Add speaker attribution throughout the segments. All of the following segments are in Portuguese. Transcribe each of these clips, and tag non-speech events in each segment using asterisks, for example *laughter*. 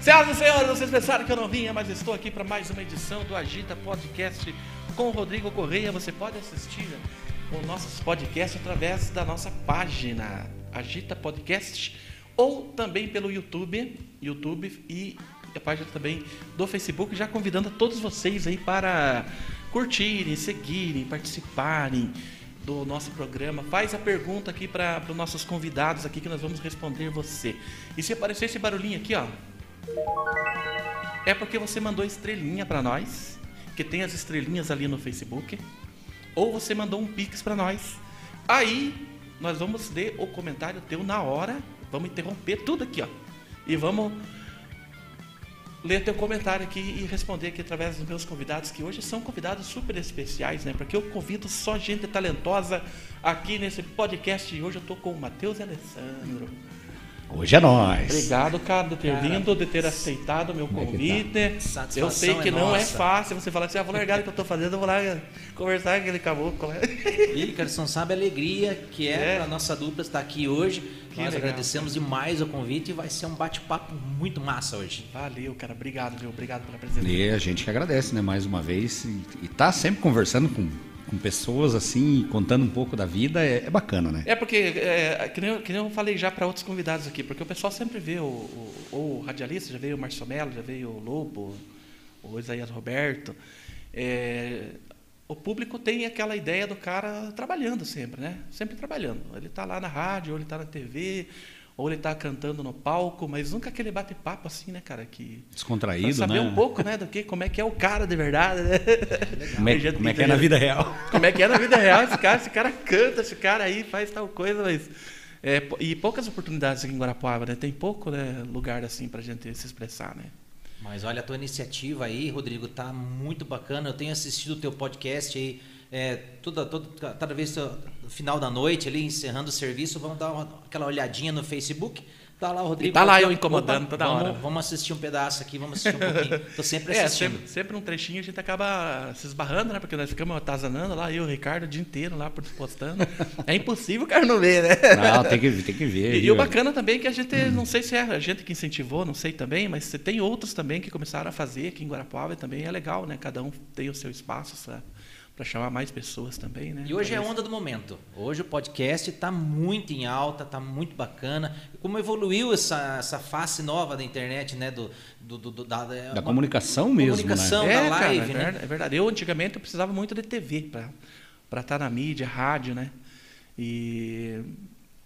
Speaker 1: Senhoras e senhores, vocês pensaram que eu não vinha, mas estou aqui para mais uma edição do Agita Podcast com o Rodrigo Correia. Você pode assistir os nossos podcasts através da nossa página Agita Podcast ou também pelo YouTube, YouTube e a página também do Facebook, já convidando a todos vocês aí para curtirem, seguirem, participarem do nosso programa. Faz a pergunta aqui para os nossos convidados aqui que nós vamos responder você. E se aparecer esse barulhinho aqui, ó, é porque você mandou estrelinha para nós, que tem as estrelinhas ali no Facebook, ou você mandou um pix para nós. Aí nós vamos ler o comentário teu na hora, vamos interromper tudo aqui, ó. E vamos ler teu comentário aqui e responder aqui através dos meus convidados, que hoje são convidados super especiais, né? Porque eu convido só gente talentosa aqui nesse podcast. E hoje eu tô com o Matheus e Alessandro.
Speaker 2: Hoje é nós.
Speaker 1: Obrigado, cara, de ter vindo, de ter aceitado o meu
Speaker 2: Como é que tá?
Speaker 1: convite.
Speaker 3: Satisfação
Speaker 1: Eu sei que
Speaker 3: é
Speaker 1: não é
Speaker 3: nossa.
Speaker 1: fácil você falar assim, ah, vou largar o que eu tô fazendo, eu vou lá conversar com aquele caboclo. lá. *laughs*
Speaker 3: E, cara, você não sabe a alegria que
Speaker 1: É.
Speaker 3: é, pra nossa dupla estar aqui hoje.
Speaker 1: Que
Speaker 3: Nós
Speaker 1: legal.
Speaker 3: agradecemos demais o convite e vai ser um bate-papo muito massa hoje.
Speaker 1: Valeu, cara. Obrigado, viu? Obrigado pela presença.
Speaker 2: E a gente que agradece, né, mais uma vez. E, e tá sempre conversando com, com pessoas assim, contando um pouco da vida, é, é bacana, né?
Speaker 1: É porque, é, que, nem eu, que nem eu falei já para outros convidados aqui, porque o pessoal sempre vê o, o, ou o radialista, já veio o Márcio Mello, já veio o Lobo, o Isaías Roberto. É, o público tem aquela ideia do cara trabalhando sempre, né? Sempre trabalhando. Ele está lá na rádio, ou ele está na TV, ou ele está cantando no palco, mas nunca aquele bate-papo assim, né, cara? Que, pra
Speaker 2: Descontraído,
Speaker 1: saber
Speaker 2: né?
Speaker 1: um pouco, né, do que, como é que é o cara de verdade, né?
Speaker 2: Como é,
Speaker 1: *laughs* Tem gente
Speaker 2: como é que é
Speaker 1: tem
Speaker 2: na
Speaker 1: gente-
Speaker 2: vida
Speaker 1: *laughs*
Speaker 2: real.
Speaker 1: como é que é na vida real esse cara? Esse cara canta, esse cara aí faz tal coisa, mas. é, pou- e poucas oportunidades aqui em Guarapuava, né? Tem pouco né, lugar assim pra gente se expressar, né?
Speaker 3: Mas olha, a tua iniciativa aí, Rodrigo, tá muito bacana. Eu tenho assistido o teu podcast aí. É, toda, toda, cada vez que eu- no final da noite, ali, encerrando o serviço, vamos dar uma- aquela olhadinha no Facebook. Tá lá, o Rodrigo.
Speaker 1: E tá lá eu
Speaker 3: Opa,
Speaker 1: incomodando toda
Speaker 3: vamos,
Speaker 1: hora.
Speaker 3: Vamos assistir um pedaço aqui, vamos assistir um pouquinho. Tô
Speaker 1: *laughs*
Speaker 3: sempre
Speaker 1: É,
Speaker 3: assistindo.
Speaker 1: sempre, sempre um trechinho a gente acaba se esbarrando, né? Porque nós ficamos atazanando lá, eu e o Ricardo o dia inteiro lá postando. É impossível o cara não ver, né?
Speaker 2: Não, tem que, tem que ver.
Speaker 1: E, e
Speaker 2: viu?
Speaker 1: o bacana também é que a gente, não sei se é a gente que incentivou, não sei também, mas você tem outros também que começaram a fazer aqui em Guarapuava e também é legal, né? Cada um tem o seu espaço para chamar mais pessoas também, né?
Speaker 3: E hoje é a
Speaker 1: Talvez-
Speaker 3: onda do momento. Hoje o podcast está muito em alta, está muito bacana. Como evoluiu essa, essa face nova da internet, né? Do, do, do- do- da, é
Speaker 2: Da comunicação mesmo,
Speaker 3: comunicação.
Speaker 2: né?
Speaker 3: da live,
Speaker 1: é,
Speaker 3: né?
Speaker 1: verdade, é verdade. Eu antigamente eu precisava muito de TV para para estar na mídia, rádio, né? E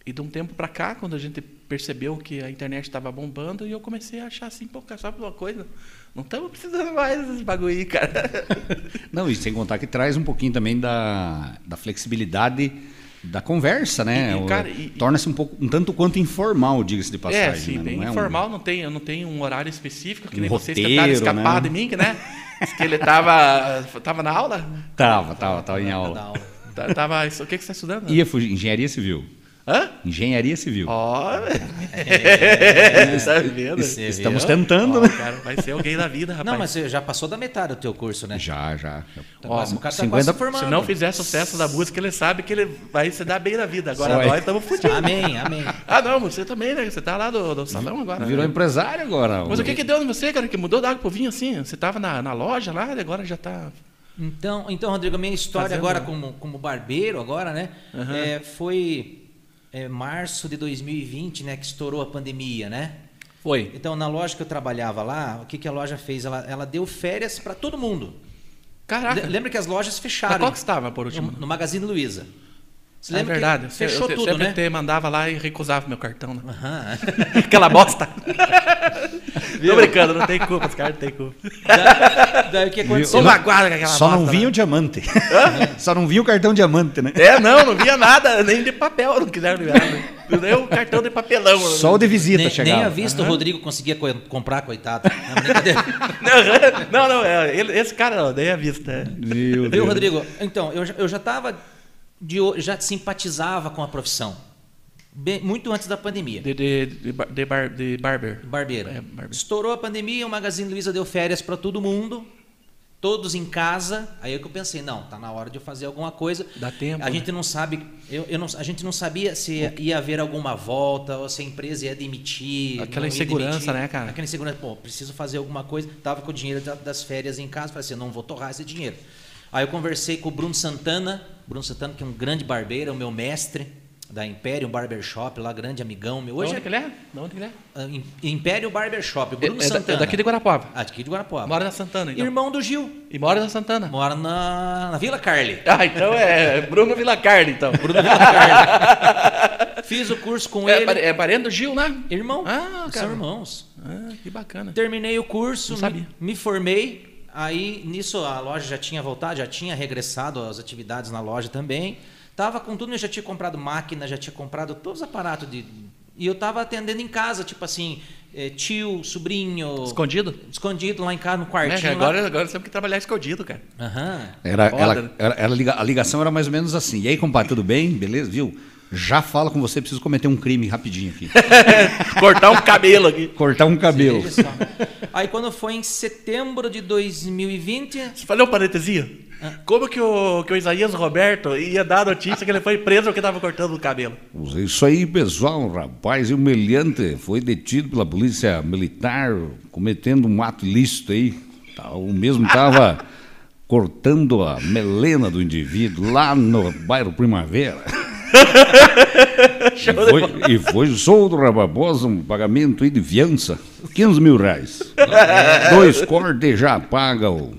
Speaker 1: e de um tempo para cá, quando a gente percebeu que a internet estava bombando, e eu comecei a achar assim, pô, cara, sabe uma coisa? Não estamos precisando mais desses bagulho
Speaker 2: *laughs*
Speaker 1: aí, cara.
Speaker 2: Não, e sem contar que traz um pouquinho também da, da flexibilidade da conversa, né?
Speaker 1: E- e,
Speaker 2: O-
Speaker 1: cara, e-
Speaker 2: Torna-se um pouco um tanto quanto informal, diga-se de passagem.
Speaker 1: é, sim,
Speaker 2: né?
Speaker 1: bem
Speaker 2: Não é um-
Speaker 1: informal, não, tem, não tem um horário específico, que
Speaker 2: Um
Speaker 1: nem vocês
Speaker 2: roteiro,
Speaker 1: tentaram escapar
Speaker 2: né?
Speaker 1: de mim,
Speaker 2: *laughs*
Speaker 1: que né? Diz que ele tava, tava na aula?
Speaker 2: Tava, tava, tava
Speaker 3: Tá
Speaker 2: em aula.
Speaker 1: *laughs* Tá- Tava, isso- o que, que você está estudando?
Speaker 2: Ia fugir, engenharia civil.
Speaker 1: Hã?
Speaker 2: Engenharia civil.
Speaker 1: Ó, é, tá vendo?
Speaker 2: Es-
Speaker 3: Você
Speaker 2: Estamos
Speaker 3: viu?
Speaker 2: tentando,
Speaker 1: Ó,
Speaker 2: né?
Speaker 1: cara, vai ser alguém da vida, rapaz.
Speaker 3: Não, mas você já passou da metade do teu curso, né?
Speaker 2: Já, já.
Speaker 3: Tá quase- o cara tá
Speaker 2: 50
Speaker 3: quase formado.
Speaker 1: Se não fizer sucesso da música, ele sabe que ele vai se dar bem na vida. Agora
Speaker 2: Só é.
Speaker 1: nós estamos fudidos.
Speaker 3: Amém, amém.
Speaker 1: Ah, não, você também, né? Você tá lá do, do salão agora. né?
Speaker 2: Virou empresário agora.
Speaker 1: Mas o que que deu em você, cara, que mudou da água pro vinho assim? Você tava na, na loja lá e agora já tá...
Speaker 3: Então, então Rodrigo, a minha história
Speaker 1: Fazendo- um-
Speaker 3: agora como, como barbeiro agora, né? é, foi é, março de 2020, né? Que estourou a pandemia, né?
Speaker 1: Foi.
Speaker 3: Então, na loja que eu trabalhava lá, o que, que a loja fez? Ela, ela deu férias para todo mundo.
Speaker 1: Caraca.
Speaker 3: Le- Lembra que as lojas fecharam.
Speaker 1: Mas qual que estava por
Speaker 3: no,
Speaker 1: último?
Speaker 3: no Magazine Luiza. Você
Speaker 1: é
Speaker 3: lembra
Speaker 1: verdade.
Speaker 3: que fechou
Speaker 1: eu, eu
Speaker 3: tudo,
Speaker 1: sempre
Speaker 3: né?
Speaker 1: te mandava lá e recusava meu cartão,
Speaker 3: *laughs*
Speaker 1: né?
Speaker 3: Aham.
Speaker 1: Aquela bosta. *laughs* Tô brincando, não tem culpa, os caras não tem culpa.
Speaker 3: Da- Daí o que aconteceu?
Speaker 1: Sou magoado com é aquela né?
Speaker 2: Só não
Speaker 1: bosta,
Speaker 2: vinha o diamante.
Speaker 4: *laughs*
Speaker 2: Só não vinha o cartão diamante, né?
Speaker 1: É, não, não via nada, nem de papel, não quiseram liberar. né? Nem o cartão de papelão. né?
Speaker 2: Só o de visita
Speaker 3: Nem, nem
Speaker 2: chegava.
Speaker 3: à vista o Rodrigo conseguia co- comprar, coitado. Não, é brincadeira.
Speaker 1: Não, não, é, ele- esse cara não, nem a vista. né?
Speaker 2: *laughs* Meu
Speaker 3: Viu,
Speaker 2: Deus.
Speaker 3: Rodrigo? Então, eu, já- eu já tava de o- já simpatizava com a profissão. Bem- muito antes da pandemia.
Speaker 1: De, de, de, bar- de bar- de barber.
Speaker 3: Barbeiro.
Speaker 1: É, barbeiro.
Speaker 3: Estourou a pandemia, o Magazine Luiza deu férias para todo mundo. todos em casa. Aí é que eu pensei, não, tá na hora de eu fazer alguma coisa.
Speaker 1: Dá tempo,
Speaker 3: A
Speaker 1: né?
Speaker 3: gente não sabe, eu, eu não, a gente não sabia se ia haver alguma volta, ou se a empresa ia demitir.
Speaker 1: Aquela
Speaker 3: não ia
Speaker 1: insegurança,
Speaker 3: demitir.
Speaker 1: né, cara?
Speaker 3: Aquela insegurança, pô, preciso fazer alguma coisa. Tava com o dinheiro da- das férias em casa, falei assim, não vou torrar esse dinheiro. Aí eu conversei com o Bruno Santana, Bruno Santana que é um grande barbeiro, é o meu mestre da Império um Barbershop, lá grande amigão meu. Hoje
Speaker 1: Onde que ele é? Da onde que ele é?
Speaker 3: é Im- Império Barbershop,
Speaker 1: É-
Speaker 3: Bruno
Speaker 1: é da-
Speaker 3: Santana.
Speaker 1: é daqui de Guarapuava.
Speaker 3: Ah, daqui de Guarapuava.
Speaker 1: Mora na Santana, então.
Speaker 3: Irmão do Gil,
Speaker 1: E mora na Santana.
Speaker 3: mora na, na Vila Carli.
Speaker 1: Ah, então é Bruno Vilacarne, então. Bruno
Speaker 3: Fiz o curso
Speaker 1: *laughs*
Speaker 3: com
Speaker 1: é,
Speaker 3: ele.
Speaker 1: pare- é parente do Gil, né?
Speaker 3: Irmão,
Speaker 1: Ah, cara.
Speaker 3: são irmãos.
Speaker 1: Ah, que bacana.
Speaker 3: Terminei o curso,
Speaker 1: Não
Speaker 3: me-
Speaker 1: sabia.
Speaker 3: Me, formei. Aí nisso a loja já tinha voltado, já tinha regressado às atividades na loja também. Tava com tudo, eu já tinha comprado máquina, já tinha comprado todos os aparatos de e eu tava atendendo em casa, tipo assim, eh, tio, sobrinho,
Speaker 1: Escondido?
Speaker 3: escondido lá em casa no
Speaker 1: Né?
Speaker 3: quartinho. lá.
Speaker 1: Agora, agora você tem que trabalhar escondido, cara.
Speaker 3: Aham.
Speaker 4: Era,
Speaker 1: Foda,
Speaker 4: ela,
Speaker 1: né?
Speaker 4: ela- ela liga- a ligação era mais ou menos assim. E aí, compadre, tudo bem? Beleza? Viu? Já falo com você, preciso cometer um crime rapidinho aqui.
Speaker 1: Cortar um cabelo aqui.
Speaker 4: Cortar um cabelo.
Speaker 3: Veja só. Aí quando foi em setembro de 2020,
Speaker 1: Você falou parentesia? Como que o, que o Isaías Roberto ia dar a notícia que ele foi preso porque tava cortando o cabelo?
Speaker 4: é, Isso aí, pessoal, um rapaz humilhante foi detido pela polícia militar cometendo um ato ilícito aí. Tá, O
Speaker 1: *laughs*
Speaker 4: mesmo estava cortando a melena do indivíduo lá no bairro
Speaker 1: *laughs*
Speaker 4: Primavera. E foi, e foi solto, Rababosa, um pagamento aí de fiança, 15
Speaker 1: *laughs*
Speaker 4: mil reais. Dois cortes já paga, o,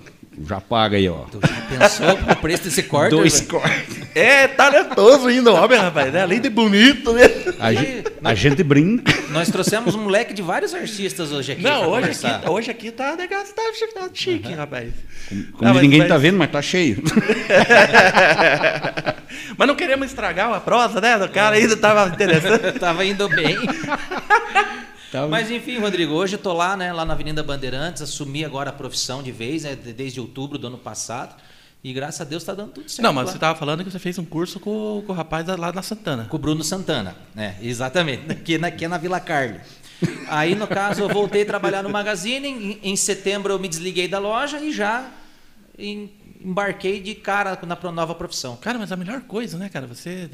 Speaker 4: já paga aí, ó.
Speaker 3: tu já pensou o preço desse corte?
Speaker 4: Dois
Speaker 3: velho?
Speaker 4: cortes.
Speaker 1: É talentoso ainda o homem, rapaz. Né? Além de bonito, né?
Speaker 4: A, ge- a gente brinca.
Speaker 3: Nós trouxemos um moleque de vários artistas hoje aqui. pra
Speaker 1: Não, hoje
Speaker 3: conversar.
Speaker 1: aqui, hoje aqui tá negócio, tá, tá chique, rapaz.
Speaker 4: Como
Speaker 1: Não, mas-
Speaker 4: ninguém
Speaker 1: mas-
Speaker 4: tá vendo, mas tá cheio.
Speaker 1: Mas não queremos estragar a prosa, né? O cara ainda tava interessante.
Speaker 3: Tava indo bem.
Speaker 1: Tá
Speaker 4: *laughs*
Speaker 3: Mas enfim, Rodrigo, hoje eu tô lá, né, lá na Avenida Bandeirantes, assumi agora a profissão de vez, né, de- desde outubro do ano passado. E graças a Deus tá dando tudo certo.
Speaker 1: *laughs* Não, mas
Speaker 3: lá.
Speaker 1: você tava falando que você fez um curso com, com o rapaz lá na Santana.
Speaker 3: Com o Bruno Santana, né? Exatamente, que na, que é na Vila Carli. Aí, no caso, eu voltei a trabalhar no Magazine, em, em setembro eu me desliguei da loja e já em- embarquei de cara na pro- nova profissão.
Speaker 1: Cara, mas a melhor coisa, né, cara? Você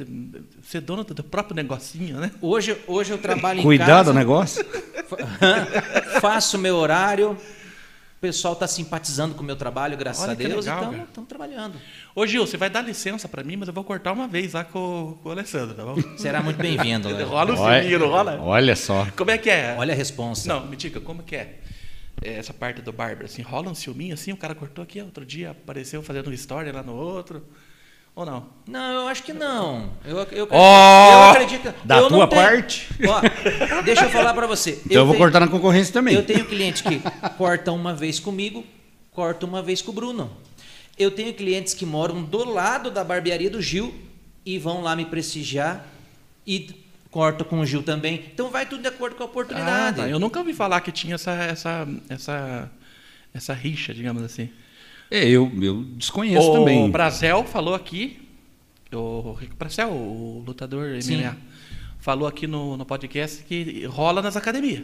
Speaker 1: ser dono do teu próprio negocinho, né?
Speaker 3: Hoje, hoje eu trabalho em
Speaker 4: Cuidado
Speaker 3: casa.
Speaker 1: *laughs*
Speaker 4: do negócio.
Speaker 3: Hã? *laughs* Faço meu horário. O pessoal está simpatizando com o meu trabalho, graças
Speaker 1: Olha
Speaker 3: a
Speaker 1: que
Speaker 3: Deus.
Speaker 1: legal,
Speaker 3: então,
Speaker 1: cara.
Speaker 3: estamos trabalhando.
Speaker 1: Ô, Gil, você vai dar licença pra mim, mas eu vou cortar uma vez lá com, com o Alessandro, tá bom?
Speaker 3: Será
Speaker 1: *laughs*
Speaker 3: muito bem-vindo. Léo.
Speaker 1: rola o sininho, não rola?
Speaker 4: olha só.
Speaker 1: Como é que é?
Speaker 3: Olha a responsa.
Speaker 1: Não, me diga, como que é? É, Essa parte do Bárbara, assim, rola um ciúminho assim, o cara cortou aqui, outro dia apareceu fazendo um story lá no outro. Ou não?
Speaker 3: Não, eu acho que não. Eu, ac- eu, acredito-
Speaker 4: Ó,
Speaker 3: eu acredito.
Speaker 4: da
Speaker 3: eu não
Speaker 4: tua
Speaker 3: tenho-
Speaker 4: parte?
Speaker 3: Ó, deixa eu falar para você.
Speaker 4: Então eu, vou
Speaker 3: tenho-
Speaker 4: cortar na concorrência também.
Speaker 3: Eu tenho cliente que corta uma vez comigo, corta uma vez com o Bruno. Eu tenho clientes que moram do lado da barbearia do Gil e vão lá me prestigiar e corta com o Gil também. Então vai tudo de acordo com a oportunidade.
Speaker 1: Ah, tá. eu nunca ouvi falar que tinha essa, essa, essa, essa rixa, digamos assim.
Speaker 4: É, eu, eu desconheço
Speaker 1: o
Speaker 4: também.
Speaker 1: Brazel falou aqui, o Rico Brazel, o lutador MMA,
Speaker 3: Sim.
Speaker 1: falou aqui no, no podcast que rola nas academias.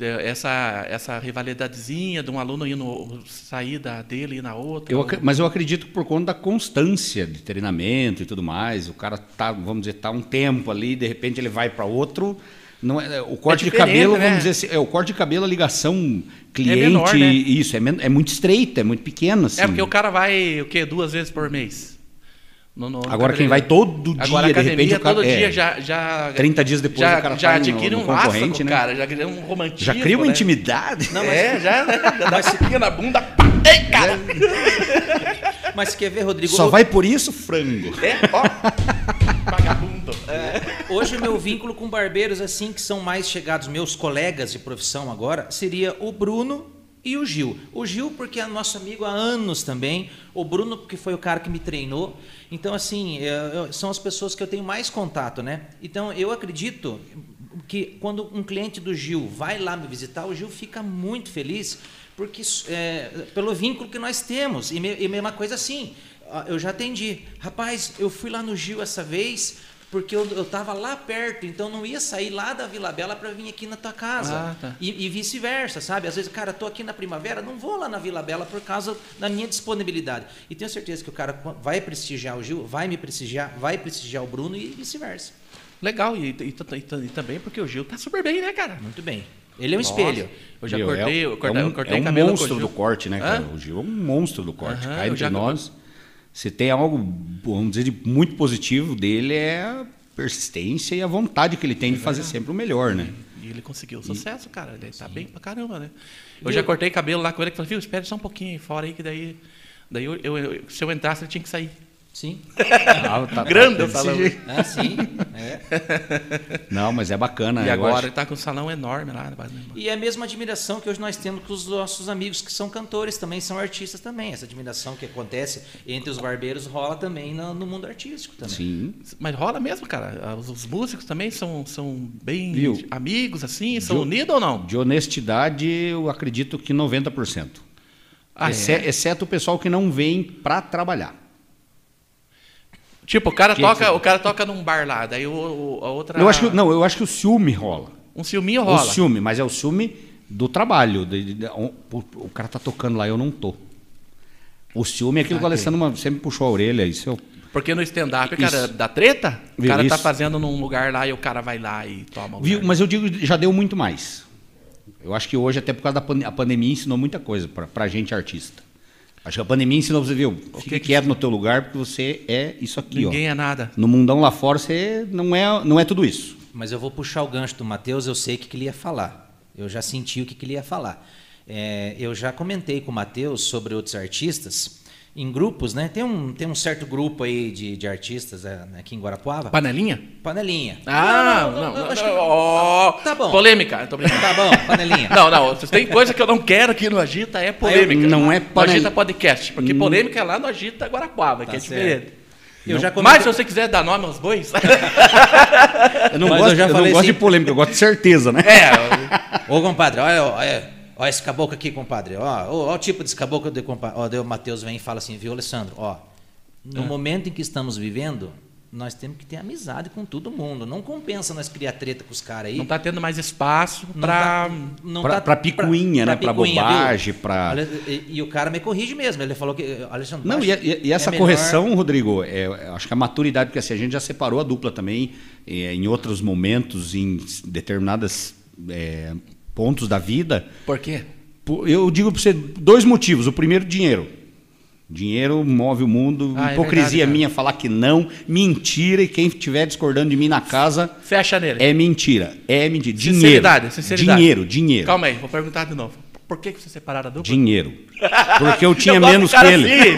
Speaker 1: É, Essa, essa rivalidadezinha de um aluno ir no, sair da dele e ir na outra.
Speaker 4: Eu acre- mas eu acredito que por conta da constância de treinamento e tudo mais, o cara tá, vamos dizer, tá um tempo ali, de repente ele vai para outro. Não é, o corte de
Speaker 1: diferente,
Speaker 4: cabelo,
Speaker 1: né?
Speaker 4: vamos dizer, assim, é, o corte de cabelo, a ligação cliente,
Speaker 1: menor, né?
Speaker 4: isso, é, men- é muito estreita, é muito pequena. Assim.
Speaker 1: É porque o cara vai o quê? Duas vezes por mês. No- no- no
Speaker 4: Agora
Speaker 1: cabeleireiro.
Speaker 4: quem vai todo dia,
Speaker 1: Agora a
Speaker 4: de
Speaker 1: academia
Speaker 4: repente o cara,
Speaker 1: todo
Speaker 4: é,
Speaker 1: dia já, já
Speaker 4: 30 dias depois
Speaker 1: já,
Speaker 4: o cara
Speaker 1: já
Speaker 4: tá no-
Speaker 1: adquire
Speaker 4: no
Speaker 1: um laço com
Speaker 4: concorrente,
Speaker 1: o
Speaker 4: né?
Speaker 1: cara, já cria um romantismo.
Speaker 4: já cria uma
Speaker 1: né?
Speaker 4: intimidade.
Speaker 1: É, já, né? Já dá uma na bunda. pá, Ei, cara!
Speaker 3: Mas quer ver, Rodrigo?
Speaker 4: Só
Speaker 3: Eu-
Speaker 4: vai por isso frango.
Speaker 1: É, ó. *laughs* Vagabundo.
Speaker 4: É.
Speaker 3: Hoje o meu vínculo com barbeiros, assim, que são mais chegados, meus colegas de profissão agora, seria o Bruno e o Gil. O Gil, porque é nosso amigo há anos também. O Bruno, porque foi o cara que me treinou. Então, assim, eu- eu- são as pessoas que eu tenho mais contato, né? Então, eu acredito que quando um cliente do Gil vai lá me visitar, o Gil fica muito feliz porque é, pelo vínculo que nós temos. E, me- e mesma coisa assim, ah, eu já atendi. Rapaz, eu fui lá no Gil essa vez Porque eu, eu tava lá perto, então não ia sair lá da Vila Bela para vir aqui na tua casa.
Speaker 1: Ah, tá.
Speaker 3: E, e vice-versa, sabe? Às vezes, cara, tô aqui na primavera, não vou lá na Vila Bela por causa da minha disponibilidade. E tenho certeza que o cara vai prestigiar o Gil, vai me prestigiar, vai prestigiar o Bruno e vice-versa.
Speaker 1: Legal, e, e t- t- e também porque o Gil tá super bem, né, cara?
Speaker 3: Muito bem. Ele é um
Speaker 1: Nossa.
Speaker 3: espelho.
Speaker 1: Eu já
Speaker 4: Meu,
Speaker 1: cortei,
Speaker 4: é,
Speaker 1: eu cortei,
Speaker 4: é um,
Speaker 1: eu cortei
Speaker 4: é um
Speaker 1: cabelo com o
Speaker 4: monstro
Speaker 1: Gil.
Speaker 4: do corte, né,
Speaker 1: Hã?
Speaker 4: cara? O Gil é um monstro do corte.
Speaker 1: Aham,
Speaker 4: Cai
Speaker 1: eu
Speaker 4: entre
Speaker 1: já-
Speaker 4: nós. Se tem algo, vamos dizer, de muito positivo dele é a persistência e a vontade que ele tem
Speaker 1: É
Speaker 4: de fazer sempre o
Speaker 1: *laughs*
Speaker 4: melhor, né?
Speaker 1: E ele conseguiu sucesso, cara. Ele tá bem pra caramba, né? Eu já cortei cabelo lá com ele que falei, viu, espere só um pouquinho aí fora aí, que daí. Daí eu, eu- eu- se eu entrasse, ele tinha que sair.
Speaker 3: Sim.
Speaker 4: Ah, tá- tá-
Speaker 1: Grande,
Speaker 4: tá
Speaker 1: eu
Speaker 4: desse
Speaker 1: falava.
Speaker 4: jeito.
Speaker 1: *laughs*
Speaker 3: Ah, sim. É.
Speaker 4: Não, mas é bacana.
Speaker 1: e
Speaker 4: eu
Speaker 1: agora
Speaker 4: acho.
Speaker 1: ele tá com um salão enorme lá. né?
Speaker 3: E é a mesma admiração que hoje nós temos com os nossos amigos que são cantores também, são artistas também. Essa admiração que acontece entre os barbeiros rola também na- no, mundo artístico também.
Speaker 4: Sim.
Speaker 1: Mas rola mesmo, cara. Ah, Os, os músicos também são, são bem
Speaker 4: Viu?
Speaker 1: amigos, assim, são
Speaker 4: Ju-
Speaker 1: unidos ou não?
Speaker 4: De honestidade, eu acredito que 90%.
Speaker 1: Ah,
Speaker 4: Exce- Exceto o pessoal que não vem pra trabalhar.
Speaker 1: Tipo, o cara,
Speaker 4: Que
Speaker 1: toca,
Speaker 4: que-
Speaker 1: o cara toca num bar lá, daí o, o- a outra.
Speaker 4: Eu acho que, não, eu acho que o ciúme rola.
Speaker 1: Um ciúminho rola.
Speaker 4: O ciúme, mas é o ciúme do trabalho. de- de- de- o, o cara tá tocando lá, eu não tô. O ciúme é aquilo que o Alessandro ma- sempre puxou a orelha. Isso eu,
Speaker 1: Porque no stand-up, cara,
Speaker 4: Isso.
Speaker 1: dá treta, o
Speaker 4: Viu,
Speaker 1: cara tá
Speaker 4: isso.
Speaker 1: fazendo num lugar lá e o cara vai lá e toma o
Speaker 4: viu,
Speaker 1: lugar.
Speaker 4: mas eu digo, já deu muito mais. Eu acho que hoje, até por causa da pan- a pandemia, ensinou muita coisa pra, pra gente artista. Acho que a pandemia ensinou você, viu? Fique
Speaker 1: que que-
Speaker 4: quieto no teu lugar, porque você é isso aqui, ó.
Speaker 1: Ninguém é nada.
Speaker 4: No mundão lá fora, você não é, não é tudo isso.
Speaker 3: Mas eu vou puxar o gancho do Matheus, eu sei o que, que ele ia falar. Eu já senti o que, que ele ia falar. É, eu já comentei com o Matheus sobre outros artistas em grupos, né? Tem um, tem um certo grupo aí de, de artistas é, aqui em Guarapuava.
Speaker 1: Panelinha?
Speaker 3: Panelinha.
Speaker 1: Ah, não, não.
Speaker 3: acho
Speaker 1: não,
Speaker 3: que-
Speaker 1: ó,
Speaker 3: Tá bom.
Speaker 1: Polêmica, eu tô brincando.
Speaker 3: Tá bom, panelinha.
Speaker 1: Não, não, se tem coisa que eu não quero aqui no Agita, é polêmica.
Speaker 4: não é
Speaker 1: No
Speaker 4: panel-
Speaker 1: Agita Podcast, porque polêmica é lá no Agita Guarapuava, que é
Speaker 3: Tá certo.
Speaker 1: diferente.
Speaker 3: Eu já
Speaker 1: Mas
Speaker 3: comentei-
Speaker 1: se você quiser dar nome aos bois, *laughs*
Speaker 4: Eu não
Speaker 3: Mas
Speaker 4: gosto,
Speaker 3: eu já
Speaker 4: eu não
Speaker 3: falei
Speaker 4: gosto de
Speaker 3: assim-
Speaker 4: polêmica, eu gosto de certeza, né?
Speaker 1: é,
Speaker 3: Ô, compadre, olha, olha, olha esse caboclo aqui, compadre. Ó, ó, ó o tipo desse caboclo de compadre. Ó, daí o Matheus vem e fala assim, viu, Alessandro? Ó,
Speaker 4: Ah.
Speaker 3: no momento em que estamos vivendo, nós temos que ter amizade com todo mundo. Não compensa nós criar treta com os caras aí.
Speaker 1: não tá tendo mais espaço
Speaker 3: Não
Speaker 1: pra...
Speaker 3: tá- não
Speaker 4: pra-
Speaker 3: tá-
Speaker 4: pra picuinha, né? Pra
Speaker 3: picuinha,
Speaker 4: bobagem,
Speaker 3: viu?
Speaker 4: pra-
Speaker 3: Olha, E, e o cara me corrige mesmo. Ele falou que. Alessandro,
Speaker 4: Não, e,
Speaker 3: acho
Speaker 4: e- e
Speaker 3: que
Speaker 4: essa
Speaker 3: é melhor-
Speaker 4: correção, Rodrigo, é, eu acho que a maturidade, porque assim, a gente já separou a dupla também é, em outros momentos, em determinados pontos da vida.
Speaker 1: Por quê?
Speaker 4: Pô, Eu digo para você dois motivos. O primeiro, dinheiro. Dinheiro move o
Speaker 1: Ah,
Speaker 4: mundo.
Speaker 1: é verdade,
Speaker 4: hipocrisia
Speaker 1: cara.
Speaker 4: minha falar que não. Mentira. E quem estiver discordando de mim na casa
Speaker 1: Fecha nele.
Speaker 4: é mentira. É mentira. Dinheiro.
Speaker 1: Sinceridade, sinceridade.
Speaker 4: Dinheiro, dinheiro.
Speaker 1: Calma aí, vou perguntar de novo. Por que, que você separaram a dupla?
Speaker 4: Dinheiro.
Speaker 1: *laughs*
Speaker 4: Porque eu tinha
Speaker 1: gosto
Speaker 4: menos
Speaker 1: de
Speaker 4: que
Speaker 1: cara
Speaker 4: ele.
Speaker 1: assim.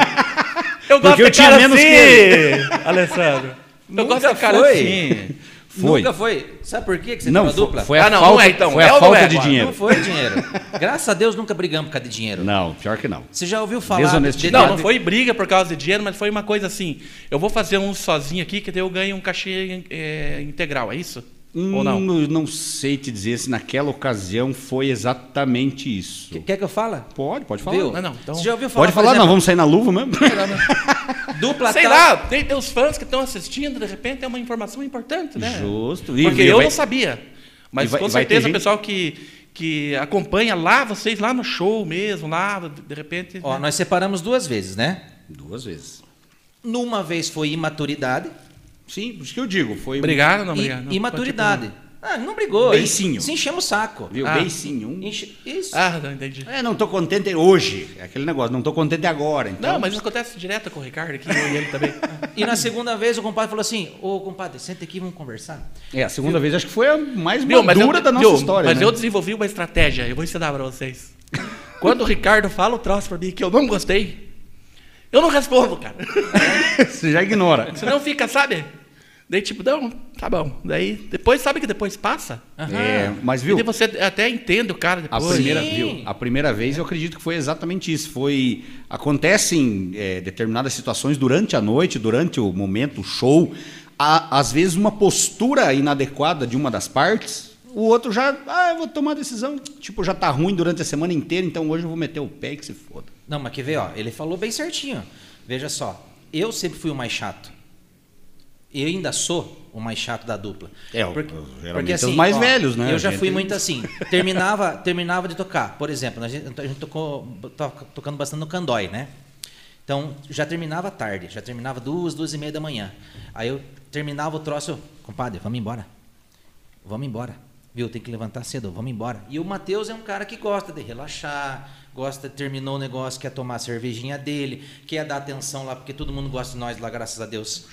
Speaker 1: *laughs* Eu gosto
Speaker 4: Porque eu
Speaker 1: de
Speaker 4: tinha
Speaker 1: cara
Speaker 4: menos
Speaker 1: assim,
Speaker 4: que ele.
Speaker 1: *laughs* Alessandro. Eu
Speaker 3: Nunca
Speaker 1: gosto de cara
Speaker 3: foi.
Speaker 1: assim.
Speaker 4: Foi.
Speaker 3: Nunca foi. Sabe por quê que você
Speaker 4: Não,
Speaker 3: deu a
Speaker 4: fo-
Speaker 3: dupla?
Speaker 4: foi a
Speaker 1: Ah, não, não
Speaker 4: falta,
Speaker 1: é, então.
Speaker 4: foi
Speaker 1: É
Speaker 4: a
Speaker 1: ou não
Speaker 4: falta
Speaker 1: é
Speaker 4: de
Speaker 1: agora?
Speaker 4: dinheiro.
Speaker 3: Não foi dinheiro. Graças a Deus nunca brigamos por causa de dinheiro.
Speaker 4: Não, pior que não.
Speaker 3: Você já ouviu falar.
Speaker 4: Desonestidade.
Speaker 1: Não, não foi briga por causa de dinheiro, mas foi uma coisa assim. Eu vou fazer um sozinho aqui, que daí eu ganho um cachê é, integral, é isso? Ou não?
Speaker 4: Hum, eu não sei te dizer se naquela ocasião foi exatamente isso.
Speaker 3: Quer que eu fale?
Speaker 4: Pode, pode falar.
Speaker 3: Viu?
Speaker 1: Não, não, então-
Speaker 3: Você já ouviu falar?
Speaker 4: Pode
Speaker 3: por
Speaker 4: falar, não,
Speaker 3: exemplo,
Speaker 4: vamos sair na luva mesmo.
Speaker 1: *laughs*
Speaker 3: Dupla
Speaker 1: Sei
Speaker 3: tal-
Speaker 1: lá, tem, tem os fãs que estão assistindo, de repente é uma informação importante, né?
Speaker 4: Justo. E-
Speaker 1: Porque
Speaker 4: e
Speaker 1: eu
Speaker 4: vai-
Speaker 1: não sabia.
Speaker 4: e
Speaker 1: Mas
Speaker 4: vai-
Speaker 1: com
Speaker 4: e vai ter
Speaker 1: certeza o
Speaker 4: gente-
Speaker 1: pessoal que, que acompanha lá, vocês lá no show mesmo, lá, de repente.
Speaker 3: Ó,
Speaker 1: né?
Speaker 3: nós separamos duas vezes, né?
Speaker 4: Duas vezes.
Speaker 3: Numa vez foi imaturidade
Speaker 4: Sim, por isso que eu digo. Foi um-
Speaker 1: Obrigado, não,
Speaker 3: e
Speaker 1: obrigado. Não,
Speaker 3: imaturidade. Ah, não brigou.
Speaker 4: Beicinho.
Speaker 3: Se enchemos o saco.
Speaker 4: Viu?
Speaker 1: Ah.
Speaker 4: Beicinho. um-
Speaker 3: Enche- Isso.
Speaker 1: Ah, não entendi.
Speaker 4: É, não tô contente hoje. É aquele negócio, não tô contente agora. Então...
Speaker 1: Não, mas isso acontece direto com o Ricardo aqui eu e ele também. *laughs*
Speaker 3: E na segunda vez o compadre falou assim: Ô compadre, senta aqui, vamos conversar.
Speaker 4: É, a segunda vez acho que foi a mais
Speaker 1: Viu, mas
Speaker 4: madura
Speaker 1: eu,
Speaker 4: da nossa
Speaker 1: viu,
Speaker 4: história.
Speaker 1: Mas
Speaker 4: né?
Speaker 1: eu desenvolvi uma estratégia, eu vou ensinar pra vocês. Quando o Ricardo fala um troço pra mim que eu não gostei, eu não respondo, cara.
Speaker 4: *laughs* Você já ignora.
Speaker 1: Senão fica, sabe? Daí tipo, não, tá bom. Daí depois, sabe que depois passa?
Speaker 4: É, mas viu?
Speaker 1: E daí você até entende o cara
Speaker 4: A
Speaker 1: depois.
Speaker 4: primeira,
Speaker 3: Sim.
Speaker 4: viu? a primeira vez eu acredito que foi exatamente isso. Foi acontecem é, determinadas situações durante a noite, durante o momento, o show. A- às vezes uma postura inadequada de uma das partes, o outro já, ah, eu vou tomar decisão. Tipo, já tá ruim durante a semana inteira, então hoje eu vou meter o pé e que se foda.
Speaker 3: Não, mas quer ver, ó, ele falou bem certinho. Veja só, eu sempre fui o mais chato. eu ainda sou o mais chato da dupla.
Speaker 4: É, o- geralmente é os mais velhos, né?
Speaker 3: assim, Eu
Speaker 4: A
Speaker 3: já
Speaker 4: gente-
Speaker 3: fui muito assim. Terminava, *laughs* terminava de tocar, por exemplo, a gente, a gente tocou, tava tocando bastante no Candói, né? Então, já terminava tarde, já terminava duas, duas e meia da manhã. Aí eu terminava o troço, eu, compadre, vamos embora. Vamos embora. Viu, tem que levantar cedo, vamos embora. E o Matheus é um cara que gosta de relaxar, gosta, terminou o negócio, quer tomar a cervejinha dele, quer dar atenção lá, porque todo mundo gosta de nós lá, graças a Deus.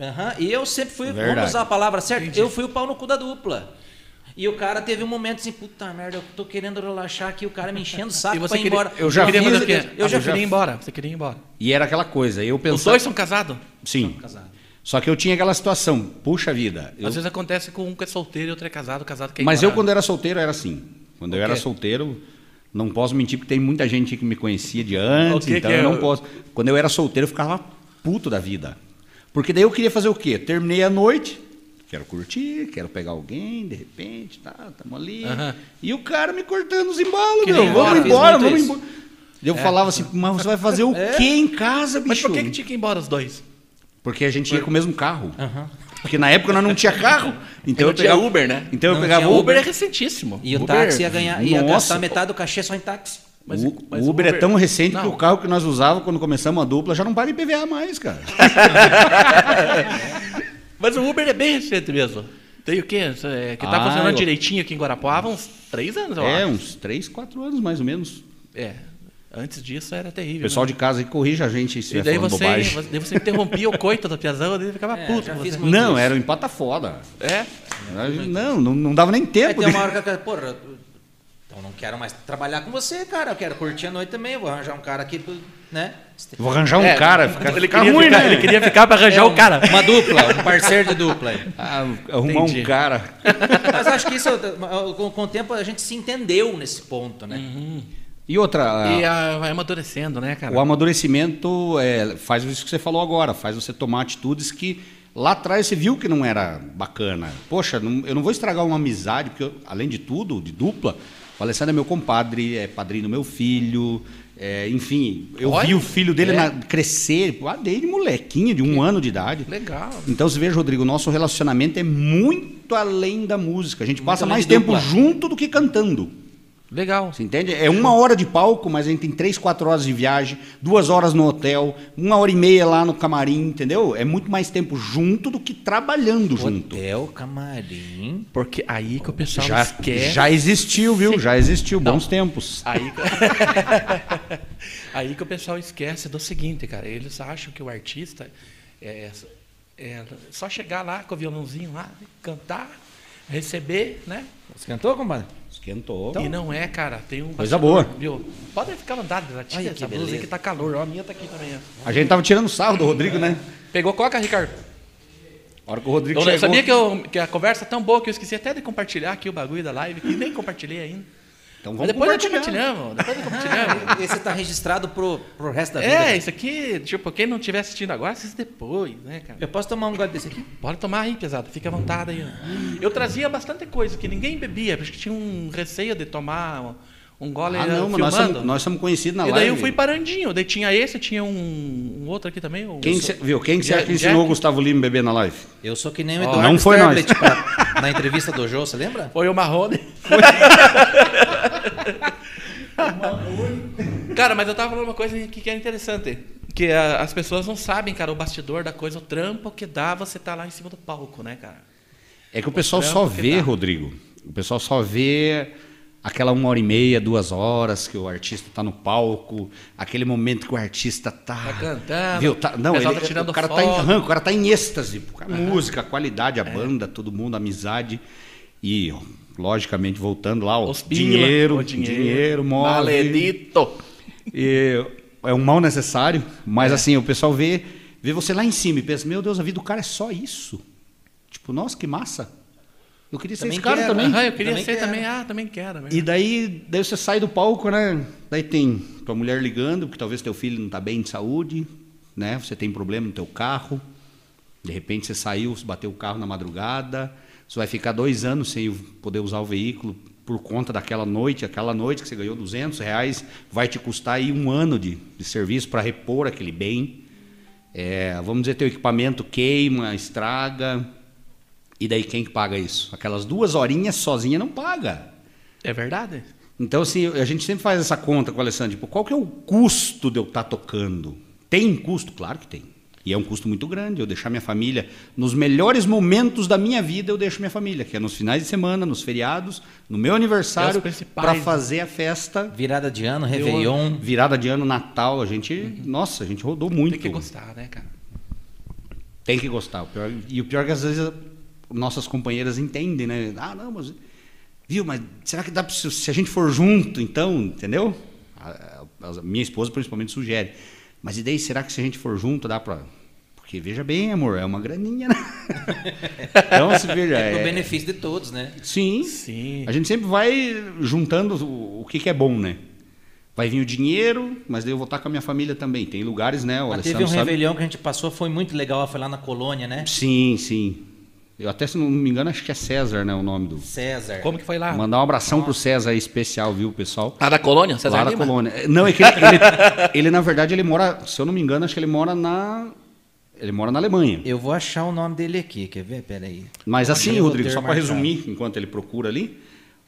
Speaker 3: Aham, E eu sempre fui,
Speaker 4: Verdade.
Speaker 3: vamos usar a palavra certa, eu fui o pau no cu da dupla. E o cara teve um momento assim, puta merda, eu tô querendo relaxar aqui, o cara
Speaker 4: *laughs*
Speaker 3: me enchendo o saco
Speaker 1: E
Speaker 3: pra
Speaker 1: você
Speaker 3: ir
Speaker 1: queria,
Speaker 3: embora.
Speaker 4: eu já
Speaker 1: queria
Speaker 4: fiz-
Speaker 1: fazer o quê?
Speaker 3: eu
Speaker 1: Ah,
Speaker 3: já
Speaker 1: você queria
Speaker 3: fiz.
Speaker 1: ir embora. Você queria ir embora.
Speaker 4: E era aquela coisa, eu
Speaker 1: Os
Speaker 4: pensava.
Speaker 1: dois são casados?
Speaker 4: Sim.
Speaker 3: Casado.
Speaker 4: Só que eu tinha aquela situação, puxa vida. eu-
Speaker 1: Às vezes acontece com um que é solteiro e outro é casado, casado que é
Speaker 4: mas eu,
Speaker 1: ignorado.
Speaker 4: quando era solteiro, era assim. Quando eu
Speaker 1: O
Speaker 4: era
Speaker 1: quê?
Speaker 4: solteiro, não posso mentir, porque tem muita gente que me conhecia de antes,
Speaker 1: O que
Speaker 4: então
Speaker 1: que
Speaker 4: eu
Speaker 1: é
Speaker 4: não
Speaker 1: o-
Speaker 4: posso. Quando eu era solteiro, eu ficava puto da vida. Porque daí eu queria fazer o quê? Terminei a noite, quero curtir, quero pegar alguém, de repente, tá, tamo ali.
Speaker 1: Aham.
Speaker 4: E o cara me cortando os embalos,
Speaker 1: Que
Speaker 4: meu.
Speaker 1: nem eu
Speaker 4: Vamos
Speaker 1: fiz É.
Speaker 4: embora,
Speaker 3: muito
Speaker 4: vamos
Speaker 3: isso.
Speaker 4: embora. Eu falava assim, mas você vai fazer o
Speaker 1: *laughs*
Speaker 4: quê em casa, bicho?
Speaker 1: Mas por que, que tinha que ir embora os dois?
Speaker 4: Porque a gente ia com o mesmo carro. Porque na época nós não tinha
Speaker 1: *laughs*
Speaker 4: carro. Então
Speaker 1: Não
Speaker 4: eu
Speaker 1: tinha
Speaker 4: pegava
Speaker 1: Uber, né?
Speaker 4: Então eu
Speaker 3: Não
Speaker 4: pegava
Speaker 3: tinha
Speaker 4: Uber.
Speaker 1: O Uber é recentíssimo.
Speaker 3: E o
Speaker 4: Uber,
Speaker 3: táxi é- ia ganhar, ia
Speaker 4: nossa.
Speaker 3: gastar metade do cachê só em táxi.
Speaker 1: Mas-
Speaker 4: o,
Speaker 1: mas
Speaker 4: o Uber, é
Speaker 1: Uber-
Speaker 4: tão recente que
Speaker 1: Não.
Speaker 4: o carro que nós usávamos quando começamos a dupla já não para em PVA mais, cara.
Speaker 1: Mas o Uber é bem recente mesmo. Tem o quê? É, que tá
Speaker 4: Ah,
Speaker 1: funcionando
Speaker 4: eu-
Speaker 1: direitinho aqui em Guarapuava há uns três anos, eu
Speaker 4: É,
Speaker 1: acho.
Speaker 4: uns 3, 4 anos mais ou menos.
Speaker 1: É. Antes disso era
Speaker 4: O
Speaker 1: terrível.
Speaker 4: pessoal
Speaker 1: né?
Speaker 4: de casa aí corrige a gente se
Speaker 1: E
Speaker 4: é
Speaker 1: daí
Speaker 4: falando
Speaker 1: você,
Speaker 4: bobagem.
Speaker 1: você- daí você interrompia o coito da piazão, daí ficava
Speaker 3: É,
Speaker 1: puto.
Speaker 3: já
Speaker 1: com
Speaker 3: fiz
Speaker 1: você.
Speaker 3: muito
Speaker 4: Não,
Speaker 3: isso.
Speaker 4: era um empata foda.
Speaker 1: É.
Speaker 4: Não, não, não dava nem
Speaker 3: Aí
Speaker 4: tempo.
Speaker 3: tem
Speaker 4: de-
Speaker 3: uma hora que eu quero, porra, então não quero mais trabalhar com você, cara. Eu quero curtir a noite também, eu vou arranjar um cara aqui, pro- né?
Speaker 4: Vou arranjar um
Speaker 1: É,
Speaker 4: cara. Ficar,
Speaker 1: Ele
Speaker 4: ficar
Speaker 1: queria,
Speaker 4: ruim,
Speaker 1: ficar,
Speaker 4: né?
Speaker 1: ele queria ficar pra arranjar
Speaker 3: É,
Speaker 1: o cara.
Speaker 3: Uma dupla, um parceiro de dupla. aí.
Speaker 4: Ah, arrumar um
Speaker 1: Entendi.
Speaker 4: cara.
Speaker 3: Mas acho que isso, eh, com com o tempo, a gente se entendeu nesse ponto, né?
Speaker 4: E outra.
Speaker 1: E ah, vai amadurecendo, né, cara?
Speaker 4: O amadurecimento é, faz isso que você falou agora, faz você tomar atitudes que lá atrás você viu que não era bacana. Poxa, não- eu não vou estragar uma amizade, porque eu, além de tudo, de dupla, o Alessandro é meu compadre, é padrinho do meu filho, é, enfim, eu
Speaker 1: Olha,
Speaker 4: vi o filho dele
Speaker 1: é.
Speaker 4: na- crescer, ah, desde molequinho, de um ano de idade.
Speaker 1: Legal.
Speaker 4: Então você veja, Rodrigo, o nosso relacionamento é muito além da música. A gente passa
Speaker 3: além
Speaker 4: mais
Speaker 3: de
Speaker 4: tempo
Speaker 3: dupla.
Speaker 4: junto do que cantando.
Speaker 1: Legal.
Speaker 4: Você entende? É uma hora de palco, mas a gente tem três, quatro horas de viagem, duas horas no hotel, uma hora e meia lá no camarim, entendeu? É muito mais tempo junto do que trabalhando junto.
Speaker 3: Hotel, camarim.
Speaker 1: Porque aí que o pessoal
Speaker 4: Já,
Speaker 1: esquece.
Speaker 4: já existiu, viu? Já existiu. Bons tempos.
Speaker 1: Aí, *laughs* aí que o pessoal esquece do seguinte, cara. Eles acham que o artista é, é só chegar lá com o violãozinho lá, cantar, receber, né?
Speaker 3: Você cantou, compadre?
Speaker 4: Esquentou.
Speaker 1: e não é, cara. Tem um
Speaker 4: Coisa
Speaker 1: bastidor,
Speaker 4: boa.
Speaker 1: Viu? Pode ficar andado, já
Speaker 3: Ai,
Speaker 1: tira
Speaker 3: que
Speaker 1: essa blusa aí
Speaker 3: beleza.
Speaker 1: que tá calor. Ó, a minha tá aqui também. ó.
Speaker 4: A gente tava tirando sarro do Rodrigo, né?
Speaker 1: Pegou coca, Ricardo?
Speaker 4: A hora que o Rodrigo
Speaker 1: Então, Eu não
Speaker 4: chegou...
Speaker 1: sabia que, eu- que a conversa é tão boa que eu esqueci até de compartilhar aqui o bagulho da live, que nem compartilhei ainda.
Speaker 4: Então
Speaker 1: Mas
Speaker 4: vamos
Speaker 1: depois nós
Speaker 4: compartilhar.
Speaker 1: compartilhamos. Depois nós
Speaker 4: *laughs*
Speaker 1: compartilhamos.
Speaker 3: Ah, esse tá registrado pro, pro resto da vida.
Speaker 1: É, isso aqui, tipo, quem não estiver assistindo agora, assiste depois, né, cara?
Speaker 3: Eu posso tomar um gole desse aqui?
Speaker 1: Bora tomar aí, pesado, fica à vontade aí. ó. Eu trazia bastante coisa que ninguém bebia, porque tinha um receio de tomar um- um gole
Speaker 4: Ah, não,
Speaker 1: eh,
Speaker 4: mas nós
Speaker 1: filmando.
Speaker 4: somos, nós somos conhecidos na
Speaker 1: e daí
Speaker 4: live.
Speaker 1: eu fui parandinho, daí tinha esse, tinha um, um outro aqui também. o-
Speaker 4: Quem
Speaker 1: o-
Speaker 4: cê- viu? Quem será que
Speaker 1: Jack-
Speaker 4: ensinou o Gustavo Lima a beber na live?
Speaker 3: Eu sou que nem o
Speaker 4: Ó,
Speaker 3: Eduardo
Speaker 4: não foi
Speaker 3: Sterblitch pra- na entrevista do Jô, você lembra?
Speaker 1: Foi o Marrone. *laughs* cara, mas eu tava falando uma coisa que que é interessante. Que ah, as pessoas não sabem, cara, o bastidor da coisa, o trampo que dá você tá lá em cima do palco, né, cara?
Speaker 4: É que o pessoal
Speaker 1: trampo
Speaker 4: só
Speaker 1: que
Speaker 4: vê,
Speaker 1: dá.
Speaker 4: Rodrigo. O pessoal só vê aquela uma hora e meia, duas horas que o artista tá no palco, aquele momento que o artista tá,
Speaker 1: Tá cantando,
Speaker 4: viu? Tá- não,
Speaker 1: o pessoal
Speaker 4: ele,
Speaker 1: tá tirando
Speaker 4: o cara tá em
Speaker 1: foto. É.
Speaker 4: arranco, o cara tá em êxtase, com a música, a qualidade, a banda, todo mundo, a amizade e ó, logicamente voltando lá o
Speaker 1: Os pila,
Speaker 4: dinheiro,
Speaker 1: o
Speaker 4: dinheiro,
Speaker 1: dinheiro.
Speaker 4: move.
Speaker 1: Maledito.
Speaker 4: E é um mal necessário, mas
Speaker 3: É.
Speaker 4: assim, o pessoal vê, vê você lá em cima e pensa, meu Deus, a vida do cara é só isso. Tipo, nossa, que massa. Eu queria ser
Speaker 3: Também
Speaker 4: esse cara
Speaker 3: quero,
Speaker 4: também.
Speaker 1: Aham, eu queria
Speaker 3: Também
Speaker 1: ser
Speaker 3: quero.
Speaker 1: também. Ah, também quero. né?
Speaker 4: E daí, daí você sai do palco, né? Daí tem tua mulher ligando, porque talvez teu filho não tá bem de saúde, né? Você tem problema no teu carro. De repente você saiu, você bateu o carro na madrugada. Você vai ficar dois anos sem poder usar o veículo por conta daquela noite. Aquela noite que você ganhou 200 reais vai te custar aí um ano de, de serviço para repor aquele bem. é, vamos dizer, teu equipamento queima, estraga, e daí quem que paga isso? Aquelas duas horinhas sozinha não paga.
Speaker 1: É verdade?
Speaker 4: Então, assim, a gente sempre faz essa conta com o Alessandro, tipo, qual que é o custo de eu estar tocando? Tem um custo? Claro que tem. E é um custo muito grande, eu deixar minha família. Nos melhores momentos da minha vida, eu deixo minha família, que é nos finais de semana, nos feriados, no meu
Speaker 1: É
Speaker 4: aniversário,
Speaker 1: os principais,
Speaker 4: para
Speaker 1: né?
Speaker 4: fazer a festa.
Speaker 3: Virada de ano, Réveillon.
Speaker 4: Virada de ano, Natal, a gente. Nossa, a gente rodou muito.
Speaker 1: Uhum. Tem que gostar, né, cara?
Speaker 4: Tem que gostar. O pior- e o pior é que às vezes nossas companheiras entendem, né? Ah, não, mas. Viu, mas será que dá pra, se se a gente for junto, então, entendeu? A, a- a minha esposa principalmente sugere. Mas e daí, será que se a gente for junto dá pra. Porque veja bem, amor, é uma graninha, né? *laughs* então, se veja.
Speaker 3: É pro
Speaker 4: É,
Speaker 3: benefício de todos, né?
Speaker 4: sim,
Speaker 1: Sim.
Speaker 4: a gente sempre vai juntando o, o que, que é bom, né? Vai vir o dinheiro, mas daí eu vou estar com a minha família também. Tem lugares, né? O
Speaker 3: Mas teve um
Speaker 4: Alessandro sabe-
Speaker 3: Réveillon que a gente passou, foi muito legal, foi lá na colônia, né?
Speaker 4: Sim, sim. Eu até, se não me engano, acho que é César, né? O nome do.
Speaker 3: César.
Speaker 1: Como que foi lá?
Speaker 4: Mandar um abração pro César aí, especial, viu, pessoal?
Speaker 1: Lá da colônia? César
Speaker 4: lá da
Speaker 1: Lima?
Speaker 4: colônia. É, Não, é que ele, ele- ele, na verdade, ele mora, se eu não me engano, acho que ele mora na. Ele mora na Alemanha.
Speaker 3: Eu vou achar o nome dele aqui, quer ver? Pera aí.
Speaker 4: Mas
Speaker 3: Eu
Speaker 4: assim,
Speaker 3: vou
Speaker 4: Rodrigo,
Speaker 3: ter
Speaker 4: só para
Speaker 3: marcado.
Speaker 4: resumir, enquanto ele procura ali,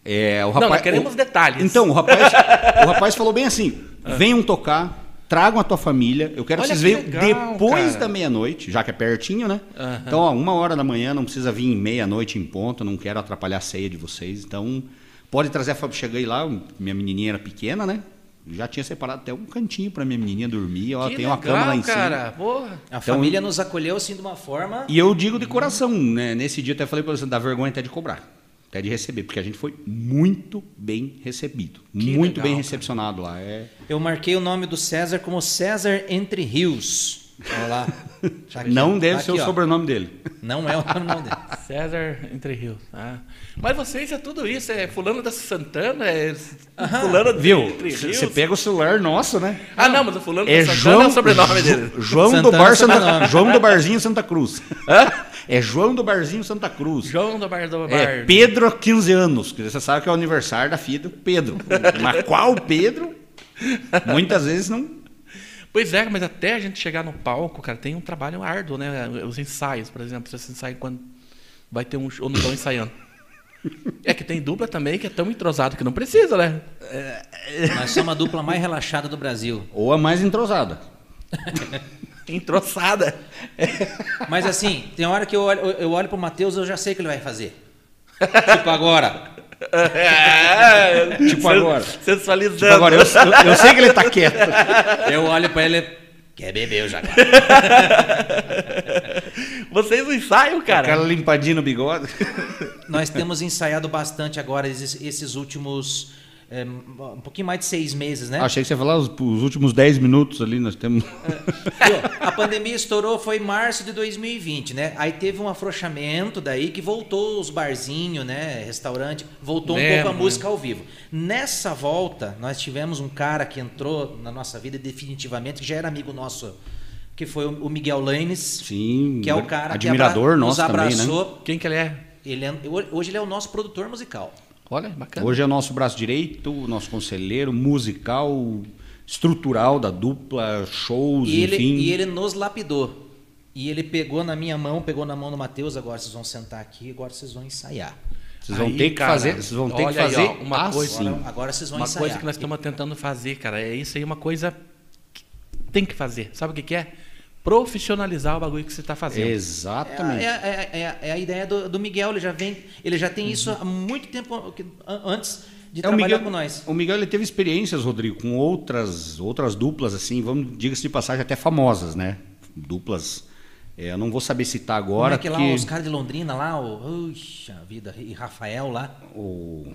Speaker 4: é, o
Speaker 1: Não,
Speaker 4: rapaz.
Speaker 1: nós queremos
Speaker 4: o-
Speaker 1: detalhes. Ah.
Speaker 4: Então, o
Speaker 1: *laughs*
Speaker 4: rapaz, o rapaz falou bem assim: venham tocar, tragam a tua família. Eu quero
Speaker 1: Olha
Speaker 4: que vocês
Speaker 1: que
Speaker 4: venham
Speaker 1: legal,
Speaker 4: depois
Speaker 1: cara.
Speaker 4: da meia-noite, já que é pertinho, né?
Speaker 1: Aham.
Speaker 4: Então, ó, uma hora da manhã, não precisa vir em meia-noite em ponto, não quero atrapalhar a ceia de vocês. Então, pode trazer a família. Cheguei lá, minha menininha era pequena, né? Já tinha separado até um cantinho para minha menininha dormir. Ó,
Speaker 1: Que
Speaker 4: tem uma
Speaker 1: legal,
Speaker 4: cama lá em cima.
Speaker 1: cara. Porra.
Speaker 3: A família nos acolheu assim de uma forma.
Speaker 4: Então- E eu digo de coração, né? Nesse dia até falei para você, dá vergonha até de cobrar, até de receber, porque a gente foi muito bem recebido, muito
Speaker 1: legal,
Speaker 4: bem
Speaker 1: cara.
Speaker 4: recepcionado lá. É...
Speaker 3: Eu marquei o nome do César como César Entre Rios. Olha lá. Tá aqui,
Speaker 4: Não
Speaker 3: ó.
Speaker 4: deve
Speaker 3: Tá
Speaker 4: ser
Speaker 3: aqui,
Speaker 4: o
Speaker 3: ó.
Speaker 1: *laughs*
Speaker 4: sobrenome dele.
Speaker 3: Não é o nome dele.
Speaker 1: César Entre Rios. Ah. Mas vocês é tudo isso, é fulano da Santana, é fulano de
Speaker 4: Viu?
Speaker 1: Entre Rios.
Speaker 4: Você pega o celular nosso, né?
Speaker 1: Ah, não, mas o fulano
Speaker 4: É
Speaker 1: da Santana
Speaker 4: João,
Speaker 1: é o sobrenome dele.
Speaker 4: João do
Speaker 3: Santana é
Speaker 4: Bar
Speaker 3: o
Speaker 4: Santa,
Speaker 3: sobrenome.
Speaker 4: João do Barzinho Santa
Speaker 1: *laughs*
Speaker 4: Cruz. É João do Barzinho Santa Cruz.
Speaker 1: João do Bar do Bar.
Speaker 4: É Pedro há 15 anos, que você sabe que é o aniversário da filha do Pedro.
Speaker 1: *laughs*
Speaker 4: Mas qual Pedro? Muitas vezes não
Speaker 1: Pois é, mas até a gente chegar no palco, cara, tem um trabalho árduo, né? Os ensaios, por exemplo, vocês ensaiam quando vai ter um show, ou não estão ensaiando. É que tem dupla também que é tão entrosado que não precisa, né?
Speaker 3: Nós somos a dupla mais relaxada do Brasil.
Speaker 4: Ou a mais entrosada.
Speaker 1: *laughs* Entroçada. É.
Speaker 3: Mas assim, tem hora que eu olho, eu olho pro Matheus, eu já sei o que ele vai fazer. Tipo agora.
Speaker 4: Tipo agora.
Speaker 1: Sensualizando.
Speaker 4: Tipo, agora, eu, eu- eu sei que ele tá
Speaker 3: *laughs*
Speaker 4: quieto.
Speaker 3: Eu olho pra ele. Quer beber o jacaré?
Speaker 1: Vocês não ensaiam, cara.
Speaker 4: Aquela limpadinha no bigode.
Speaker 3: Nós temos ensaiado bastante agora esses, esses últimos. eh, um pouquinho mais de seis meses, né?
Speaker 4: Achei que você ia falar os, os últimos 10 minutos ali, nós temos.
Speaker 3: É. Viu? A pandemia estourou, foi em março de 2020, né? Aí teve um afrouxamento daí que voltou os barzinhos, né? Restaurante, voltou um
Speaker 1: Lembro,
Speaker 3: pouco a música ao vivo. Nessa volta, nós tivemos um cara que entrou na nossa vida definitivamente, que já era amigo nosso, que foi o o Miguel Lanes.
Speaker 4: Sim,
Speaker 3: Que é o cara
Speaker 4: admirador
Speaker 3: que abra-
Speaker 4: nosso
Speaker 3: nos
Speaker 4: também, né?
Speaker 3: abraçou.
Speaker 1: Quem que ele é?
Speaker 3: Ele é- ho- hoje ele é o nosso produtor musical.
Speaker 1: Olha, bacana.
Speaker 4: Hoje é o nosso braço direito, o nosso conselheiro musical, estrutural da dupla, shows,
Speaker 3: E ele,
Speaker 4: enfim.
Speaker 3: e ele nos lapidou. E ele pegou na minha mão, pegou na mão do Matheus, agora vocês vão sentar aqui, agora vocês vão ensaiar.
Speaker 4: Vocês vão
Speaker 1: Aí,
Speaker 4: ter que
Speaker 1: cara,
Speaker 4: fazer, vocês vão ter que
Speaker 1: olha aí,
Speaker 4: fazer
Speaker 1: ó, uma coisa- né?
Speaker 4: assim.
Speaker 3: Agora, agora vocês vão
Speaker 1: Uma
Speaker 3: ensaiar.
Speaker 1: coisa que nós estamos tentando fazer, cara, é isso aí, uma coisa que tem que fazer. Sabe o que, que é? Profissionalizar o bagulho que você está fazendo.
Speaker 3: É, a-
Speaker 4: Exatamente.
Speaker 3: é, a- é, a- é a ideia do, do Miguel, ele já vem, ele já tem isso há muito tempo que- an- antes
Speaker 4: Uhum. É
Speaker 3: de
Speaker 4: o
Speaker 3: trabalhar
Speaker 4: Miguel,
Speaker 3: com nós.
Speaker 4: O Miguel ele teve experiências, Rodrigo, com outras outras duplas assim, vamos diga-se de passagem até famosas, né? Duplas. é, eu não vou saber citar
Speaker 3: Como
Speaker 4: agora
Speaker 3: é que lá os caras de Londrina lá, o Uxa vida, e Rafael lá,
Speaker 4: o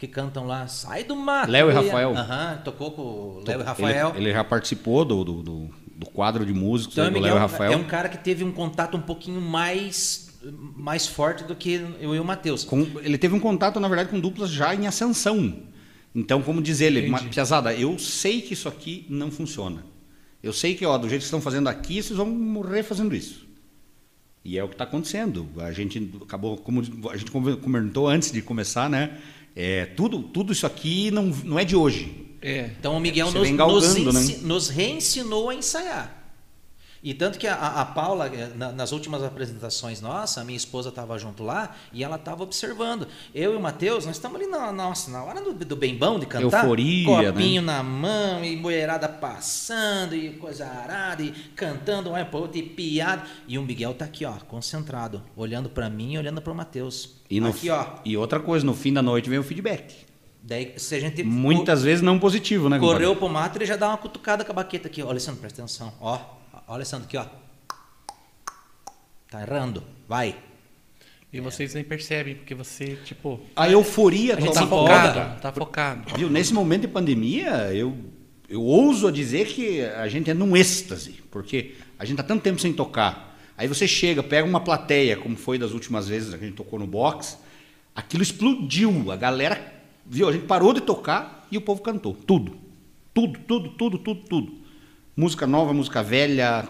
Speaker 3: que cantam lá, sai do mato.
Speaker 4: Léo e
Speaker 3: Goiá-
Speaker 4: Rafael.
Speaker 3: Aham, tocou com o Léo e
Speaker 4: ele-
Speaker 3: Rafael.
Speaker 4: Ele, já participou do, do, do, do quadro de músicos
Speaker 3: Então,
Speaker 4: né,
Speaker 3: o
Speaker 4: do
Speaker 3: Miguel
Speaker 4: Léo e Rafael.
Speaker 3: é um cara que teve um contato um pouquinho mais, mais forte do que eu e o Matheus.
Speaker 4: Com- ele teve um contato, na verdade, com duplas já em ascensão. Então, como diz ele, "Ma- Piazada, eu sei que isso aqui não funciona. Eu sei que, ó, do jeito que vocês estão fazendo aqui, vocês vão morrer fazendo isso. E é o que está acontecendo. A gente acabou, como a gente conver- comentou antes de começar, né? É, tudo, tudo isso aqui não, não é de hoje.
Speaker 1: É.
Speaker 3: Então o Miguel
Speaker 4: Você
Speaker 3: nos,
Speaker 4: vem galgando, né?
Speaker 3: nos ensi- nos reensinou a ensaiar. E tanto que a, a Paula, eh, na- nas últimas apresentações nossa, a minha esposa estava junto lá e ela estava observando. Eu e o Matheus, nós estamos ali na, nossa, na hora do, do bembão de cantar.
Speaker 2: Euforia,
Speaker 4: né?
Speaker 3: Copinho na mão e mulherada passando e coisa arada e cantando um é pro outro e piada. E o Miguel tá aqui, ó, concentrado, olhando para mim e olhando para o Matheus.
Speaker 4: E, no-
Speaker 3: Aqui, ó.
Speaker 4: e outra coisa, no fim da noite vem o feedback.
Speaker 3: Daí, se a gente
Speaker 4: Muitas vezes não positivo, né, compadre?
Speaker 3: Correu pro mato, ele já dá uma cutucada com a baqueta aqui. Ó, Alessandro, presta atenção. Ó, ó, Alessandro, aqui, ó. Tá errando. Vai.
Speaker 1: E vocês nem percebem, porque você, tipo,
Speaker 4: A euforia
Speaker 3: A gente
Speaker 1: tá
Speaker 3: se
Speaker 4: total.
Speaker 3: empolga.
Speaker 1: focado, tá focado.
Speaker 4: Viu, nesse momento de pandemia, eu, eu ouso a dizer que a gente é num êxtase, porque a gente tá tanto tempo sem tocar. Aí você chega, pega uma plateia, como foi das últimas vezes que a gente tocou no box, aquilo explodiu, a galera, viu, a gente parou de tocar e o povo cantou, tudo. Tudo, tudo, tudo, tudo, tudo. Música nova, música velha,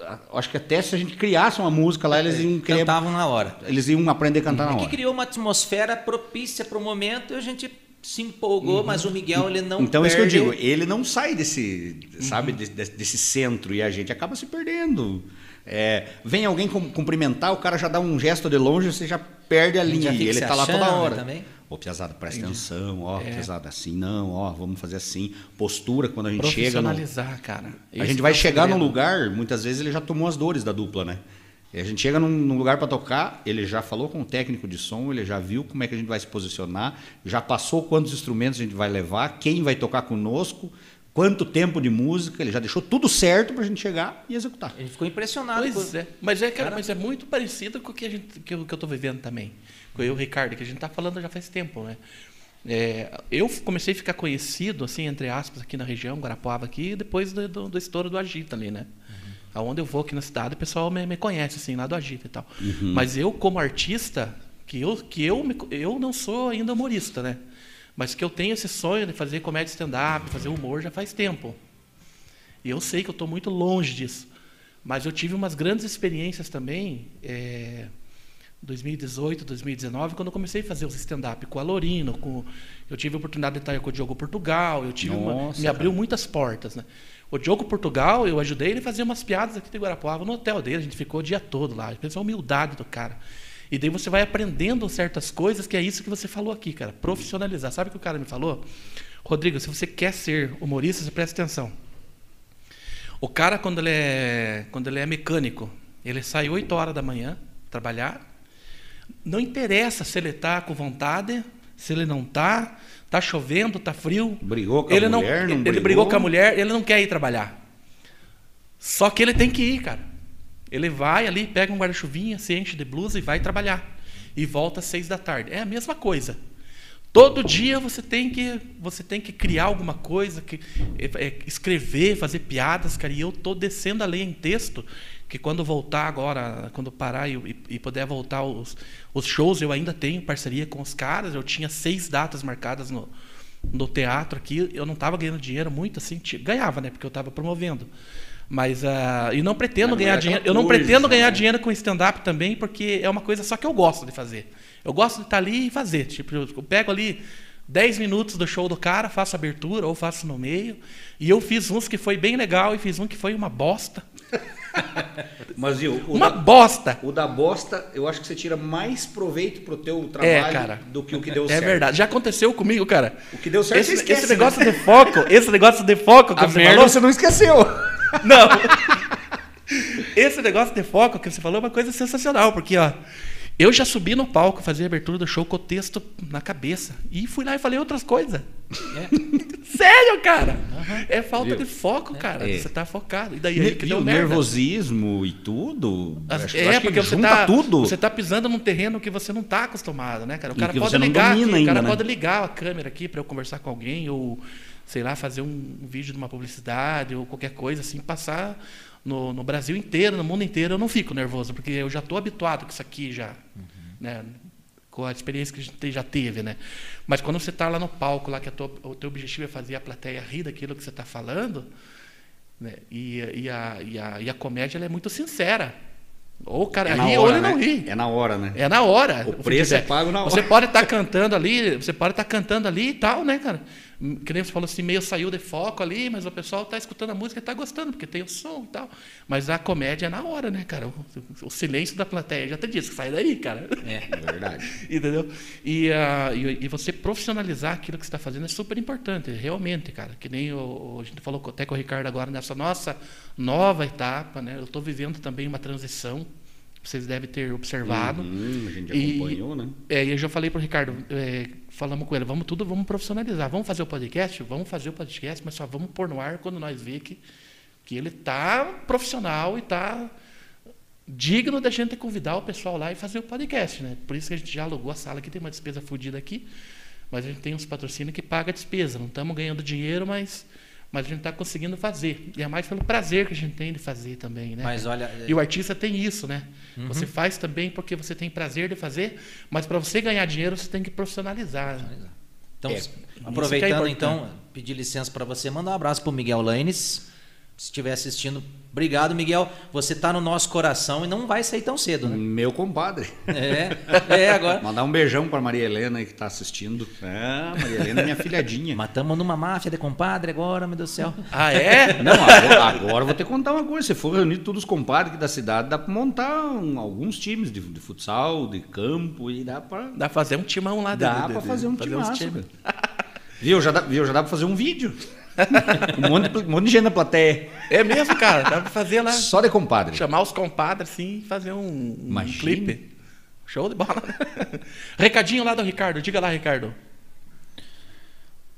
Speaker 4: a- acho que até se a gente criasse uma música lá, eles
Speaker 3: É,
Speaker 4: iam querer,
Speaker 3: Cantavam na hora.
Speaker 4: eles iam aprender a cantar na
Speaker 3: É que
Speaker 4: hora.
Speaker 3: criou uma atmosfera propícia pro momento e a gente se empolgou,
Speaker 1: Uhum.
Speaker 3: mas o Miguel, ele não Uhum.
Speaker 4: Então, isso que eu
Speaker 3: perde.
Speaker 4: digo, ele não sai desse, sabe, desse, desse- desse centro e a gente acaba se perdendo. É, vem alguém cum- cumprimentar, o cara já dá um gesto de longe, você já perde a
Speaker 3: gente
Speaker 4: linha.
Speaker 3: já
Speaker 4: E
Speaker 3: fica
Speaker 4: ele
Speaker 3: se
Speaker 4: tá lá toda
Speaker 3: achando, né,
Speaker 4: hora.
Speaker 3: também. É.
Speaker 4: Ô, Piazada, presta atenção, ó, Piazada, assim não, ó, vamos fazer assim. Postura, quando a gente chega. no-
Speaker 1: Profissionalizar, cara.
Speaker 4: a gente vai chegar num lugar, muitas vezes ele já tomou as dores da dupla, né? E a gente chega num, num lugar para tocar, ele já falou com o técnico de som, ele já viu como é que a gente vai se posicionar, já passou quantos instrumentos a gente vai levar, quem vai tocar conosco, quanto tempo de música, ele já deixou tudo certo para a gente chegar e executar.
Speaker 3: A gente ficou impressionado.
Speaker 1: Pois
Speaker 3: com-
Speaker 1: é. Mas é, cara, mas é muito parecido com o que, a gente, que, eu, que eu tô vivendo também. Com eu e o Ricardo, que a gente tá falando já faz tempo, né? É, eu f- comecei a ficar conhecido, assim, entre aspas, aqui na região, Guarapuava aqui, depois do, do, do estouro do Agita ali, né? Aonde eu vou aqui na cidade, o pessoal me, me conhece, assim, lá do Agita e tal. Mas eu, como artista, que eu, que eu, me co- eu não sou ainda humorista, né? Mas que eu tenho esse sonho de fazer comédia stand-up, fazer humor já faz tempo. E eu sei que eu estou muito longe disso. Mas eu tive umas grandes experiências também, é, 2018, 2019, quando eu comecei a fazer os stand-up com a Lorino, com, eu tive a oportunidade de estar com o Diogo Portugal, eu tive uma-
Speaker 4: Nossa,
Speaker 1: me abriu muitas portas. Né? O Diogo Portugal, eu ajudei ele a fazer umas piadas aqui de Guarapuava no hotel dele, a gente ficou o dia todo lá. Pensa a humildade do cara. E daí você vai aprendendo certas coisas, que é isso que você falou aqui, cara. Profissionalizar. Sabe o que o cara me falou? Rodrigo, se você quer ser humorista, você presta atenção. O cara, quando ele é, quando ele é mecânico, ele sai 8 horas da manhã trabalhar. Não interessa se ele está com vontade, se ele não está, está chovendo, está frio.
Speaker 4: Brigou com a
Speaker 1: ele não,
Speaker 4: mulher, não
Speaker 1: Ele
Speaker 4: brigou?
Speaker 1: brigou com a mulher, ele não quer ir trabalhar. Só que ele tem que ir, cara. Ele vai ali, pega um guarda-chuvinha, se enche de blusa e vai trabalhar. E volta às seis da tarde. É a mesma coisa. Todo dia você tem que, você tem que criar alguma coisa, que, é, é, escrever, fazer piadas, cara. E eu tô descendo a lei em texto, que quando voltar agora, quando parar e, e- e puder voltar os, os shows, eu ainda tenho parceria com os caras. Eu tinha seis datas marcadas no, no teatro aqui, eu não estava ganhando dinheiro muito assim, ti- ganhava, né, porque eu estava promovendo. Mas ah, e não pretendo
Speaker 4: Mas não
Speaker 1: ganhar
Speaker 4: era
Speaker 1: dinheiro,
Speaker 4: aquela
Speaker 1: eu não
Speaker 4: coisa,
Speaker 1: pretendo ganhar
Speaker 4: né?
Speaker 1: dinheiro com stand up também, porque é uma coisa só que eu gosto de fazer. Eu gosto de estar ali e fazer, tipo, eu eu pego ali 10 minutos do show do cara, faço abertura ou faço no meio, e eu fiz uns que foi bem legal e fiz um que foi uma bosta.
Speaker 4: Mas viu, o,
Speaker 1: Uma
Speaker 4: da,
Speaker 1: bosta.
Speaker 4: o da bosta, eu acho que você tira mais proveito pro teu trabalho
Speaker 1: É, cara.
Speaker 4: do que o que deu
Speaker 1: é
Speaker 4: certo.
Speaker 1: verdade. Já aconteceu comigo, cara.
Speaker 4: O que deu certo
Speaker 1: esse,
Speaker 4: você esquece, né?
Speaker 1: esse negócio de foco, esse negócio de foco que
Speaker 4: A
Speaker 1: você
Speaker 4: merda
Speaker 1: falou,
Speaker 4: você não esqueceu.
Speaker 1: Não. Esse negócio de foco que você falou é uma coisa sensacional, porque ó, eu já subi no palco, fazia a abertura do show com o texto na cabeça e fui lá e falei outras coisas. *laughs* Sério, cara? É falta de foco, cara.
Speaker 4: É.
Speaker 1: Você tá focado. E daí aí que
Speaker 4: E
Speaker 1: deu
Speaker 4: o
Speaker 1: merda.
Speaker 4: nervosismo e tudo.
Speaker 1: As-
Speaker 4: acho-
Speaker 1: é,
Speaker 4: acho que
Speaker 1: porque você
Speaker 4: junta
Speaker 1: tá,
Speaker 4: tudo.
Speaker 1: você tá pisando num terreno que você não tá acostumado, né, cara? O
Speaker 4: E
Speaker 1: cara
Speaker 4: que
Speaker 1: pode
Speaker 4: você não
Speaker 1: ligar aqui,
Speaker 4: domina
Speaker 1: o cara
Speaker 4: ainda, né?
Speaker 1: pode ligar a câmera aqui para eu conversar com alguém ou sei lá, fazer um, um vídeo de uma publicidade ou qualquer coisa assim, passar no, no Brasil inteiro, no mundo inteiro, eu não fico nervoso, porque eu já tô habituado com isso aqui já,
Speaker 4: Uhum.
Speaker 1: né? Com a experiência que a gente te- já teve, né? Mas quando você tá lá no palco, lá que a tua- o teu objetivo é fazer a plateia rir daquilo que você está falando, né? E, e a, e, a, e a comédia ela é muito sincera. Ou o cara
Speaker 4: É na
Speaker 1: ri ou
Speaker 4: hora,
Speaker 1: ele não
Speaker 4: né?
Speaker 1: ri.
Speaker 4: É na hora, né?
Speaker 1: É na hora.
Speaker 4: O preço é
Speaker 1: feedback.
Speaker 4: pago na hora.
Speaker 1: tá Você pode estar cantando ali, você pode estar cantando ali e tal, né, cara? que nem você falou assim, meio saiu de foco ali, mas o pessoal está escutando a música e está gostando, porque tem o som e tal. Mas a comédia é na hora, né, cara? O, o silêncio da plateia já até disse, sai daí, cara.
Speaker 4: É verdade.
Speaker 1: *laughs* Entendeu? E, ah, e, e você profissionalizar aquilo que você está fazendo é super importante, realmente, cara. Que nem o, o- a gente falou com- até com o Ricardo agora nessa nossa nova etapa, né? Eu estou vivendo também uma transição, vocês devem ter observado.
Speaker 4: Hum, a gente
Speaker 1: E-
Speaker 4: acompanhou, né?
Speaker 1: É, e eu já falei pro Ricardo, é, falamos com ele, vamos tudo, vamos profissionalizar, vamos fazer o podcast, vamos fazer o podcast, mas só vamos pôr no ar quando nós ver que, que ele tá profissional e tá digno da gente convidar o pessoal lá e fazer o podcast, né? Por isso que a gente já alugou a sala aqui, tem uma despesa fodida aqui, mas a gente tem uns patrocínios que paga a despesa, não estamos ganhando dinheiro, mas mas a gente está conseguindo fazer. E é mais pelo prazer que a gente tem de fazer também, né?
Speaker 3: Mas olha, é,
Speaker 1: E o artista tem isso, né? Você faz também porque você tem prazer de fazer, mas para você ganhar dinheiro você tem que profissionalizar.
Speaker 3: então,
Speaker 4: É,
Speaker 3: s-
Speaker 4: isso é
Speaker 3: aproveitando
Speaker 1: importante.
Speaker 3: então, pedir licença para você, mandar um abraço pro Miguel Lanes, se estiver assistindo. Obrigado, Miguel. Você tá no nosso coração e não vai sair tão cedo, né?
Speaker 4: Meu compadre.
Speaker 3: É, é agora.
Speaker 4: Mandar um beijão pra Maria Helena aí que tá assistindo. Ah, Maria Helena é
Speaker 1: *laughs*
Speaker 4: minha filhadinha.
Speaker 3: Matamos numa máfia de compadre agora, meu Deus do céu.
Speaker 1: Ah, é?
Speaker 4: Não, agora, agora eu vou ter que contar uma coisa. Se for reunir todos os compadres aqui da cidade, dá pra montar um- alguns times de, de futsal, de campo e dá pra.
Speaker 1: Dá pra fazer um timão lá
Speaker 4: Dá
Speaker 1: dentro,
Speaker 4: pra
Speaker 1: né?
Speaker 4: fazer um
Speaker 1: uns
Speaker 4: timaço,
Speaker 1: times.
Speaker 4: cara. Viu? Já dá, viu? Já dá pra fazer um
Speaker 1: *laughs*
Speaker 4: vídeo. Um monte, de- um monte de gente na plateia.
Speaker 1: É mesmo, cara? Dá pra fazer lá.
Speaker 4: Só de compadre.
Speaker 1: Chamar os compadres assim e fazer um, um
Speaker 4: Imagina.
Speaker 1: clipe. Show de bola. *laughs* Recadinho lá do Ricardo. Diga lá, Ricardo.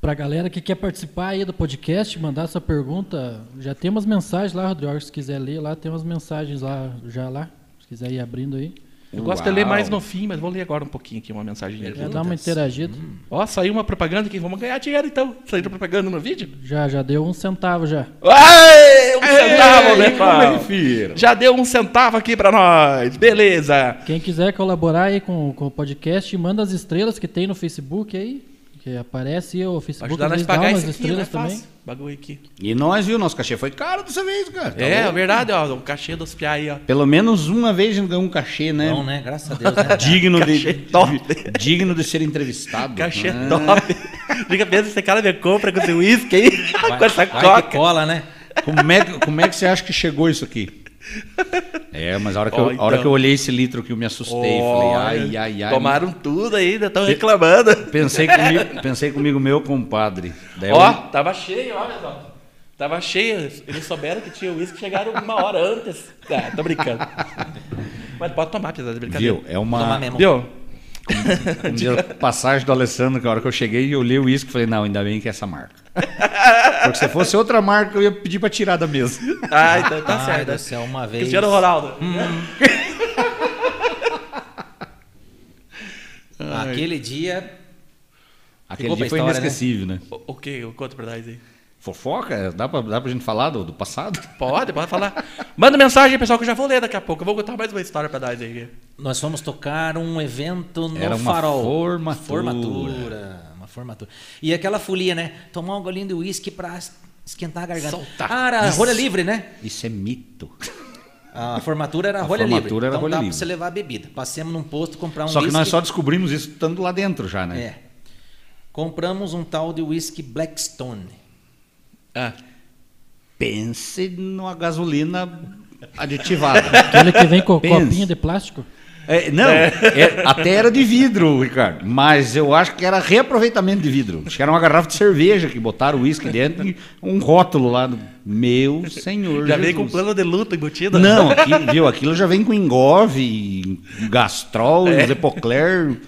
Speaker 5: Pra galera que quer participar aí do podcast, mandar sua pergunta, já tem umas mensagens lá, Rodrigo, se quiser ler lá, tem umas mensagens lá, já lá, se quiser ir abrindo aí.
Speaker 1: Eu gosto de ler
Speaker 4: Uau.
Speaker 1: mais no fim, mas vou ler agora um pouquinho aqui uma mensagem.
Speaker 5: Já
Speaker 1: aqui.
Speaker 5: dá uma interagida.
Speaker 1: Ó, saiu uma propaganda aqui. Vamos ganhar dinheiro então. Saiu propaganda no vídeo?
Speaker 5: Já, já deu um centavo já.
Speaker 1: Ai, um centavo, né,
Speaker 4: Ei, como é
Speaker 1: pau?
Speaker 4: que fica?
Speaker 1: Já deu um centavo aqui pra nós. Beleza.
Speaker 5: Quem quiser colaborar aí com, com o podcast, manda as estrelas que tem no Facebook aí, que aparece aí o
Speaker 1: Pra
Speaker 5: Facebook,
Speaker 1: ajudar
Speaker 5: às
Speaker 1: nós a
Speaker 5: vezes dá
Speaker 1: pagar
Speaker 5: umas
Speaker 1: isso aqui, né?
Speaker 5: estrelas também.
Speaker 1: Fácil. Bagulho aqui.
Speaker 4: E nós, viu? Nosso cachê foi caro dessa vez, cara. Tá Hum.
Speaker 1: é, é
Speaker 4: louco?
Speaker 1: verdade, ó. O cachê dos piá aí, ó.
Speaker 4: Pelo menos uma vez a gente ganhou um cachê, né?
Speaker 3: Não, né? Graças a
Speaker 4: *laughs*
Speaker 3: Deus, né?
Speaker 4: Digno
Speaker 1: Cachê
Speaker 4: de,
Speaker 1: top.
Speaker 4: de- digno de ser entrevistado.
Speaker 1: Cachê é
Speaker 4: Ah.
Speaker 1: top. *laughs* Diga mesmo, esse cara me compra com esse uísque aí, *laughs*
Speaker 3: Vai,
Speaker 1: com essa
Speaker 3: vai que
Speaker 1: coca.
Speaker 3: cola, né?
Speaker 4: Como é, que, como é que você acha que chegou isso aqui? É, mas a hora que,
Speaker 1: Ó,
Speaker 4: eu, a hora
Speaker 1: então.
Speaker 4: que eu olhei esse litro aqui, eu me assustei. falei,
Speaker 1: Olha,
Speaker 4: ai, ai, ai.
Speaker 1: Tomaram tudo ainda, estão reclamando.
Speaker 4: Pensei comigo, pensei comigo, meu compadre. Daí eu-
Speaker 1: Ó, tava cheio, ó, pessoal. Tava cheio. Eles souberam que tinha uísque, chegaram uma hora antes. Tá, tô brincando. Mas pode tomar, apesar de brincadeira.
Speaker 4: viu? É
Speaker 3: Tomar
Speaker 4: uma
Speaker 3: mesmo.
Speaker 1: Viu?
Speaker 4: um dia, passagem do Alessandro, que a hora que eu cheguei, eu olhei o uísque e falei, não, ainda bem que é essa marca. Porque se fosse outra marca, eu ia pedir pra tirar da mesa.
Speaker 1: Ah, então tá
Speaker 3: Ai,
Speaker 1: certo.
Speaker 3: Deus do céu, uma vez.
Speaker 1: Cristiano Ronaldo.
Speaker 4: Hum.
Speaker 3: Aquele dia.
Speaker 4: Aquele
Speaker 3: Ficou pra
Speaker 4: dia foi
Speaker 3: história,
Speaker 4: inesquecível, né?
Speaker 1: O, o que? Conta pra nós aí.
Speaker 4: Fofoca? é, Dá pra, dá pra gente falar do, do passado?
Speaker 1: Pode, pode falar. Manda mensagem, pessoal, que eu já vou ler daqui a pouco. Eu vou contar mais uma história pra nós aí.
Speaker 3: Nós fomos tocar um evento no
Speaker 4: Era uma
Speaker 3: farol.
Speaker 4: formatura.
Speaker 3: Formatura, Uma formatura. E aquela folia, né? Tomar um golinho de uísque pra es- esquentar a garganta.
Speaker 1: Soltar.
Speaker 3: Ah, era
Speaker 1: Isso.
Speaker 3: rolha livre, né?
Speaker 4: Isso é mito.
Speaker 3: A formatura era
Speaker 4: A
Speaker 3: rolha livre.
Speaker 4: formatura era
Speaker 3: então
Speaker 4: rolha
Speaker 3: dava
Speaker 4: livre.
Speaker 3: pra você levar a bebida. Passemos num posto, comprar um
Speaker 4: só que nós
Speaker 3: uísque.
Speaker 4: só descobrimos isso estando lá dentro já, né?
Speaker 3: É. Compramos um tal de uísque Blackstone.
Speaker 4: É.
Speaker 1: Ah.
Speaker 4: Pense numa gasolina aditivada.
Speaker 5: Aquele que
Speaker 4: *laughs*
Speaker 5: vem com
Speaker 4: Pensa.
Speaker 5: copinha de plástico.
Speaker 4: É, não, é, até era de vidro, Ricardo. Mas eu acho que era reaproveitamento de vidro. Acho que era uma garrafa de cerveja que botaram uísque dentro e um rótulo lá. No... Meu senhor.
Speaker 1: Já veio com
Speaker 4: Jesus.
Speaker 1: plano de luta embutido?
Speaker 4: Não, aqui- viu? Aquilo já vem com engove, gastrol,
Speaker 1: É.
Speaker 4: Epocler,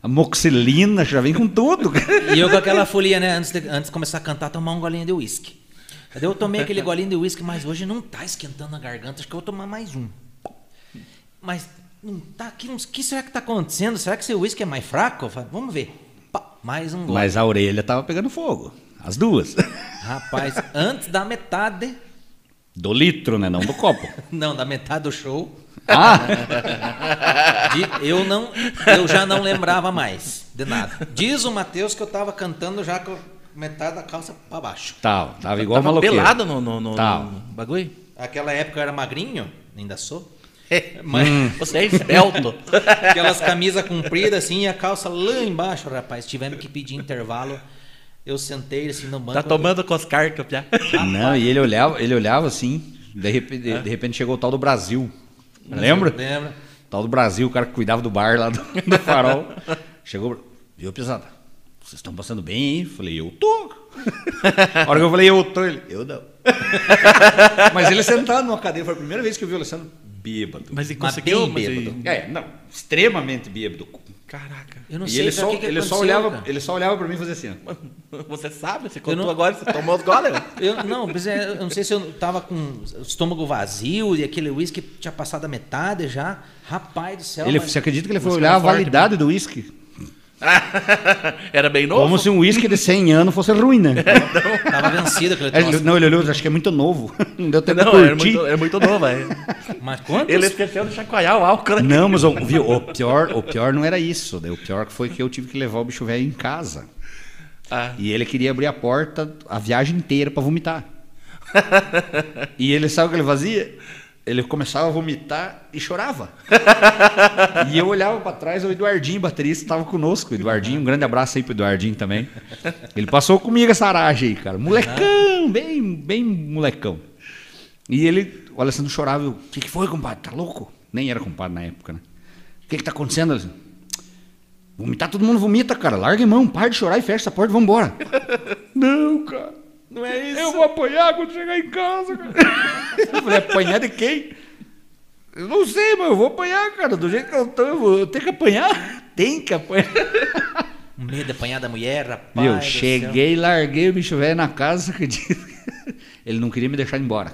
Speaker 4: amoxilina, já vem com
Speaker 1: *laughs*
Speaker 4: tudo.
Speaker 3: E eu com aquela folia, né? Antes de, antes de começar a cantar, tomar um golinho de uísque. Daí Eu tomei aquele golinho de uísque, mas hoje não tá esquentando a garganta. Acho que eu vou tomar mais um. Mas não tá aqui. O que será que tá acontecendo? Será que seu uísque é mais fraco? Eu falei, Vamos ver. Pá, mais um gole.
Speaker 4: Mas a orelha tava pegando fogo. As
Speaker 1: *laughs*
Speaker 4: duas.
Speaker 3: Rapaz, antes da metade.
Speaker 4: Do litro, né? Não do copo.
Speaker 3: Não, da metade do show.
Speaker 4: Ah,
Speaker 3: de- eu não. Eu já não lembrava mais de nada. Diz o Matheus que eu tava cantando já com metade da calça pra baixo.
Speaker 4: tava. Tava igual
Speaker 1: Tá Tava
Speaker 4: maloqueiro.
Speaker 1: pelado no, no, no,
Speaker 4: Tá.
Speaker 1: no bagulho?
Speaker 3: Aquela época eu era magrinho, ainda sou.
Speaker 1: Mas
Speaker 4: Hum.
Speaker 3: *laughs*
Speaker 1: você é
Speaker 4: *laughs*
Speaker 1: esbelto.
Speaker 3: Aquelas camisas compridas assim e a calça lá embaixo, rapaz. Tivemos que pedir intervalo. Eu sentei assim no banco.
Speaker 1: Tá tomando coscar, campeão.
Speaker 4: Não, e ele olhava, ele olhava assim, de repente, de- de repente chegou o tal do Brasil. Lembra?
Speaker 3: Lembra?
Speaker 4: O tal do Brasil, o cara que cuidava do bar lá do, *laughs* do farol. Chegou, viu, pesada? Vocês estão passando bem, hein? Falei, eu tô. A hora que eu falei, eu tô, ele, eu não. *laughs* Mas ele sentado numa cadeira, foi a primeira vez que eu vi o Alessandro bêbado.
Speaker 1: Mas ele
Speaker 3: Mas
Speaker 1: conseguiu,
Speaker 3: bem
Speaker 1: mas ele-
Speaker 3: bêbado.
Speaker 4: É, não, extremamente bêbado.
Speaker 1: Caraca. *laughs*
Speaker 3: Eu não
Speaker 4: e
Speaker 3: sei
Speaker 4: ele
Speaker 3: pra
Speaker 4: só,
Speaker 3: que que
Speaker 4: ele, só
Speaker 3: aconteceu,
Speaker 4: olhava,
Speaker 3: cara.
Speaker 4: ele só olhava pra mim e fazia assim. ó.
Speaker 1: Você sabe? Você contou
Speaker 3: não-
Speaker 1: agora? Você tomou
Speaker 4: *laughs*
Speaker 1: os goles?
Speaker 3: *laughs* Eu, não, mas é, eu não sei se eu tava com o estômago vazio e aquele uísque tinha passado a metade já. Rapaz do céu.
Speaker 4: Ele,
Speaker 3: mas-
Speaker 4: você acredita que ele foi
Speaker 1: Mas
Speaker 4: olhar a
Speaker 1: cara forte,
Speaker 4: validade do uísque?
Speaker 1: Era bem novo?
Speaker 4: Como se um uísque de 100 anos fosse ruim, *laughs* né?
Speaker 3: Tava
Speaker 4: *laughs*
Speaker 3: vencido aquele
Speaker 4: Aí ele-
Speaker 3: troço.
Speaker 4: não, ele olhou, acho que é muito novo. *laughs* Não deu tempo de
Speaker 1: Não, era
Speaker 4: curtir.
Speaker 1: muito, era muito novo. é.
Speaker 3: Mas quantos?
Speaker 1: Ele esqueceu de chacoalhar o álcool. né?
Speaker 4: Não, mas ó, viu, o, pior, o pior não era isso. Né? O pior foi que eu tive que levar o bicho velho em casa.
Speaker 1: Ah,
Speaker 4: E ele queria abrir a porta a viagem inteira pra vomitar. E ele sabe o que ele fazia? Ele começava a vomitar e chorava. E eu olhava pra trás, o Eduardinho, baterista, estava conosco. Eduardinho, um grande abraço aí pro Eduardinho também. Ele passou comigo essa aragem aí, cara. Molecão, bem, bem molecão. E ele, o Alessandro chorava. eu, O que, que foi, compadre? Tá louco? Nem era compadre na época, né? O que, que tá acontecendo, Alessandro? Vomitar, todo mundo vomita, cara. Larga a mão, para de chorar e fecha essa porta e vambora. *laughs* Não, cara. Não é isso. Eu vou apanhar quando chegar em casa, cara. *laughs* eu falei, apanhar de quem? Eu não sei, mas eu vou apanhar, cara. Do jeito que eu tô, eu, vou, eu tenho que apanhar. *laughs* Tem que apanhar.
Speaker 3: Um medo de apanhar da mulher, rapaz.
Speaker 4: Meu,
Speaker 3: do céu.
Speaker 4: cheguei, larguei o bicho velho na casa, você acredita? *laughs* Ele não queria me deixar embora.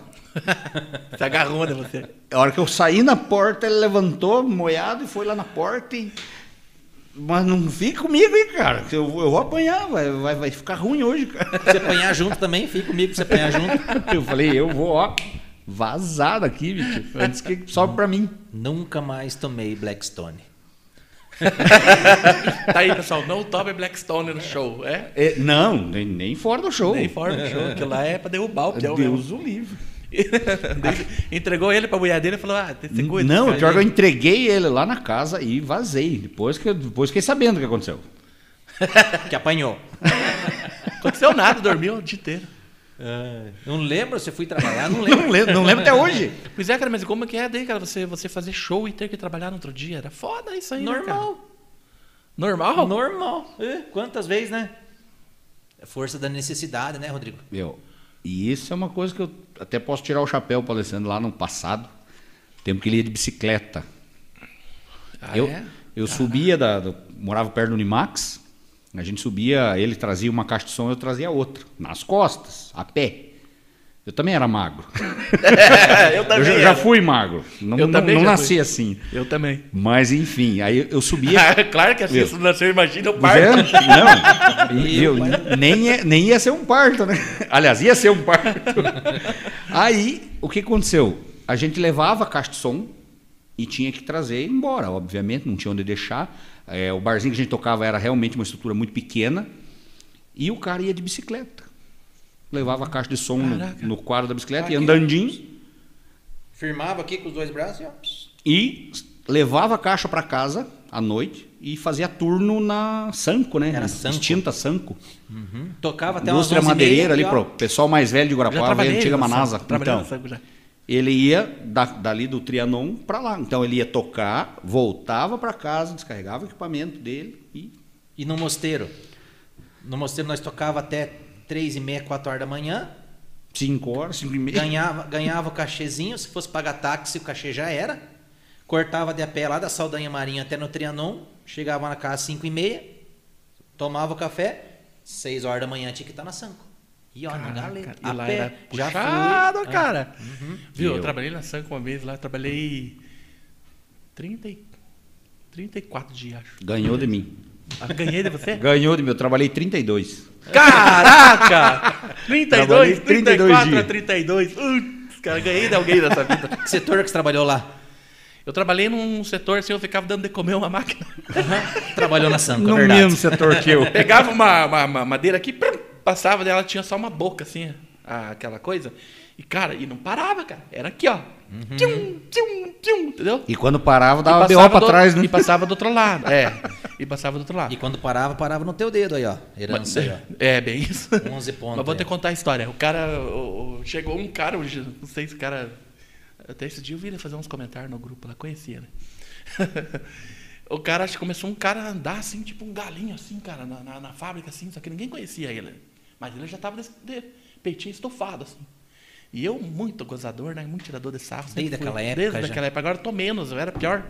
Speaker 1: se agarrou, né, você?
Speaker 4: A hora que eu saí na porta, ele levantou, moiado, e foi lá na porta e. Mas não fica comigo, hein, cara. que Eu, eu vou apanhar, vai, vai, vai ficar ruim hoje, cara.
Speaker 3: Se apanhar junto também, fica comigo pra você apanhar junto.
Speaker 4: *laughs* Eu falei, eu vou, ó, vazar daqui, bicho. Antes que sobe pra mim.
Speaker 3: Nunca mais tomei Blackstone.
Speaker 1: Tá aí, pessoal. Não tome Blackstone no show. É?
Speaker 4: É, não, nem, nem fora do show.
Speaker 1: Nem fora do show. Aquilo lá é pra derrubar o peão mesmo.
Speaker 4: Deus o
Speaker 1: *laughs*
Speaker 4: livre.
Speaker 1: Entregou ele pra mulher dele e falou: Ah, você cuida.
Speaker 4: Não, o
Speaker 1: cara,
Speaker 4: pior que eu
Speaker 1: ele-
Speaker 4: entreguei ele lá na casa e vazei. Depois que, depois fiquei sabendo o que aconteceu.
Speaker 3: Que apanhou.
Speaker 1: Aconteceu nada, dormiu o dia inteiro.
Speaker 3: Ah, Não lembro se eu fui trabalhar, não lembro.
Speaker 4: Não lembro, não lembro até hoje. *laughs*
Speaker 1: Pois é, cara, mas como é que é daí, cara? Você, você fazer show e ter que trabalhar no outro dia? Era foda isso aí, né,
Speaker 3: Normal.
Speaker 1: cara? Normal?
Speaker 3: Normal. É, Quantas vezes, né? É força da necessidade, né, Rodrigo?
Speaker 4: Meu, e isso é uma coisa que eu até posso tirar o chapéu para Alessandro lá no passado. Tempo que ele ia de bicicleta.
Speaker 1: Ah,
Speaker 4: eu
Speaker 1: é?
Speaker 4: eu subia, da, do- morava perto do Unimax, a gente subia, ele trazia uma caixa de som, eu trazia outra, nas costas, a pé. Eu também
Speaker 1: *laughs*
Speaker 4: era magro.
Speaker 1: é? eu
Speaker 4: *laughs* Eu já, já
Speaker 1: era.
Speaker 4: fui magro. Não,
Speaker 1: Eu
Speaker 4: não-
Speaker 1: também
Speaker 4: não
Speaker 1: já
Speaker 4: nasci
Speaker 1: fui.
Speaker 4: assim.
Speaker 1: Eu também.
Speaker 4: Mas enfim, aí
Speaker 1: *laughs*
Speaker 4: eu subia.
Speaker 1: claro que assim,
Speaker 4: Meu.
Speaker 1: se não nasceu, imagina o
Speaker 4: Mas é-
Speaker 1: parto.
Speaker 4: Não, *laughs* eu, nem, é- nem ia ser um parto, né? Aliás, ia ser um parto. *laughs* Aí, o que aconteceu? A gente levava a caixa de som e tinha que trazer embora, obviamente, não tinha onde deixar. É, o barzinho que a gente tocava era realmente uma estrutura muito pequena. E o cara ia de bicicleta. Levava a caixa de som no,
Speaker 1: Caraca.
Speaker 4: no quadro da bicicleta,
Speaker 3: Ah,
Speaker 4: ia
Speaker 3: que
Speaker 4: andandinho
Speaker 3: Firmava aqui com os dois braços e ó. pss.
Speaker 4: e levava a caixa para casa à noite e fazia turno na Sanco, né?
Speaker 3: Era Sanco.
Speaker 4: Extinta Sanco.
Speaker 3: Tocava até umas
Speaker 4: indústria
Speaker 3: 11 e
Speaker 4: Uhum. madeireira ali
Speaker 3: meia,
Speaker 4: pro
Speaker 3: ó.
Speaker 4: pessoal mais velho de
Speaker 1: Já
Speaker 4: Guarapava,
Speaker 1: trabalhei
Speaker 4: antiga
Speaker 1: no Sanco,
Speaker 4: Manasa.
Speaker 1: trabalhei
Speaker 4: Então,
Speaker 1: no Sanco já.
Speaker 4: ele ia da- dali do Trianon pra lá. Então ele ia tocar, voltava pra casa, descarregava o equipamento dele e
Speaker 3: E no mosteiro. No mosteiro nós tocava até 3 e meia, 4 horas da manhã.
Speaker 4: 5 horas, 5 e meia.
Speaker 3: Ganhava, ganhava o cachezinho. Se fosse pagar táxi, o cachê já era. Cortava de a pé lá da Saldanha Marinha até no Trianon. Chegava na casa às 5 e meia. Tomava o café. 6 horas da manhã tinha que estar na Sanco. E ó, na galera.
Speaker 1: Caraca,
Speaker 3: A
Speaker 1: e lá
Speaker 3: pé,
Speaker 1: era
Speaker 3: já fui.
Speaker 1: puxado, cara. Viu, eu,
Speaker 4: Eu-
Speaker 1: trabalhei na Sanco uma vez lá, trabalhei 30, e- 34 dias, acho.
Speaker 4: Ganhou de mim.
Speaker 1: Ah, ganhei de você?
Speaker 4: Ganhou de mim. Eu trabalhei 32.
Speaker 1: *laughs* Caraca! 32,
Speaker 4: Trabalhei 32
Speaker 1: 34 a
Speaker 4: dias.
Speaker 1: 32. Putz, cara, ganhei de alguém nessa vida.
Speaker 3: Que setor que você trabalhou lá?
Speaker 1: Eu trabalhei num setor assim, eu ficava dando de comer uma *laughs* máquina.
Speaker 3: Trabalhou na Sanco, é
Speaker 4: no
Speaker 3: verdade.
Speaker 4: mesmo setor que eu.
Speaker 1: Pegava uma, uma- uma madeira aqui, prum, passava dela, tinha só uma boca assim. ó. a- aquela coisa. E, cara, e não parava, cara. Era aqui, ó. Tchum, tchum, tchum, entendeu?
Speaker 4: *laughs* E quando
Speaker 1: E
Speaker 4: parava, dava
Speaker 1: passava
Speaker 4: B.O. pra
Speaker 1: do-
Speaker 4: trás,
Speaker 1: E
Speaker 4: né?
Speaker 1: passava do outro lado, é. E passava do outro lado.
Speaker 3: E quando parava, parava no teu dedo aí, ó. Herança aí, ó.
Speaker 1: É, bem isso.
Speaker 3: 11 pontos,
Speaker 1: Mas vou te
Speaker 3: é.
Speaker 1: contar a história. O cara. o- o- chegou um cara, hoje, não sei se o cara. Até esse dia eu vi ele fazer uns comentários no grupo lá, conhecia, né? *laughs* o cara acho que começou um cara a andar assim, tipo um galinho, assim, cara, na, na- na fábrica, assim, só que ninguém conhecia ele. Mas ele já tava desse- de peitinho estofado, assim. E eu, muito gozador, né? Muito tirador de sarro. sempre
Speaker 3: Desde
Speaker 1: fui.
Speaker 3: aquela época
Speaker 1: Desde
Speaker 3: já.
Speaker 1: aquela época. Agora eu tô menos, eu era pior.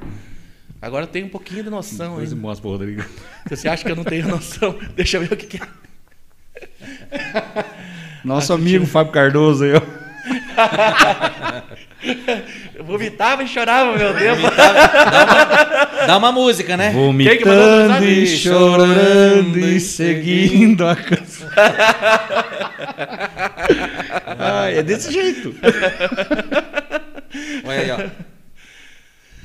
Speaker 1: Agora eu tenho um pouquinho de noção.
Speaker 4: Depois
Speaker 1: ainda.
Speaker 4: mostra pro Rodrigo.
Speaker 1: Se você acha que eu não tenho *laughs* noção, deixa eu ver o que, que é.
Speaker 4: Nosso amigo Fábio Cardoso aí, ó.
Speaker 1: Eu vomitava e chorava, meu Deus.
Speaker 3: Dá uma música, né?
Speaker 4: é
Speaker 1: que mandou essa
Speaker 4: Vomitando e
Speaker 1: mensagem?
Speaker 4: chorando e seguindo a *laughs* canção. ah, é desse jeito.
Speaker 3: Olha aí, ó.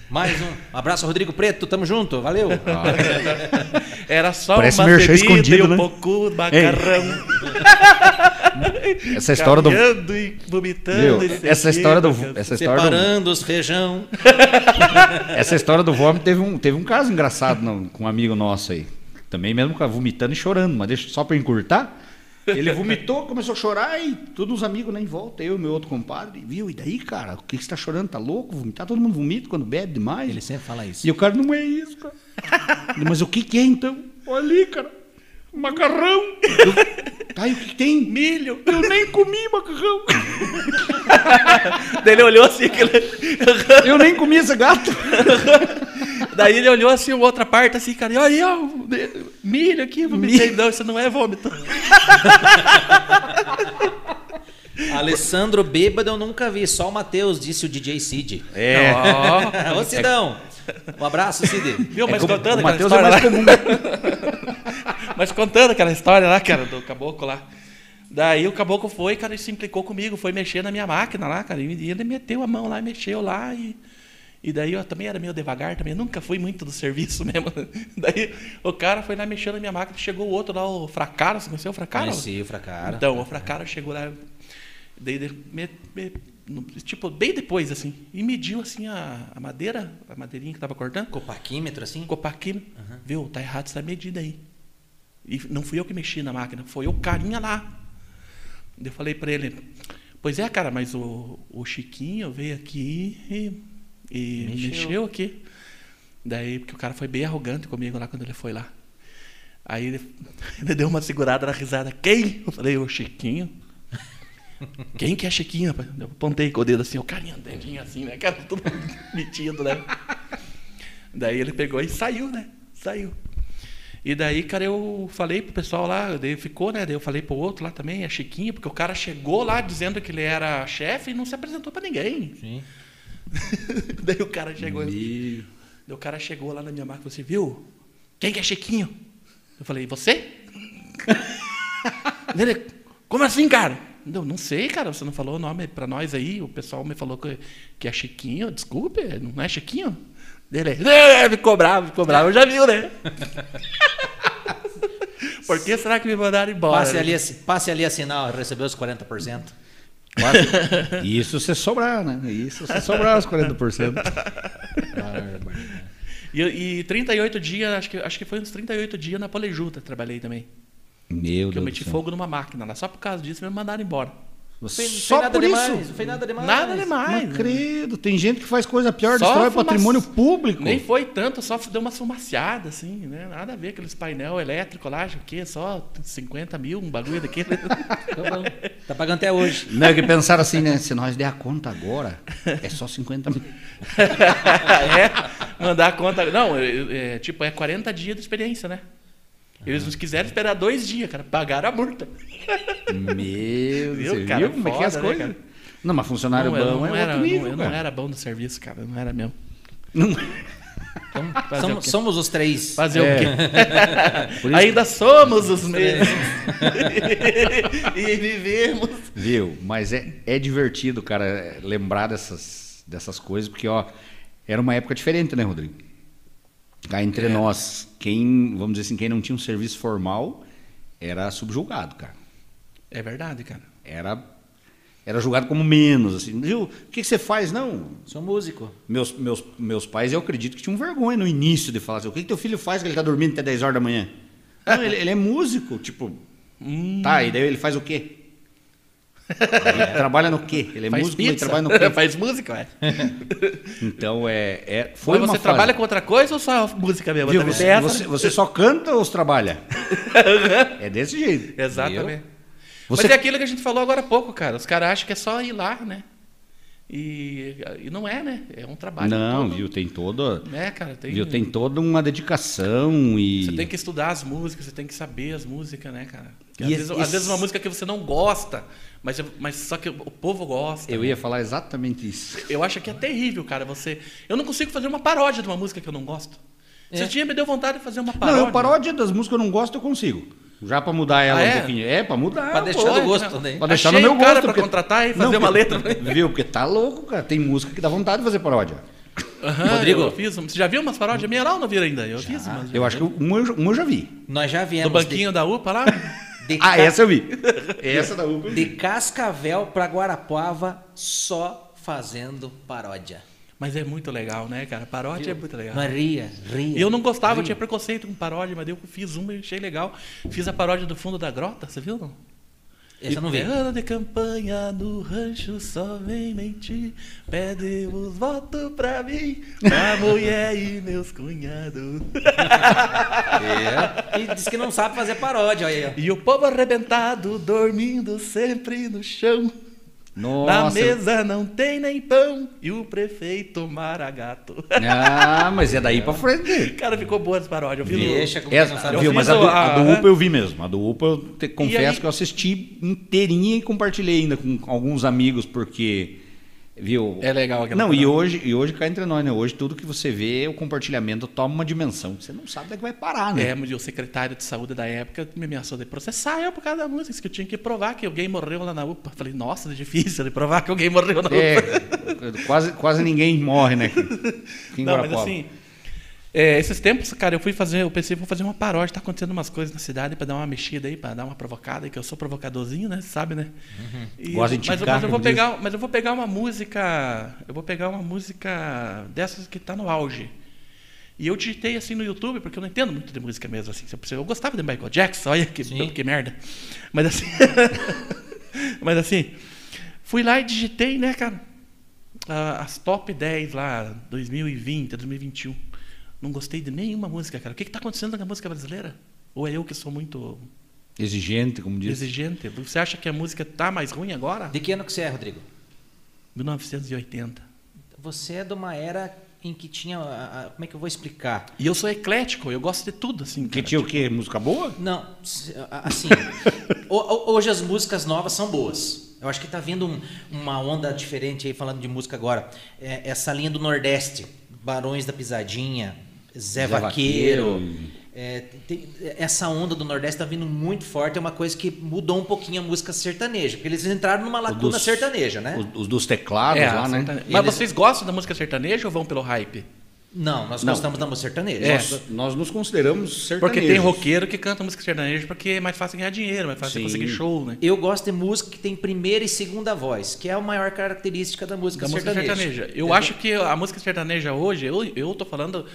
Speaker 3: Mais um. Abraço, Rodrigo Preto. Tamo junto. Valeu.
Speaker 1: Era só
Speaker 4: Parece
Speaker 1: uma
Speaker 4: merchan
Speaker 1: bebida
Speaker 4: escondido,
Speaker 1: e um
Speaker 4: né?
Speaker 1: pouco de macarrão.
Speaker 4: Essa história do.
Speaker 1: caminhando e vomitando.
Speaker 4: Viu?
Speaker 1: e seguindo.
Speaker 4: Essa história do. Essa
Speaker 1: um-
Speaker 4: história do,
Speaker 3: Separando os feijão.
Speaker 4: essa história do vômito teve um, teve um caso engraçado não, com um amigo nosso aí. Também mesmo com a- vomitando e chorando, mas deixa só pra encurtar. Ele vomitou, começou a chorar e todos os amigos lá em volta, eu e meu outro compadre, viu? E daí, cara, o que que você tá chorando? Tá louco? Vomitar? Todo mundo vomita quando bebe demais.
Speaker 3: Ele sempre fala isso.
Speaker 4: E o cara não é isso, cara. *laughs* Ele, Mas o que, que é então? Olha ali, cara. Macarrão. Eu, tá, e o que, que tem?
Speaker 1: Milho.
Speaker 4: Eu nem comi macarrão. *laughs*
Speaker 1: Daí ele olhou assim. aquele- *laughs*
Speaker 4: Eu nem comi esse gato.
Speaker 1: Daí ele olhou assim, outra parte assim, cara. E aí, ó, de- milho aqui, eu vomitei. Não, isso não é vômito.
Speaker 3: Alessandro Bêbado eu nunca vi. Só o Matheus, disse o
Speaker 1: *laughs*
Speaker 3: DJ Cid.
Speaker 1: É.
Speaker 3: Ô, Cidão. Um abraço, Cid.
Speaker 1: Viu, mas
Speaker 4: como-
Speaker 1: contando
Speaker 4: o
Speaker 1: aquela
Speaker 4: Matheus é
Speaker 1: história
Speaker 4: mais né?
Speaker 1: lá. *laughs* mas contando aquela história lá, cara, do caboclo lá. Daí o caboclo foi, cara, e se implicou comigo, foi mexer na minha máquina lá, cara. E ele meteu a mão lá, e mexeu lá e. E daí eu também era meio devagar, também nunca fui muito do serviço *laughs* mesmo. Daí o cara foi lá mexendo na minha máquina, chegou o outro lá, o Fracaro, você conheceu o Fracaro?
Speaker 3: Conheci o Fracaro.
Speaker 1: Então, o Fracaro chegou lá, daí, de- me- me- no- tipo, bem depois, assim, e mediu, assim, a, a madeira, a madeirinha que tava cortando,
Speaker 3: Copaquímetro, assim?
Speaker 1: Copaquim, viu, tá errado essa medida aí. E não fui eu que mexi na máquina, foi o carinha lá. Eu falei pra ele, pois é, cara, mas o, o Chiquinho veio aqui e, e mexeu. aqui. Daí, porque o cara foi bem arrogante comigo lá quando ele foi lá. Aí ele, *laughs* ele deu uma segurada na risada. Quem? Eu falei, o Chiquinho. Quem que é Chiquinho? rapaz? Eu apontei com o dedo assim, o carinha dedinho assim, né? Cara, tudo *laughs* metido, né? Daí ele pegou e saiu, né? Saiu. E daí, cara, eu falei pro pessoal lá, daí ficou, né? Daí eu falei pro outro lá também, é Chiquinho, porque o cara chegou lá dizendo que ele era chefe e não se apresentou pra ninguém.
Speaker 3: Sim.
Speaker 1: *laughs* daí o cara chegou. Daí o cara chegou lá na minha marca e falou assim, viu? Quem que é Chiquinho? Eu falei, você? *laughs* Ele, como assim, cara? Eu não sei, cara, você não falou o nome pra nós aí, o pessoal me falou que, que é Chiquinho, desculpe, não é Chiquinho? Ele, "É, ficou bravo, ficou bravo, já viu,
Speaker 3: *laughs*
Speaker 1: né? Por que será que me mandaram embora? né?
Speaker 3: Passe ali, assi- passe ali assinar, ó, recebeu os 40%.
Speaker 4: Isso se sobrar, né? Isso se sobrar os 40%.
Speaker 1: E, e 38 dias, acho que, acho que foi uns 38 dias na Polejuta, trabalhei também.
Speaker 4: Meu
Speaker 1: Porque é eu
Speaker 4: Deus
Speaker 1: meti
Speaker 4: do céu.
Speaker 1: fogo numa máquina lá, só por causa disso me mandaram embora.
Speaker 3: Foi- não
Speaker 4: Só
Speaker 3: foi nada
Speaker 4: por
Speaker 3: demais,
Speaker 4: isso.
Speaker 3: Não foi nada demais.
Speaker 1: Nada né?
Speaker 4: Mas
Speaker 1: demais.
Speaker 4: credo, tem gente que faz coisa pior,
Speaker 1: Só
Speaker 4: destrói
Speaker 1: fumaça.
Speaker 4: patrimônio público.
Speaker 1: Nem foi tanto, só deu uma fumaciada, assim, né? Nada a ver aqueles painel elétrico lá, acho que só 50 mil, um bagulho daquele.
Speaker 3: Então, bom. Tá pagando até hoje.
Speaker 4: Não, que pensaram assim, né? Se nós der a conta agora, é só 50 mil.
Speaker 1: *laughs* é, mandar a conta. Não, é, é, tipo, é 40 dias de experiência, né? Eles não quiseram esperar dois dias, cara. Pagaram a multa. Viu,
Speaker 4: Meu Deus,
Speaker 1: cara?
Speaker 4: viu como é que é as
Speaker 1: Foda, né,
Speaker 4: coisas?
Speaker 1: cara?
Speaker 4: Não, mas funcionário
Speaker 1: eu
Speaker 4: bom é
Speaker 1: era,
Speaker 4: outro nível,
Speaker 1: não, eu não
Speaker 4: cara.
Speaker 1: era bom do serviço, cara. eu Não era mesmo.
Speaker 3: Então,
Speaker 1: Fazer o
Speaker 4: um
Speaker 3: somos,
Speaker 1: quê?
Speaker 3: somos os três.
Speaker 1: Fazer
Speaker 4: *laughs* É.
Speaker 1: o quê? Ainda somos os
Speaker 4: *laughs*
Speaker 1: mesmos. e vivemos.
Speaker 4: *laughs* Viu? Mas é, é divertido, cara, é, lembrar dessas, dessas coisas, porque, ó, era uma época diferente, né, Rodrigo? Cá entre
Speaker 1: É.
Speaker 4: nós, quem, vamos dizer assim, quem não tinha um serviço formal era subjugado, cara.
Speaker 1: É verdade, cara.
Speaker 4: Era era julgado como menos, assim. Viu? O que, que você faz? Não.
Speaker 3: Sou músico.
Speaker 4: Meus, meus, meus pais, eu acredito que tinham vergonha no início de falar assim, o que, que teu filho faz que ele tá dormindo até 10 horas da manhã? Não, ele, ele é músico, tipo, tá, e daí ele faz o quê?
Speaker 1: *laughs*
Speaker 4: Ele trabalha no quê? Ele é
Speaker 1: Faz
Speaker 4: músico, mas ele
Speaker 1: pizza?
Speaker 4: trabalha no quê?
Speaker 1: *laughs* Faz música, ué.
Speaker 4: Então, é, é foi
Speaker 1: Mas
Speaker 4: uma
Speaker 1: você
Speaker 4: fase.
Speaker 1: trabalha com outra coisa ou só música mesmo?
Speaker 4: Viu,
Speaker 1: Tá
Speaker 4: você,
Speaker 1: nessa? *laughs*
Speaker 4: você- você só canta ou trabalha? é desse jeito.
Speaker 1: Uhum. *laughs* Exatamente.
Speaker 4: Você-
Speaker 1: Mas é aquilo que a gente falou agora há pouco, cara. Os caras acham que é só ir lá, né? E, e não é, né? É um trabalho.
Speaker 4: Não,
Speaker 1: todo,
Speaker 4: viu, tem toda,
Speaker 1: Né, cara? Tem,
Speaker 4: viu, tem toda uma dedicação e
Speaker 1: Você tem que estudar as músicas, você tem que saber as músicas, né, cara? Porque
Speaker 4: E
Speaker 1: às,
Speaker 4: esse-
Speaker 1: vezes, às
Speaker 4: esse-
Speaker 1: vezes uma música que você não gosta, mas, mas só que o povo gosta. né?
Speaker 4: eu ia falar exatamente isso.
Speaker 1: Eu acho que é terrível, cara. Você. Eu não consigo fazer uma paródia de uma música que eu não gosto. Esse dia me deu vontade de fazer uma paródia.
Speaker 4: É. Não, eu paródia das músicas que eu não gosto, eu consigo. Já pra mudar ela
Speaker 1: Ah, é?
Speaker 4: um pouquinho. É, pra mudar.
Speaker 3: Pra
Speaker 4: pô.
Speaker 3: deixar do gosto também.
Speaker 4: Pra deixar
Speaker 1: né? Achei
Speaker 4: no meu
Speaker 1: o cara
Speaker 4: gosto.
Speaker 1: pra contratar e fazer uma
Speaker 4: porque-
Speaker 1: letra. né?
Speaker 4: Viu? Porque tá louco, cara. Tem música que dá vontade de fazer paródia.
Speaker 1: Aham,
Speaker 3: Rodrigo.
Speaker 1: eu fiz uma- Você já viu umas paródias minha lá ou não viram ainda? Ah, Eu fiz umas.
Speaker 4: Eu acho que né? uma eu, já- uma eu já vi.
Speaker 3: Nós já
Speaker 1: Do
Speaker 3: viemos
Speaker 1: banquinho da UPA lá?
Speaker 3: de, de,
Speaker 4: Ah,
Speaker 3: ca-
Speaker 4: essa
Speaker 1: *laughs*
Speaker 4: eu vi. essa da Uber.
Speaker 3: de Cascavel pra Guarapuava só fazendo paródia.
Speaker 1: Mas é muito legal, né, cara? Paródia é muito legal.
Speaker 3: Maria, ria.
Speaker 1: E eu não gostava, eu tinha preconceito com paródia, mas daí eu fiz uma e achei legal. Fiz a paródia do fundo da grota, você viu não?
Speaker 3: Essa eu
Speaker 1: *laughs*
Speaker 3: não vi.
Speaker 1: Ano de campanha no rancho só vem mentir. Pede os votos pra mim,
Speaker 3: *laughs*
Speaker 1: pra mulher e meus cunhados.
Speaker 3: E diz que não sabe fazer paródia, olha aí, ó.
Speaker 1: E o povo arrebentado dormindo sempre no chão. Na
Speaker 4: Nossa.
Speaker 1: mesa não tem nem pão. E o prefeito Maragato. *laughs*
Speaker 4: Ah, mas é daí pra frente.
Speaker 1: Cara, ficou boa essa paródia. Eu vi no-
Speaker 3: Deixa como quem não
Speaker 4: Essa,
Speaker 3: sabe.
Speaker 1: Eu
Speaker 4: viu,
Speaker 1: fiz
Speaker 4: mas a do,
Speaker 1: a-
Speaker 4: a do UPA eu vi mesmo. A do UPA eu te- confesso
Speaker 1: aí-
Speaker 4: que eu assisti inteirinha e compartilhei ainda com alguns amigos, porque. Viu?
Speaker 1: É legal aquela
Speaker 4: Não, e
Speaker 1: parada.
Speaker 4: hoje, e hoje cá entre nós, né? Hoje tudo que você vê, o compartilhamento toma uma dimensão. que Você não sabe onde é que vai parar, né?
Speaker 1: É, mas o secretário de saúde da época me ameaçou de processar eu por causa da música, disse que eu tinha que provar que alguém morreu lá na UPA. Falei, nossa, é difícil de provar que alguém morreu na
Speaker 4: É,
Speaker 1: UPA.
Speaker 4: quase, quase ninguém
Speaker 1: *laughs*
Speaker 4: morre, né? Aqui em
Speaker 1: Não, mas
Speaker 4: Guarapuava.
Speaker 1: assim, é, esses tempos, cara, eu fui fazer, eu pensei, vou fazer uma paródia, tá acontecendo umas coisas na cidade pra dar uma mexida aí, pra dar uma provocada, aí, que eu sou provocadorzinho, né? Sabe, né? E-
Speaker 4: Gosta
Speaker 1: mas,
Speaker 4: de
Speaker 1: eu-
Speaker 4: ticar,
Speaker 1: mas eu vou
Speaker 4: como diz.
Speaker 1: pegar, mas eu vou pegar uma música, eu vou pegar uma música dessas que tá no auge. E eu digitei assim no YouTube, porque eu não entendo muito de música mesmo, assim. se eu preciso- Eu gostava de Michael Jackson, olha que,
Speaker 3: Sim.
Speaker 1: que merda. Mas assim. *laughs* mas assim, fui lá e digitei, né, cara? ah, as top 10 lá, 2020, 2021. Não gostei de nenhuma música, cara. O que está acontecendo com a música brasileira? Ou é eu que sou muito
Speaker 4: Exigente, como diz.
Speaker 1: exigente? Você acha que a música tá mais ruim agora?
Speaker 3: De que ano que você é, Rodrigo?
Speaker 1: 1980.
Speaker 3: Você é de uma era em que tinha. a- a- como é que eu vou explicar?
Speaker 1: E eu sou eclético, eu gosto de tudo, assim.
Speaker 4: Que
Speaker 1: cara.
Speaker 4: tinha o quê? Música boa?
Speaker 3: Não, se- a-
Speaker 4: *laughs*
Speaker 3: assim. ho- ho- hoje as músicas novas são boas. Eu acho que tá vindo um- uma onda diferente aí falando de música agora. É, essa linha do Nordeste, Barões da Pisadinha,
Speaker 4: Zé
Speaker 3: Zé, Vaqueiro.
Speaker 4: Vaqueiro.
Speaker 3: é, tem- essa onda do Nordeste tá vindo muito forte. É uma coisa que mudou um pouquinho a música sertaneja, porque eles entraram numa lacuna
Speaker 4: dos-
Speaker 3: sertaneja, né?
Speaker 4: Os, os dos teclados
Speaker 1: É,
Speaker 4: lá, né?
Speaker 1: sertane- Mas
Speaker 3: Eles-
Speaker 1: vocês gostam da música sertaneja ou vão pelo hype?
Speaker 3: Não, nós
Speaker 4: Não.
Speaker 3: gostamos da música sertaneja.
Speaker 1: É.
Speaker 3: Nós-
Speaker 4: Nós, nós nos consideramos sertanejos.
Speaker 1: Porque tem roqueiro que canta música sertaneja porque é mais fácil ganhar dinheiro, mais fácil
Speaker 4: Sim.
Speaker 1: conseguir show, né?
Speaker 3: Eu gosto de música que tem primeira e segunda voz, que é a maior característica da música,
Speaker 1: Da música
Speaker 3: sertaneja.
Speaker 1: sertaneja. Eu acho que a música sertaneja hoje, eu, eu tô falando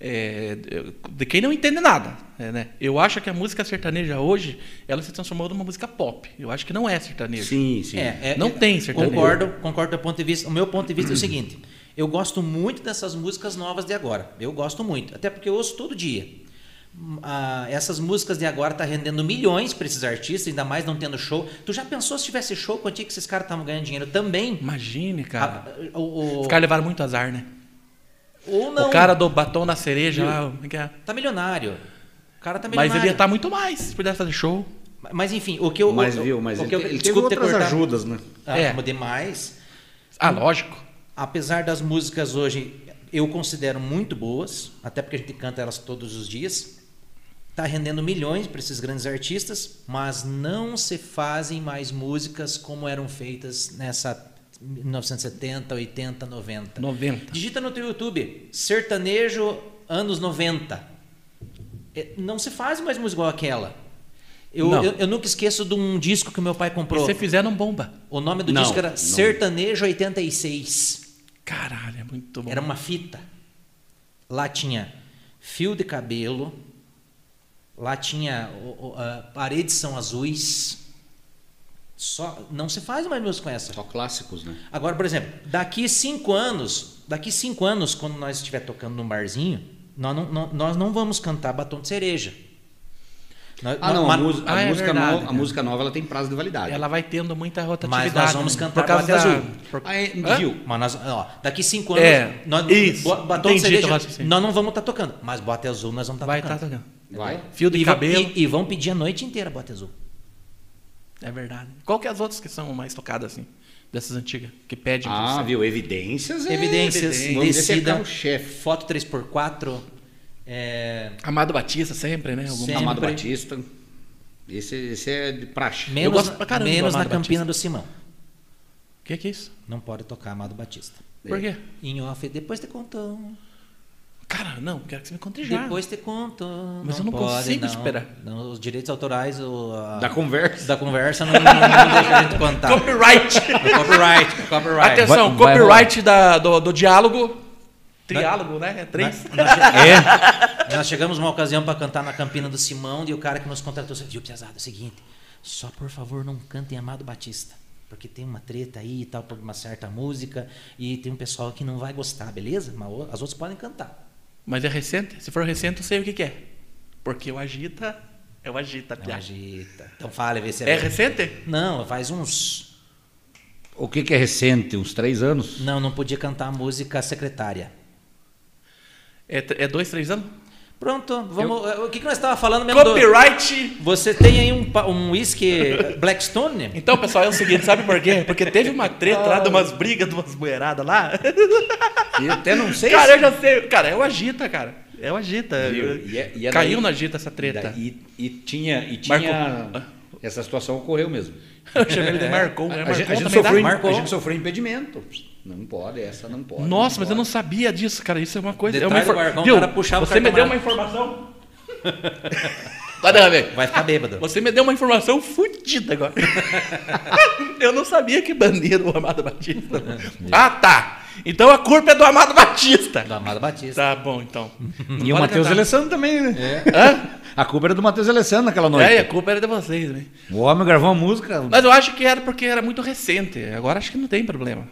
Speaker 1: é, de quem não entende nada, é, né? Eu acho que a música sertaneja hoje, ela se transformou numa música pop. Eu acho que não é sertaneja.
Speaker 4: Sim, sim.
Speaker 3: É, é,
Speaker 1: Não
Speaker 3: é,
Speaker 1: tem sertanejo.
Speaker 3: Concordo, concordo do ponto de vista. O meu ponto de vista é o seguinte: eu gosto muito dessas músicas novas de agora. Eu gosto muito, até porque eu ouço todo dia. Hum, ah, essas músicas de agora tá rendendo milhões para esses artistas, ainda mais não tendo show. Tu já pensou se tivesse show, quanto é que esses caras estavam ganhando dinheiro também?
Speaker 1: Imagine,
Speaker 3: Ah,
Speaker 1: cara.
Speaker 3: o- o-
Speaker 1: Os caras levaram muito azar, né?
Speaker 3: ou não.
Speaker 1: O cara do batom na cereja lá, como é que é?
Speaker 3: tá milionário. O cara tá milionário.
Speaker 1: mas ele ia estar muito mais se pudesse fazer show.
Speaker 3: Mas enfim, o que eu.
Speaker 4: Mas
Speaker 3: o-
Speaker 4: viu, mas
Speaker 3: o
Speaker 4: ele,
Speaker 3: que eu-
Speaker 4: ele teve
Speaker 3: desculpa ter
Speaker 4: outras
Speaker 3: cortado.
Speaker 4: ajudas, né?
Speaker 3: Ah,
Speaker 1: É.
Speaker 3: demais.
Speaker 1: Ah, lógico.
Speaker 3: Apesar das músicas hoje eu considero muito boas, até porque a gente canta elas todos os dias, tá rendendo milhões para esses grandes artistas, mas não se fazem mais músicas como eram feitas nessa 1970, 80, 90.
Speaker 1: 90.
Speaker 3: Digita no teu YouTube sertanejo anos 90. É, Não se faz mais música igual aquela. Eu,
Speaker 1: Não.
Speaker 3: eu, eu nunca esqueço de um disco que meu pai
Speaker 1: E
Speaker 3: comprou.
Speaker 1: se fizeram bomba.
Speaker 3: O nome do
Speaker 4: Não,
Speaker 3: disco era
Speaker 4: não.
Speaker 3: Sertanejo 86.
Speaker 1: Caralho, é muito bom.
Speaker 3: Era uma fita. Lá tinha fio de cabelo. Lá tinha o- o- a- paredes são azuis. Só não se faz mais música com essa.
Speaker 4: Só clássicos, né?
Speaker 3: Agora, por exemplo, daqui cinco anos, daqui cinco anos, quando nós estiver tocando num barzinho, nós não, não- nós não vamos cantar Batom de Cereja. Nós-
Speaker 4: Ah,
Speaker 3: nós-
Speaker 4: não. A,
Speaker 3: mas-
Speaker 4: música- a
Speaker 1: Ah, é
Speaker 4: música
Speaker 1: verdade,
Speaker 4: nova, a
Speaker 1: cara.
Speaker 4: música nova ela tem prazo de validade.
Speaker 1: Ela vai tendo muita rotatividade.
Speaker 3: Mas nós vamos
Speaker 1: né?
Speaker 3: cantar
Speaker 1: Por causa
Speaker 3: Bate
Speaker 1: da...
Speaker 3: Azul. Por-
Speaker 4: Ah, é,
Speaker 1: Hã?
Speaker 4: viu?
Speaker 3: Mas nós, ó, daqui cinco anos,
Speaker 1: É,
Speaker 3: nós,
Speaker 1: isso.
Speaker 3: bo- Batom de
Speaker 1: Entendi,
Speaker 3: Cereja,
Speaker 1: Tomás, sim.
Speaker 3: nós não vamos estar tocando. Mas Bota Azul nós vamos estar
Speaker 1: Vai tá, estar
Speaker 3: tocando.
Speaker 1: tocando.
Speaker 4: Vai.
Speaker 1: Fio de
Speaker 3: e, vão-
Speaker 1: cabelo.
Speaker 3: e, e vão pedir a noite inteira Bota Azul.
Speaker 1: É verdade. Qual que é as outras que são mais tocadas, assim? Dessas antigas? Que pedem pra
Speaker 4: Ah,
Speaker 1: você?
Speaker 4: viu? Evidências. é-
Speaker 3: Evidências,
Speaker 4: Vamos dizer que é
Speaker 3: descida,
Speaker 4: carro-chefe.
Speaker 3: foto 3x4, é,
Speaker 1: Amado Batista sempre, né? Alguma...
Speaker 3: Sempre.
Speaker 4: Amado Batista. Esse, esse é de praxe.
Speaker 3: menos,
Speaker 1: gosto pra caramba do
Speaker 3: menos na
Speaker 1: Amado
Speaker 3: Campina do Simão.
Speaker 1: O que, que é isso?
Speaker 3: Não pode tocar Amado Batista.
Speaker 1: Por quê?
Speaker 3: Em off, depois te contam.
Speaker 1: Cara, não, quero que você me conte já. *laughs*
Speaker 3: Depois te conto.
Speaker 1: Mas eu não
Speaker 3: pode,
Speaker 1: consigo
Speaker 3: não.
Speaker 1: esperar.
Speaker 3: Não, os direitos autorais o, a-
Speaker 4: Da conversa.
Speaker 3: da conversa não, não, não deixa a gente
Speaker 1: tá.
Speaker 3: contar.
Speaker 1: Copyright!
Speaker 3: copyright, copyright.
Speaker 1: Atenção,
Speaker 2: Vai- vai
Speaker 1: copyright da, do, do diálogo. Triálogo, né? É três. É.
Speaker 3: Nós, che- nós chegamos uma ocasião para cantar na Campina do Simão e o cara que nos contratou disse: Viu, Piazada, é o seguinte, só por favor não cantem Amado Batista. Porque tem uma treta aí e tal, por uma certa música, e tem um pessoal que não vai gostar, beleza? Mas o- as outras podem cantar.
Speaker 1: Mas é recente? Se for recente, eu sei o que, que é. Porque o agita. É o agita,
Speaker 3: Não
Speaker 1: piada.
Speaker 3: agita. Então fala, vê se
Speaker 1: É
Speaker 3: é.
Speaker 1: recente?
Speaker 3: Não, faz uns.
Speaker 4: O que, que é recente? Uns três anos?
Speaker 3: Não, não podia cantar a música secretária.
Speaker 1: É, tr- é dois, três anos?
Speaker 3: Pronto, vamos. eh, O que, que nós estávamos falando mesmo? do-
Speaker 1: Copyright!
Speaker 3: Você tem aí um, pa- um whisky Blackstone?
Speaker 1: Então, pessoal, é o seguinte, sabe por quê? Porque teve uma treta lá, de umas brigas, de umas mulheradas lá.
Speaker 4: Eu até não sei
Speaker 1: Cara, eu já sei. Cara, é o agita, cara. É o agita.
Speaker 4: Viu? E é- e é
Speaker 1: Caiu
Speaker 4: daí-
Speaker 1: na agita essa treta. *laughs*
Speaker 4: E, e tinha. E
Speaker 1: Marco-
Speaker 4: tinha Essa situação ocorreu mesmo.
Speaker 1: Eu chamei ele de Marcon.
Speaker 4: A,
Speaker 1: É
Speaker 4: a
Speaker 1: Marcon
Speaker 4: gente, a gente
Speaker 1: também dá?
Speaker 4: sofreu,
Speaker 1: Marcon.
Speaker 4: a gente sofreu impedimento. Não pode, essa não pode.
Speaker 1: Nossa, mas eu não sabia disso, cara. Isso é uma coisa. É uma
Speaker 3: Detalhe do
Speaker 1: infor-
Speaker 3: Marcon, o
Speaker 1: Viu?
Speaker 3: cara puxava o
Speaker 1: Você me
Speaker 3: cartão
Speaker 1: deu uma
Speaker 3: amarelo.
Speaker 1: informação.
Speaker 4: *laughs*
Speaker 1: Vai dar, velho.
Speaker 3: Vai ficar
Speaker 1: *laughs*
Speaker 3: bêbado.
Speaker 1: Você me deu uma informação fodida agora. *laughs* eu não sabia que bandeira o Amado
Speaker 4: *laughs*
Speaker 1: Batista. ah, tá. Então a culpa é do Amado Batista.
Speaker 3: Do Amado Batista.
Speaker 1: Tá bom, então.
Speaker 4: *laughs*
Speaker 1: tá.
Speaker 4: E o Matheus Alessandro também, né?
Speaker 1: Hã?
Speaker 4: A culpa era do Matheus Alessandro naquela noite.
Speaker 1: É, a culpa era de vocês, né?
Speaker 4: O homem gravou uma música.
Speaker 1: Mas eu acho que era porque era muito recente. Agora acho que não tem problema.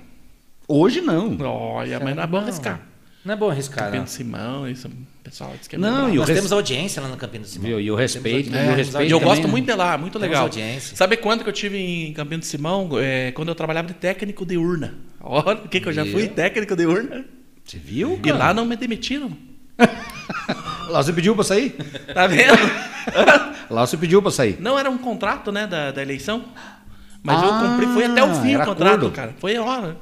Speaker 4: Hoje não.
Speaker 1: Olha, mas não é bom arriscar.
Speaker 3: Não é bom arriscar.
Speaker 1: Pedro
Speaker 3: Não.
Speaker 1: Simão, isso, o pessoal diz que é
Speaker 4: Não,
Speaker 1: meio
Speaker 4: e o
Speaker 3: Nós
Speaker 4: res-
Speaker 3: temos audiência lá na Campina do Simão.
Speaker 4: Viu? E o respeito.
Speaker 3: Temos
Speaker 4: e o
Speaker 3: audiência.
Speaker 4: respeito
Speaker 1: E eu
Speaker 4: também,
Speaker 1: gosto
Speaker 4: né?
Speaker 1: muito de lá, muito
Speaker 3: Temos
Speaker 1: legal.
Speaker 3: audiência.
Speaker 1: Sabe quando que eu tive em Campinho do Simão? É, quando eu trabalhava de técnico de urna. Olha o que, que eu já fui técnico de urna.
Speaker 4: Você viu?
Speaker 1: E
Speaker 4: Cara?
Speaker 1: lá não me demitiram.
Speaker 4: Lá você pediu pra sair?
Speaker 1: Tá vendo?
Speaker 4: Lá você pediu pra sair.
Speaker 1: não era um contrato, né, da, da eleição. Mas
Speaker 4: Ah,
Speaker 1: eu cumpri, foi até o fim o
Speaker 4: era
Speaker 1: contrato,
Speaker 4: acordo.
Speaker 1: cara. Foi, ó,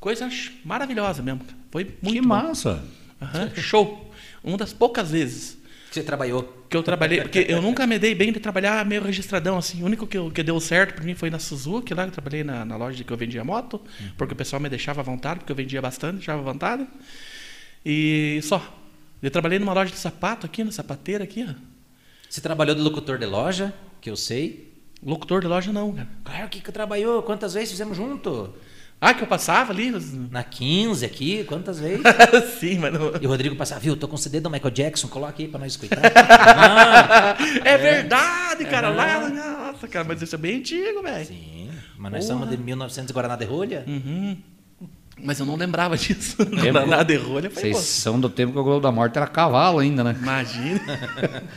Speaker 1: coisa ch- maravilhosa mesmo. cara. Foi muito
Speaker 4: que
Speaker 1: bom.
Speaker 4: massa.
Speaker 1: Aham, show. Uma das poucas vezes
Speaker 3: Você trabalhou.
Speaker 1: que eu trabalhei, porque eu nunca me dei bem de trabalhar meio registradão, assim. O único que, eu- que deu certo pra mim foi na Suzuki, lá que eu trabalhei na, na loja que eu vendia moto, porque o pessoal me deixava à vontade, porque eu vendia bastante, deixava à vontade. E só. Eu trabalhei numa loja de sapato aqui, na sapateira aqui, ó.
Speaker 3: Você trabalhou de locutor de loja, que eu sei.
Speaker 1: Locutor de loja não, cara.
Speaker 3: Claro que que trabalhou. Quantas vezes fizemos junto?
Speaker 1: Ah, que eu passava ali? os-
Speaker 3: Na 15 aqui, quantas vezes?
Speaker 1: *laughs* Sim, mas não...
Speaker 3: E o Rodrigo passava, viu, tô com o CD do Michael Jackson, coloca aí pra nós escutar.
Speaker 1: *laughs*
Speaker 3: Ah,
Speaker 1: É verdade, cara. Lá, nossa, cara, mas isso é bem antigo, velho.
Speaker 3: sim, mas nós somos de 1900 e Guaraná de Rolha.
Speaker 1: Hum. Mas eu não lembrava disso.
Speaker 4: É,
Speaker 1: Na, na derrolha foi
Speaker 4: Vocês
Speaker 1: bom.
Speaker 4: são do tempo que o Globo da Morte era cavalo ainda, né?
Speaker 1: Imagina. *laughs*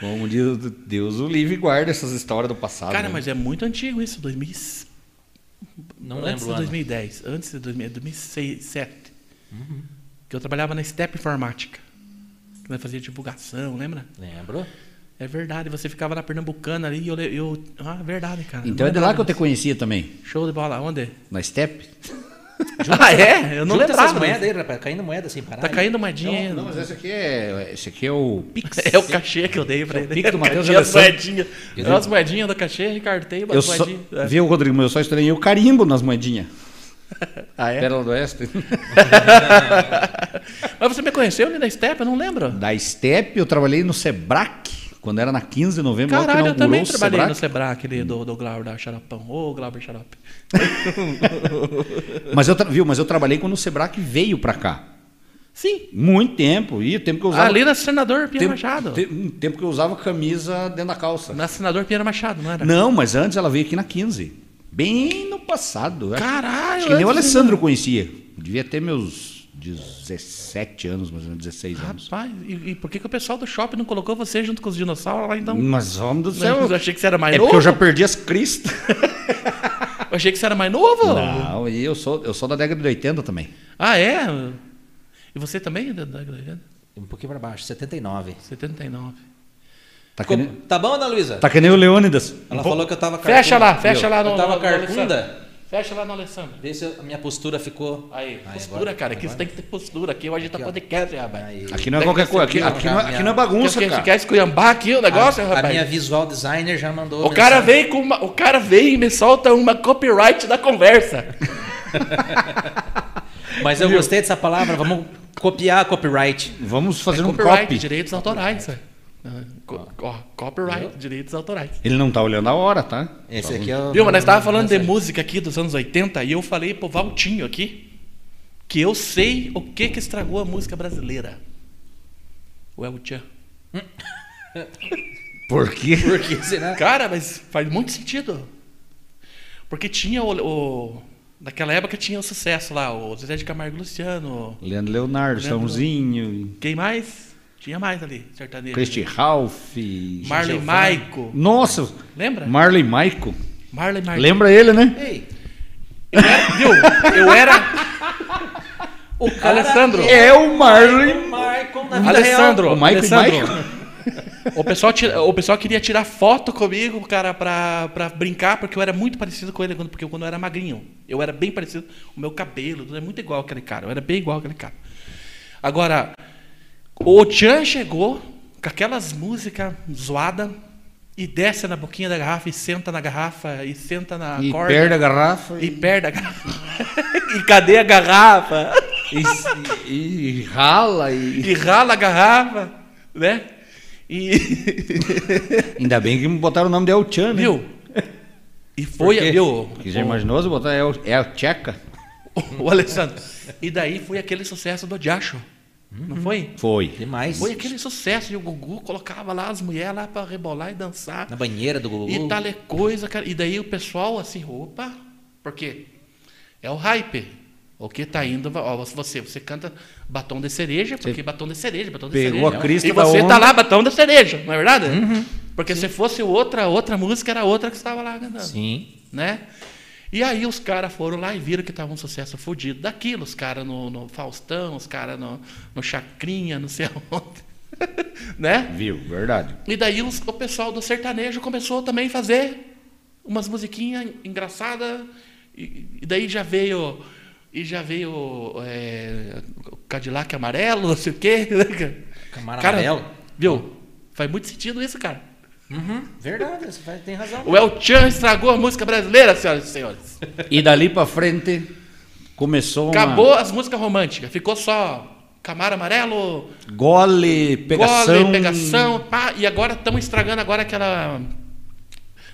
Speaker 4: Como diz Deus o livre guarda essas histórias do passado.
Speaker 1: Cara,
Speaker 4: né?
Speaker 1: mas é muito antigo isso, 2000.
Speaker 3: Não
Speaker 1: antes
Speaker 3: lembro o
Speaker 1: de
Speaker 3: ano.
Speaker 1: 2010, antes de é 2000, 2007.
Speaker 3: Uhum.
Speaker 1: Que eu trabalhava na Step Informática. Que nós fazia divulgação, lembra?
Speaker 3: Lembro.
Speaker 1: É verdade, você ficava na Pernambucana ali e eu, le- eu. Ah, é verdade, cara.
Speaker 4: Então é de lá que eu te
Speaker 1: tenho.
Speaker 4: conhecia também.
Speaker 1: Show de bola,
Speaker 4: *laughs*
Speaker 1: onde?
Speaker 4: Na Step?
Speaker 1: ah, é? Eu não
Speaker 3: Junta essas
Speaker 1: lembrava.
Speaker 3: moedas
Speaker 1: disso.
Speaker 3: aí, rapaz, caindo moeda sem parar.
Speaker 1: Tá caindo moedinha aí.
Speaker 4: Então, esse aqui é. Esse aqui é o Pix.
Speaker 1: *laughs* É o cachê que eu dei pra ele.
Speaker 4: pique É do Matheus
Speaker 1: Cachê, as
Speaker 4: Alessandro.
Speaker 1: moedinhas. Deu As moedinhas do cachê, recartei,
Speaker 4: Eu
Speaker 1: as
Speaker 4: só,
Speaker 1: moedinhas. é.
Speaker 4: viu, Rodrigo? mas Eu só estranhei o carimbo nas moedinhas.
Speaker 1: *laughs* Ah, é?
Speaker 4: Pérola do Oeste.
Speaker 1: Mas você me conheceu ali na Step? Eu não lembro.
Speaker 4: da Step, eu trabalhei no Sebrac. Quando era na 15 de novembro, logo
Speaker 1: Caralho, eu
Speaker 4: que
Speaker 1: também
Speaker 4: inaugurou o
Speaker 1: trabalhei
Speaker 4: Sebrae,
Speaker 1: no Sebrae, aquele do, do Glauber Xaropão. Ô, Glauber Xarope.
Speaker 4: Mas eu, tra- viu, mas eu trabalhei quando o Sebrae veio pra cá.
Speaker 1: Sim.
Speaker 4: Muito tempo. E tempo que eu usava.
Speaker 1: Ali na Senador Pinheiro
Speaker 4: tempo,
Speaker 1: Machado.
Speaker 4: te- um tempo que eu usava camisa dentro da calça.
Speaker 1: Na Senador Pinheiro Machado, não era?
Speaker 4: Não, mas antes ela veio aqui na 15. Bem no passado. Acho-
Speaker 1: Caralho.
Speaker 4: Acho que nem o
Speaker 1: antes-
Speaker 4: Alessandro conhecia. Devia ter meus 17 anos, mais ou menos, 16 anos.
Speaker 1: Rapaz, e, e por que, que o pessoal do shopping não colocou você junto com os dinossauros lá então?
Speaker 4: Mas homem do céu.
Speaker 1: Eu achei que você era mais
Speaker 4: É
Speaker 1: novo.
Speaker 4: porque eu já perdi as cristas.
Speaker 1: Eu achei que você era mais novo.
Speaker 4: Não, e eu sou, eu sou da década de 80 também.
Speaker 1: Ah, é? E você também? da- da- da-
Speaker 3: Um pouquinho pra baixo, 79.
Speaker 1: 79.
Speaker 4: Tá que,
Speaker 3: Ficou-
Speaker 4: nem,
Speaker 3: Tá bom, Ana Luísa?
Speaker 4: tá que nem o Leônidas.
Speaker 3: Ela falou que eu tava carcunda.
Speaker 1: Fecha lá, fecha lá no.
Speaker 3: Eu tava
Speaker 1: no- no Alessandro.
Speaker 3: carcunda.
Speaker 1: Fecha lá no Alessandro.
Speaker 3: Vê se a minha postura ficou...
Speaker 1: Aí,
Speaker 3: Aí,
Speaker 1: postura,
Speaker 3: agora-
Speaker 1: cara. Aqui você tem que ter postura. Aqui hoje tá
Speaker 3: Aqui, ó.
Speaker 1: podcast, rapaz.
Speaker 3: Aí.
Speaker 4: Aqui não é qualquer coisa. Aqui, aqui não, é- aqui não é bagunça,
Speaker 1: Quer- quer-
Speaker 4: cara.
Speaker 1: quer esculhambar aqui o negócio,
Speaker 3: a, a
Speaker 1: rapaz?
Speaker 3: minha visual designer já mandou...
Speaker 1: O cara
Speaker 3: mensagem.
Speaker 1: vem com uma, o cara vem e me solta uma copyright da conversa.
Speaker 3: Mas eu gostei dessa palavra, vamos copiar a copyright.
Speaker 4: Vamos fazer um
Speaker 1: é copyright,
Speaker 4: copy.
Speaker 1: direitos autorais. sabe? Ah, co- ó, copyright, direitos autorais.
Speaker 4: Ele não tá olhando a hora, tá?
Speaker 3: Esse aqui é o...
Speaker 1: Viu, mas nós tava falando de música aqui dos anos 80 e eu falei pro Valtinho aqui que eu sei o que que estragou a música brasileira. O El Chan.
Speaker 4: Por quê?
Speaker 3: Por que será?
Speaker 1: Cara, mas faz muito sentido. Porque tinha o, o- Naquela época tinha o sucesso lá, o Zezé de Camargo e Luciano.
Speaker 4: Leandro Leonardo,
Speaker 1: Leandro-
Speaker 4: Sãozinho,
Speaker 1: Quem mais? Tinha mais ali, sertanejo.
Speaker 4: Christy Ralph. e-
Speaker 1: Marley Maico.
Speaker 4: Nossa!
Speaker 1: Lembra?
Speaker 4: Marley Maico.
Speaker 1: Marley Maico.
Speaker 4: Lembra ele, né?
Speaker 3: Ei,
Speaker 1: Eu era, viu? Eu era.
Speaker 3: o cara...
Speaker 1: Alessandro.
Speaker 4: É o Marley.
Speaker 3: Michael na vida real.
Speaker 1: é Alessandro.
Speaker 4: O Maico e
Speaker 1: Alessandro.
Speaker 4: Maico.
Speaker 1: O pessoal, tira- o pessoal queria tirar foto comigo, cara, pra, pra brincar, porque eu era muito parecido com ele, quando- porque eu, quando eu era magrinho. Eu era bem parecido. O meu cabelo, tudo é muito igual aquele cara. Eu era bem igual aquele cara. Agora, o Chan chegou com aquelas músicas zoadas e desce na boquinha da garrafa e senta na garrafa e senta na
Speaker 4: E
Speaker 1: corda.
Speaker 4: perde a garrafa.
Speaker 1: E perde a garrafa. *laughs* e cadê a garrafa?
Speaker 4: e- e rala. E...
Speaker 1: E rala a garrafa, né? E.
Speaker 4: Ainda bem que botaram o nome de El Chan, né?
Speaker 1: Viu? E foi,
Speaker 4: Porque-
Speaker 1: viu?
Speaker 4: Que já imaginou se botar El, El Tcheca?
Speaker 1: O, o Alessandro. E daí foi aquele sucesso do Diacho. Não foi?
Speaker 4: Foi.
Speaker 3: Demais.
Speaker 1: Foi aquele sucesso. E o Gugu colocava lá as mulheres lá pra rebolar e dançar.
Speaker 3: Na banheira do Gugu.
Speaker 1: E tal é coisa, cara. E daí o pessoal assim, opa, porque é o hype. O que tá indo, ó, você, você canta batom de cereja, porque batom de cereja, batom de
Speaker 4: pegou
Speaker 1: cereja.
Speaker 4: a crista
Speaker 1: e
Speaker 4: da
Speaker 1: você
Speaker 4: onda. Uhum.
Speaker 1: tá lá, batom de cereja, não é verdade? Porque se fosse outra, outra música, era outra que estava lá cantando
Speaker 3: Sim.
Speaker 1: né? E aí os caras foram lá e viram que tava um sucesso fodido daquilo. Os caras no, no Faustão, os caras no, no Chacrinha, não sei *laughs* aonde. né?
Speaker 4: Viu? Verdade.
Speaker 1: E daí os- o pessoal do sertanejo começou também a fazer umas musiquinhas engraçadas. E, e daí já veio. E já veio é, o Cadillac amarelo, *laughs* não sei o quê. né, cara?
Speaker 3: Camaro
Speaker 1: Cara,
Speaker 3: amarelo.
Speaker 1: Viu? Faz muito sentido isso, cara. Uhum.
Speaker 3: Verdade, você vai- tem razão.
Speaker 1: O El Chan estragou a música brasileira, senhoras e senhores.
Speaker 4: E dali pra frente começou uma
Speaker 1: Acabou as músicas românticas, ficou só Camaro Amarelo,
Speaker 4: gole, pegação.
Speaker 1: Gole, Pegação, pá, e agora estamos estragando agora aquela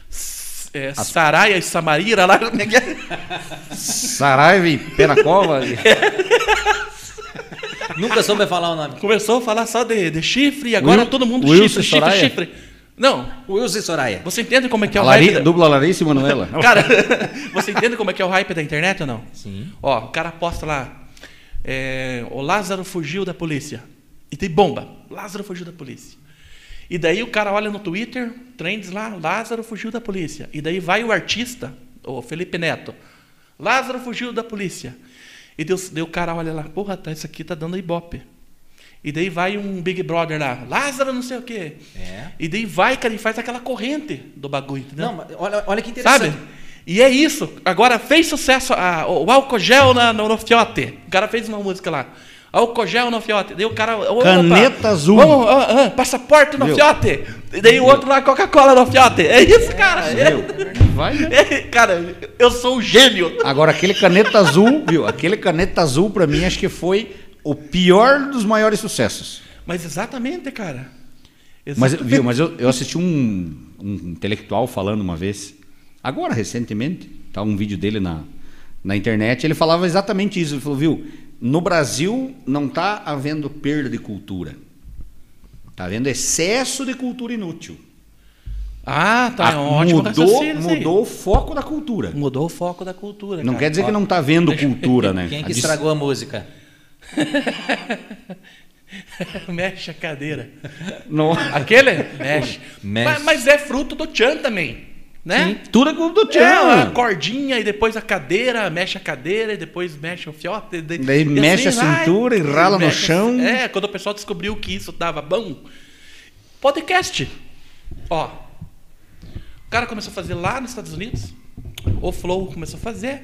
Speaker 1: s- é, Saraia e Samarira lá. como é que é?
Speaker 4: Saraiva e Penacova.
Speaker 3: Nunca soube falar o nome.
Speaker 1: Começou a falar só de, de chifre e agora
Speaker 4: Will-
Speaker 1: todo mundo
Speaker 4: Wilson
Speaker 1: chifre, chifre,
Speaker 4: Soraya?
Speaker 1: chifre. Não,
Speaker 3: Wilson e Soraya.
Speaker 1: você entende como é que é o
Speaker 4: Lari-
Speaker 1: hype da-
Speaker 4: Dupla é, Larissa e Manuela.
Speaker 1: Cara, *laughs* você entende como é que é o hype da internet ou não?
Speaker 3: Sim.
Speaker 1: Ó, o cara posta lá. é, o Lázaro fugiu da polícia. E tem bomba. Lázaro fugiu da polícia. E daí o cara olha no Twitter, trends lá, Lázaro fugiu da polícia. E daí vai o artista, o Felipe Neto. Lázaro fugiu da polícia. E Deus, daí o cara olha lá, porra, tá, isso aqui tá dando ibope. E daí vai um Big Brother lá, Lázaro não sei o quê.
Speaker 3: É.
Speaker 1: E daí vai, cara, e faz aquela corrente do bagulho, entendeu?
Speaker 3: Não, mas olha, olha que
Speaker 1: Sabe?
Speaker 3: interessante.
Speaker 1: E é isso. Agora fez sucesso a- o o álcool gel na, no, no fiote. O cara fez uma música lá. Álcool gel no fiote. Daí o cara. opa,
Speaker 4: Caneta azul.
Speaker 1: vamos, ah, ah, passaporte no
Speaker 4: Viu?
Speaker 1: fiote. E daí o outro lá, Coca-Cola no fiote. É isso, cara.
Speaker 4: Vai, né?
Speaker 1: *laughs* É- cara, eu sou um gênio.
Speaker 4: Agora, aquele caneta azul, viu? Aquele caneta azul, pra mim, acho que foi o pior dos maiores sucessos.
Speaker 1: Mas exatamente, cara.
Speaker 4: Mas,
Speaker 1: Exato.
Speaker 4: viu, mas eu, eu assisti um, um intelectual falando uma vez, agora recentemente, tá um vídeo dele na, na internet, ele falava exatamente isso. Ele falou, viu, no Brasil não está havendo perda de cultura. Está havendo excesso de cultura inútil.
Speaker 1: Ah, tá. é
Speaker 4: Ah,
Speaker 1: um ótimo
Speaker 4: mudou,
Speaker 1: raciocínio isso aí.
Speaker 4: mudou o foco da cultura.
Speaker 1: Mudou o foco da cultura.
Speaker 4: Não
Speaker 1: cara.
Speaker 4: quer dizer que não está vendo cultura, né?
Speaker 3: Quem é
Speaker 4: A
Speaker 3: que
Speaker 4: dis-
Speaker 3: estragou a música?
Speaker 1: *laughs* Mexe a cadeira.
Speaker 4: Não.
Speaker 1: Aquele? Mexe.
Speaker 3: Mexe.
Speaker 1: Mas, mas é fruto do Tchan também. Né?
Speaker 4: Sim, Tudo é cultura do
Speaker 1: É, a
Speaker 4: tchan.
Speaker 1: cordinha e depois a cadeira, mexe a cadeira e depois mexe o fiota. e de-
Speaker 4: Daí
Speaker 1: e assim
Speaker 4: mexe a
Speaker 1: vai.
Speaker 4: cintura e rala no
Speaker 1: Mexe a-
Speaker 4: chão.
Speaker 1: É, quando o pessoal descobriu que isso dava bom. Podcast. Ó. O cara começou a fazer lá nos Estados Unidos. O Flow começou a fazer.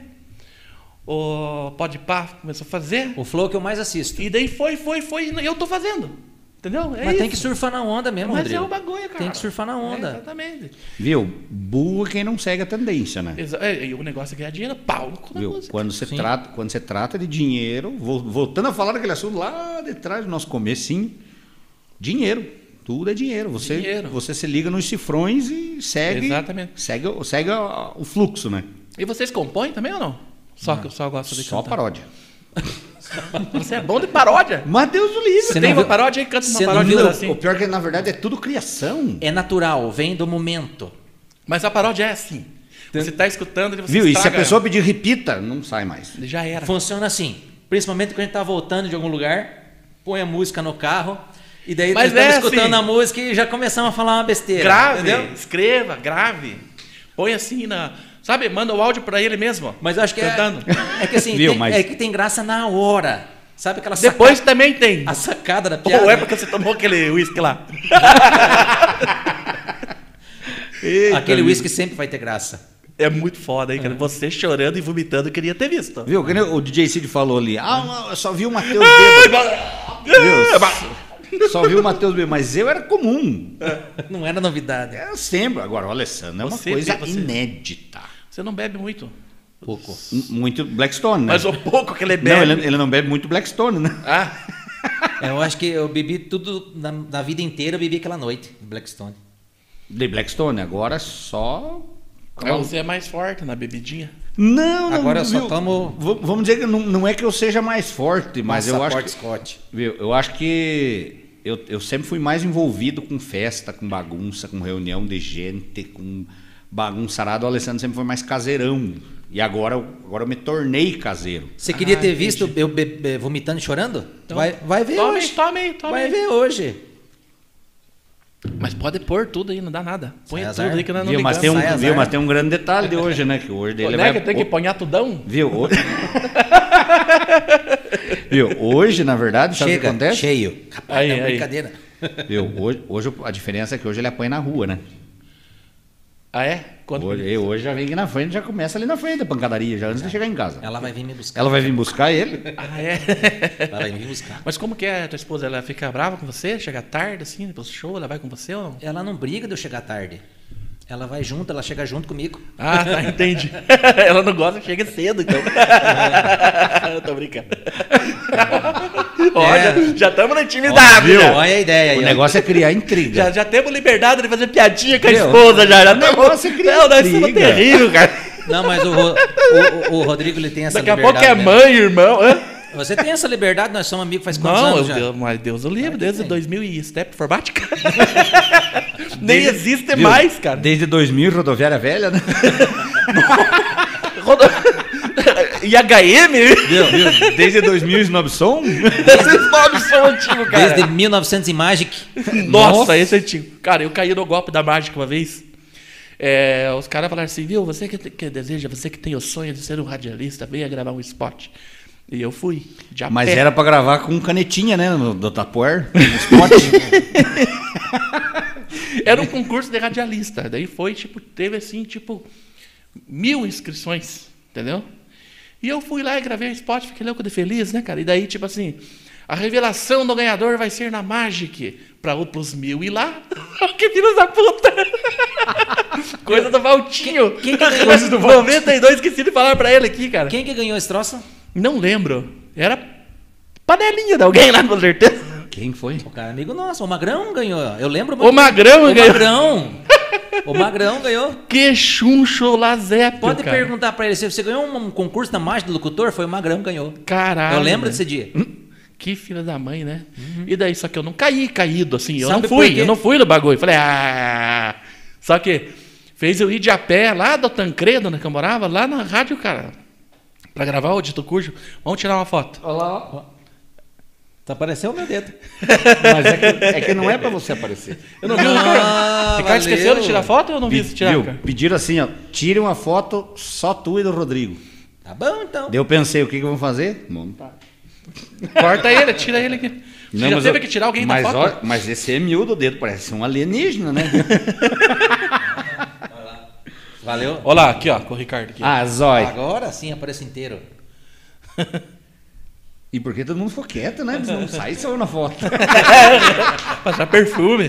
Speaker 1: O Podpah começou a fazer.
Speaker 3: O flow que eu mais assisto.
Speaker 1: E daí foi, foi, foi. E eu tô fazendo. Entendeu? É
Speaker 3: Mas tem que
Speaker 1: isso.
Speaker 3: surfar na onda mesmo,
Speaker 1: Mas é
Speaker 3: Rodrigo.
Speaker 1: o bagulho, cara.
Speaker 3: Tem que surfar na onda.
Speaker 1: É, exatamente.
Speaker 4: Viu? Burro é quem não segue a tendência, né?
Speaker 1: Exa- é, e o negócio é ganhar dinheiro, pau no cu da
Speaker 4: Viu?
Speaker 1: música.
Speaker 4: Quando você
Speaker 3: Sim.
Speaker 4: trata, quando você trata de dinheiro, vol- voltando a falar daquele assunto lá de trás do nosso comecinho, dinheiro, tudo é dinheiro. Você
Speaker 1: Dinheiro.
Speaker 4: você se liga nos cifrões e segue
Speaker 1: Exatamente.
Speaker 4: segue o- segue a- o fluxo, né?
Speaker 1: E vocês compõem também ou não? Só que eu só gosto de
Speaker 4: Só
Speaker 1: cantar.
Speaker 4: paródia.
Speaker 1: Você é bom de paródia?
Speaker 4: Mas Deus o livre.
Speaker 3: Você
Speaker 1: tem
Speaker 3: não
Speaker 1: uma
Speaker 3: viu-
Speaker 1: paródia e canta uma
Speaker 3: você não
Speaker 1: paródia
Speaker 3: viu
Speaker 1: toda
Speaker 3: o-
Speaker 1: assim.
Speaker 4: O pior é que na verdade é tudo criação.
Speaker 3: É natural, vem do momento.
Speaker 1: Mas a paródia é assim. Você tá escutando e você
Speaker 4: Viu? E se a
Speaker 1: estraga.
Speaker 4: pessoa pedir repita, não sai mais.
Speaker 1: Já era.
Speaker 3: Funciona assim. Principalmente quando a gente tá voltando de algum lugar, põe a música no carro, e daí
Speaker 1: Mas
Speaker 3: nós
Speaker 1: é
Speaker 3: estamos escutando
Speaker 1: assim.
Speaker 3: a música e já começamos a falar uma besteira.
Speaker 1: Grave,
Speaker 3: Entendeu?
Speaker 1: escreva, grave. Põe assim na... Sabe, manda o áudio pra ele mesmo. ó.
Speaker 3: Mas eu acho que é,
Speaker 1: Cantando.
Speaker 3: é que assim,
Speaker 4: Viu,
Speaker 3: tem-
Speaker 4: mas-
Speaker 3: é que tem graça na hora. Sabe aquela saca-
Speaker 1: Depois também tem.
Speaker 3: a sacada da piada?
Speaker 1: Ou é porque você tomou aquele uísque lá.
Speaker 3: Aquele uísque sempre vai ter graça.
Speaker 1: É muito foda, hein, cara? Você chorando e vomitando, eu queria ter visto.
Speaker 4: Viu? Que nem O DJ Cid falou ali. Ah,
Speaker 1: Hum.
Speaker 4: eu só vi o Matheus bêbado. Viu? Só vi o Matheus bêbado, mas eu era comum.
Speaker 3: Não era novidade.
Speaker 4: É sempre. Agora, o Alessandro é uma
Speaker 1: Você,
Speaker 4: coisa
Speaker 1: você.
Speaker 4: inédita.
Speaker 1: Você não bebe muito.
Speaker 3: Pouco.
Speaker 4: M- Muito Blackstone, né?
Speaker 1: Mas o pouco que ele bebe.
Speaker 4: Não,
Speaker 3: é-
Speaker 4: ele, ele não bebe muito Blackstone, né?
Speaker 1: Ah,
Speaker 3: Eu acho que eu bebi tudo na, na vida inteira, eu bebi aquela noite, Blackstone.
Speaker 4: De Blackstone, agora só.
Speaker 1: mas você é mais forte na bebidinha.
Speaker 4: Não, não.
Speaker 3: Agora eu só
Speaker 4: viu?
Speaker 3: tomo-
Speaker 4: V- Vamos dizer que não, não é que eu seja mais forte, mas eu acho.
Speaker 3: Passaporte
Speaker 4: Que,
Speaker 3: Scott.
Speaker 4: viu? Eu acho que. Eu, eu sempre fui mais envolvido com festa, com bagunça, com reunião de gente, com bagunçarado. O Alessandro sempre foi mais caseirão. E agora, eu- agora eu me tornei caseiro.
Speaker 3: Você queria
Speaker 1: Ah,
Speaker 3: ter
Speaker 1: entendi. Então,
Speaker 3: visto eu be- be- vomitando e chorando? vai, vai ver
Speaker 1: Tome,
Speaker 3: hoje.
Speaker 1: tome, tome.
Speaker 3: Vai ver hoje.
Speaker 1: Mas pode pôr tudo aí, não dá nada. Põe
Speaker 3: Sai
Speaker 1: tudo
Speaker 3: azar.
Speaker 1: aí que nós não
Speaker 4: Viu? Mas,
Speaker 1: ligamos.
Speaker 4: tem um,
Speaker 3: sai azar.
Speaker 4: viu? mas tem um grande detalhe de hoje, né? Que hoje ele
Speaker 1: Pô,
Speaker 4: vai.
Speaker 1: né, que tem que ponhar tudão?
Speaker 4: Viu? Ho- *laughs* Viu? Hoje, na verdade, sabe o que
Speaker 3: Chega,
Speaker 4: acontece?
Speaker 3: cheio. Rapaz,
Speaker 1: Aí,
Speaker 3: é
Speaker 1: aí.
Speaker 3: brincadeira.
Speaker 4: Viu? Hoje, hoje a diferença é que hoje ele apanha na rua, né?
Speaker 1: Ah, é? Quanto
Speaker 4: Hoje, eu hoje já vem aqui na frente, já começa ali na frente da pancadaria, já
Speaker 1: É.
Speaker 4: antes de chegar em casa.
Speaker 3: Ela vai vir me buscar.
Speaker 4: Ela vai vir buscar ele.
Speaker 1: *laughs* Ah, é? *laughs*
Speaker 3: Ela vai vir me buscar.
Speaker 1: Mas como que é a tua esposa? Ela fica brava com você? Chega tarde, assim, depois do show? Ela vai com você ou não?
Speaker 3: Ela não briga de eu chegar tarde. Ela vai junto, ela chega junto comigo.
Speaker 1: Ah, tá, *laughs* entendi. Ela não gosta, chega cedo, então. *laughs* Eu *laughs* Tô
Speaker 4: *laughs*
Speaker 1: brincando.
Speaker 4: É.
Speaker 1: Olha, já estamos na intimidade,
Speaker 3: Olha,
Speaker 1: já.
Speaker 3: Olha a ideia aí.
Speaker 4: O
Speaker 3: ó.
Speaker 4: negócio é criar intriga.
Speaker 1: Já, já temos liberdade de fazer piadinha com a
Speaker 4: Meu,
Speaker 1: esposa, já. Já
Speaker 4: o
Speaker 1: temos-
Speaker 4: negócio é criar
Speaker 1: Não, nós somos
Speaker 4: intriga.
Speaker 1: terrível, cara.
Speaker 3: Não, mas o, Ro- o- o- o Rodrigo ele tem essa
Speaker 1: Daqui a pouco
Speaker 3: liberdade.
Speaker 1: é
Speaker 3: né?
Speaker 1: mãe, irmão. Hã?
Speaker 3: Você tem essa liberdade, nós somos amigos faz quantos
Speaker 1: Não,
Speaker 3: anos
Speaker 1: eu-
Speaker 3: já?
Speaker 1: Deus, mas Deus o livre,
Speaker 3: que
Speaker 1: desde
Speaker 3: tem.
Speaker 1: 2000 e step informática. Nem existe
Speaker 4: Viu?
Speaker 1: mais, cara.
Speaker 4: Desde 2000, rodoviária velha, né?
Speaker 1: Rodo- e HM?
Speaker 4: Viu? Desde 2000, Snob Som.
Speaker 1: *laughs* Esses nomes são antigos, cara.
Speaker 3: Desde 1900 e Magic.
Speaker 1: Nossa, esse é antigo. Cara, eu caí no golpe da mágica uma vez. É, os caras falaram assim, viu, você que, te- que deseja, você que tem o sonho de ser um radialista, venha gravar um spot. E eu fui. de a
Speaker 4: Mas
Speaker 1: pé.
Speaker 4: era pra gravar com canetinha, né? No, do Tapuer. No spot.
Speaker 1: Era um concurso de radialista. Daí foi, tipo, teve assim, tipo, mil inscrições, entendeu? E eu fui lá e gravei o spot, fiquei louco de feliz, né, cara? E daí, tipo assim, a revelação do ganhador vai ser na Magic. Pra o pros mil e lá. *laughs* que filhos da puta! *laughs* Coisa do Valtinho.
Speaker 3: Quem- quem que-
Speaker 1: Coisa do Valtinho. 92, esqueci de falar pra ele aqui, cara.
Speaker 3: Quem que ganhou esse troço?
Speaker 1: Não lembro. Era panelinha de alguém lá, com certeza.
Speaker 4: Quem foi?
Speaker 3: O cara é amigo nosso, o Magrão ganhou. Eu lembro
Speaker 1: O Magrão
Speaker 3: o
Speaker 1: ganhou.
Speaker 3: Magrão. o Magrão ganhou.
Speaker 1: *laughs* Que chuncho lazépio,
Speaker 3: Pode
Speaker 1: cara.
Speaker 3: perguntar pra ele se você ganhou um, um concurso na mágica do locutor, foi o Magrão que ganhou.
Speaker 1: Caralho.
Speaker 3: eu lembro
Speaker 1: velho.
Speaker 3: desse dia.
Speaker 1: Hum? Que filha da mãe, né? E daí, só que eu não caí caído, assim. Eu
Speaker 3: Sabe
Speaker 1: não fui,
Speaker 3: por quê?
Speaker 1: eu não fui no bagulho. Falei, ah. Só que fez eu ir de a pé lá da Tancredo, né, que eu morava, lá na rádio, cara. Pra gravar o Dito Cujo. Vamos tirar uma foto.
Speaker 3: Tá aparecendo o meu dedo.
Speaker 4: Mas é que, é que não é pra você aparecer.
Speaker 1: Eu *laughs* não vi o
Speaker 3: Ah,
Speaker 1: cara. Ricardo
Speaker 3: valeu.
Speaker 1: esqueceu de tirar foto ou eu não vi você tirar,
Speaker 4: Viu?
Speaker 1: cara?
Speaker 4: Pediram assim, ó, tire uma foto só tu e do Rodrigo.
Speaker 3: Tá bom então.
Speaker 4: Daí eu pensei, o que que vamos fazer? Montar.
Speaker 1: Corta ele, tira ele aqui. Tá. Já teve que tirar alguém
Speaker 4: mas
Speaker 1: da foto?
Speaker 4: ó, mas esse é miúdo o dedo, parece um alienígena, né?
Speaker 3: Valeu.
Speaker 1: Olha lá, aqui, ó, com o Ricardo aqui.
Speaker 4: ah, zói.
Speaker 3: Agora sim aparece inteiro.
Speaker 4: E por que todo mundo ficou quieto, né? Eles Não sai só na foto.
Speaker 1: Passar perfume.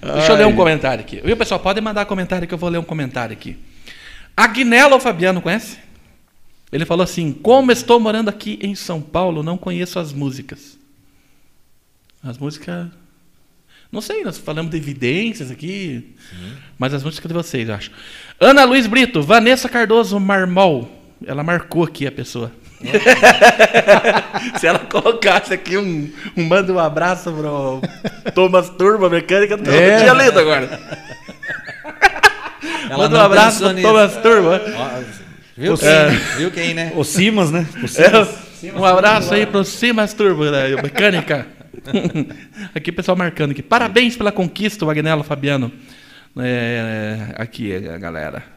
Speaker 1: Deixa eu ler um comentário aqui. Viu, pessoal? Podem mandar comentário que eu vou ler um comentário aqui. Agnello Fabiano, conhece? Ele falou assim: Como estou morando aqui em São Paulo, não conheço as músicas. As músicas. Não sei, nós falamos de evidências aqui. Mas as músicas de vocês, eu acho. Ana Luiz Brito, Vanessa Cardoso Marmol. Ela marcou aqui a pessoa. *laughs* Se ela colocasse aqui um, um manda um abraço pro Thomas Turbo Mecânica, eu
Speaker 4: É.
Speaker 1: tinha lido agora.
Speaker 3: Ela
Speaker 1: manda um
Speaker 3: não
Speaker 1: abraço
Speaker 3: pensou
Speaker 1: pro
Speaker 3: nisso.
Speaker 1: Thomas Turbo.
Speaker 3: Ó, Viu quem? Viu quem, né?
Speaker 4: O Simas, né? O
Speaker 1: É,
Speaker 4: Simas.
Speaker 1: um abraço aí pro Simas Turbo da né? Mecânica. *laughs* aqui o pessoal marcando aqui. Parabéns pela conquista, o Agnello Fabiano. É, aqui, é, galera.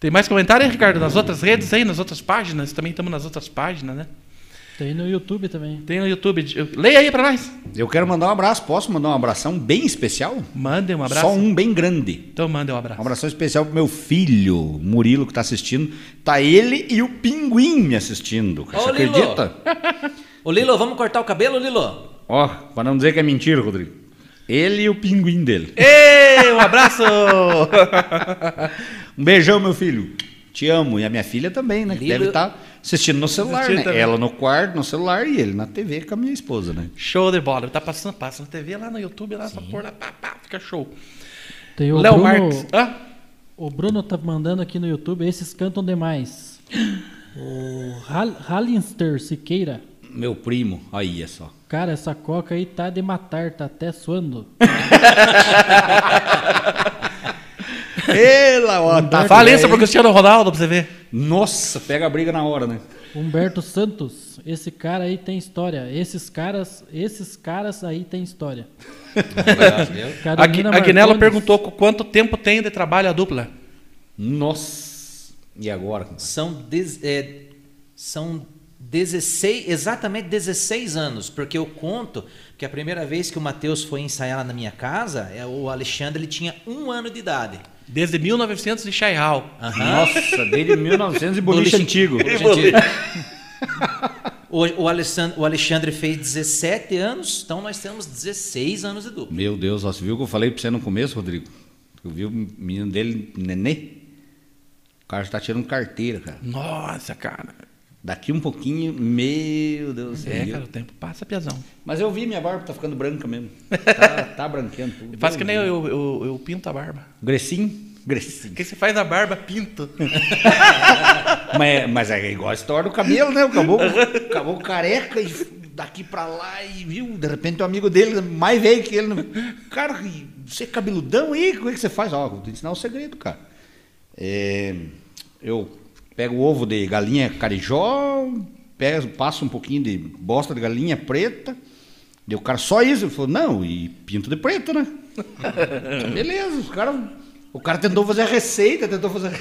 Speaker 1: Tem mais comentário, aí, Ricardo? Nas outras redes aí, nas outras páginas? Também estamos nas outras páginas, né?
Speaker 5: Tem no YouTube também.
Speaker 1: Tem no YouTube. Leia aí pra nós.
Speaker 4: Eu quero mandar um abraço. Posso mandar um abração bem especial?
Speaker 1: Mandem um abraço.
Speaker 4: Só um bem grande.
Speaker 1: Então mandem um abraço.
Speaker 4: Um abração especial pro meu filho, Murilo, que tá assistindo. Tá ele e o Pinguim me assistindo. cara.
Speaker 3: Ô,
Speaker 4: Você
Speaker 3: Lilo.
Speaker 4: acredita?
Speaker 3: Ô Lilo, vamos cortar o cabelo, Lilo?
Speaker 4: Ó, pra não dizer que é mentira, Rodrigo. Ele e o Pinguim dele.
Speaker 1: Ei, um abraço! *laughs*
Speaker 4: Um beijão, meu filho. Te amo. E a minha filha também, né? Que
Speaker 3: Lilo.
Speaker 4: deve estar assistindo no celular,
Speaker 1: Assistindo
Speaker 4: né?
Speaker 1: também.
Speaker 4: Ela no quarto, no celular e ele na TV com a minha esposa, né?
Speaker 1: show de bola. Tá passando, passa na TV lá no YouTube, lá, só pôr lá, pá, pá, fica show.
Speaker 5: Tem o
Speaker 1: Léo
Speaker 5: Bruno,
Speaker 1: Marques. Hã?
Speaker 5: O Bruno tá mandando aqui no YouTube, esses cantam demais. O Hal- Hallinster Siqueira.
Speaker 4: Meu primo. Aí é só.
Speaker 5: Cara, essa coca aí tá de matar, tá até suando.
Speaker 4: Ela, ó. Tá
Speaker 1: Fala isso pro Cristiano Ronaldo pra você ver.
Speaker 4: Nossa, pega a briga na hora, né?
Speaker 5: Humberto Santos, esse cara aí tem história. Esses caras, esses caras aí tem história.
Speaker 1: A Gui- a Guinello
Speaker 5: Marcondes,
Speaker 1: perguntou com quanto tempo tem de trabalho a dupla.
Speaker 4: Nossa. E agora?
Speaker 3: São, dez- é, são 16, exatamente 16 anos, porque eu conto que a primeira vez que o Matheus foi ensaiar lá na minha casa, é, o Alexandre ele tinha um ano de idade.
Speaker 1: Desde 1900 de Chaihal.
Speaker 4: Nossa, desde 1900 e
Speaker 1: *laughs*
Speaker 4: boliche
Speaker 3: Boliche-
Speaker 4: antigo.
Speaker 3: Boliche antigo. O, o, Alexandre, o Alexandre fez 17 anos, então nós temos 16 anos de dupla.
Speaker 4: Meu Deus, ó, você viu o que eu falei pra você no começo, Rodrigo? Eu vi o menino dele, nenê. O cara já tá tirando carteira, cara.
Speaker 1: Nossa, cara.
Speaker 4: Daqui um pouquinho, meu Deus do céu.
Speaker 1: É, cara, o tempo passa, piazão.
Speaker 4: Mas eu vi minha barba, tá ficando
Speaker 1: *laughs*
Speaker 4: branca mesmo. Tá, tá branqueando tudo.
Speaker 1: Faz que nem eu, eu, eu- eu pinto a barba.
Speaker 4: Grecinho? Grecinho.
Speaker 1: Porque você faz a barba,
Speaker 4: *laughs*
Speaker 1: pinto.
Speaker 4: mas, mas é igual a história do cabelo, né? Acabou, acabou careca e daqui pra lá e viu, de repente o amigo dele mais velho que ele. no- Cara, e você é cabeludão aí, como é que você faz? Ó, vou te ensinar o segredo, cara. É, eu pego o ovo de galinha carijó, pego, passo um pouquinho de bosta de galinha preta. Deu o cara só isso, ele falou, não, e pinto de preto, né? Beleza, os cara, o cara tentou fazer a receita, tentou fazer.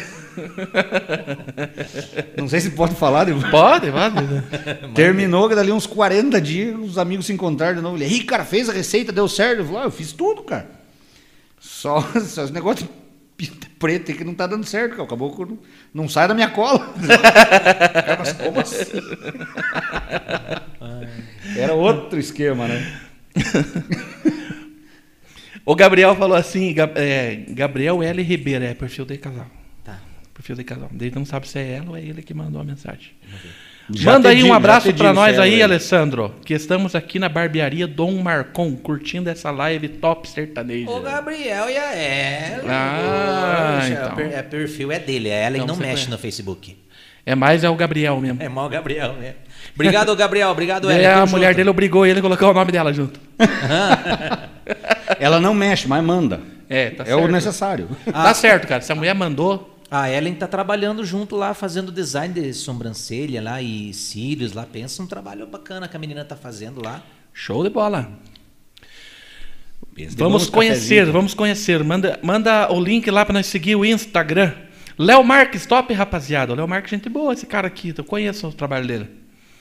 Speaker 4: Não sei se pode falar, de...
Speaker 1: Pode, pode.
Speaker 4: *laughs* Terminou que dali uns 40 dias os amigos se encontraram de novo. Ele, Ih, cara, fez a receita, deu certo. Eu falei, ah, eu fiz tudo, cara. Só, *laughs* só esse negócio de pinta preta aí que não tá dando certo, cara. Acabou que não, não sai da minha cola. *laughs* Cara, mas como assim? Era outro esquema, né?
Speaker 1: O Gabriel falou assim, Gab- é, Gabriel L. Ribeiro, é perfil de casal.
Speaker 3: Tá.
Speaker 1: Perfil de casal. Ele não sabe se é ela ou é ele que mandou a mensagem.
Speaker 4: Já
Speaker 1: Manda
Speaker 4: te
Speaker 1: aí um
Speaker 4: digo, já
Speaker 1: abraço
Speaker 4: te
Speaker 1: pra
Speaker 4: digo,
Speaker 1: nós
Speaker 4: Célio,
Speaker 1: aí,
Speaker 4: aí.
Speaker 1: Alessandro, que estamos aqui na barbearia Dom Marcon, curtindo essa live top sertaneja.
Speaker 3: O Gabriel e a Ellen.
Speaker 1: Ah,
Speaker 3: Poxa,
Speaker 1: então.
Speaker 3: per- é, perfil é dele, a Ellen
Speaker 1: Então
Speaker 3: não
Speaker 1: você
Speaker 3: mexe
Speaker 1: conhece.
Speaker 3: no Facebook.
Speaker 1: É mais é o Gabriel mesmo.
Speaker 3: É mal o Gabriel, né? Obrigado, Gabriel. Obrigado, Ellen.
Speaker 1: É, a
Speaker 3: Tamo
Speaker 1: mulher
Speaker 3: junto.
Speaker 1: dele obrigou ele a colocar o nome dela junto.
Speaker 4: Ela não mexe, mas manda.
Speaker 1: É, tá
Speaker 4: é
Speaker 1: certo.
Speaker 4: o necessário.
Speaker 3: Ah.
Speaker 1: Tá certo, cara. Se a mulher mandou,
Speaker 3: A Ellen tá trabalhando junto lá, fazendo design de sobrancelha lá e cílios lá. Pensa um trabalho bacana que a menina tá fazendo lá.
Speaker 1: show de bola.
Speaker 4: Pensa,
Speaker 1: Vamos
Speaker 4: tem bom
Speaker 1: conhecer,
Speaker 4: um cafezinho.
Speaker 1: vamos conhecer. Manda, manda o link lá pra nós seguir o Instagram. Léo Marques, top, rapaziada. O Léo Marques, gente boa, esse cara aqui. Eu conheço o trabalho dele.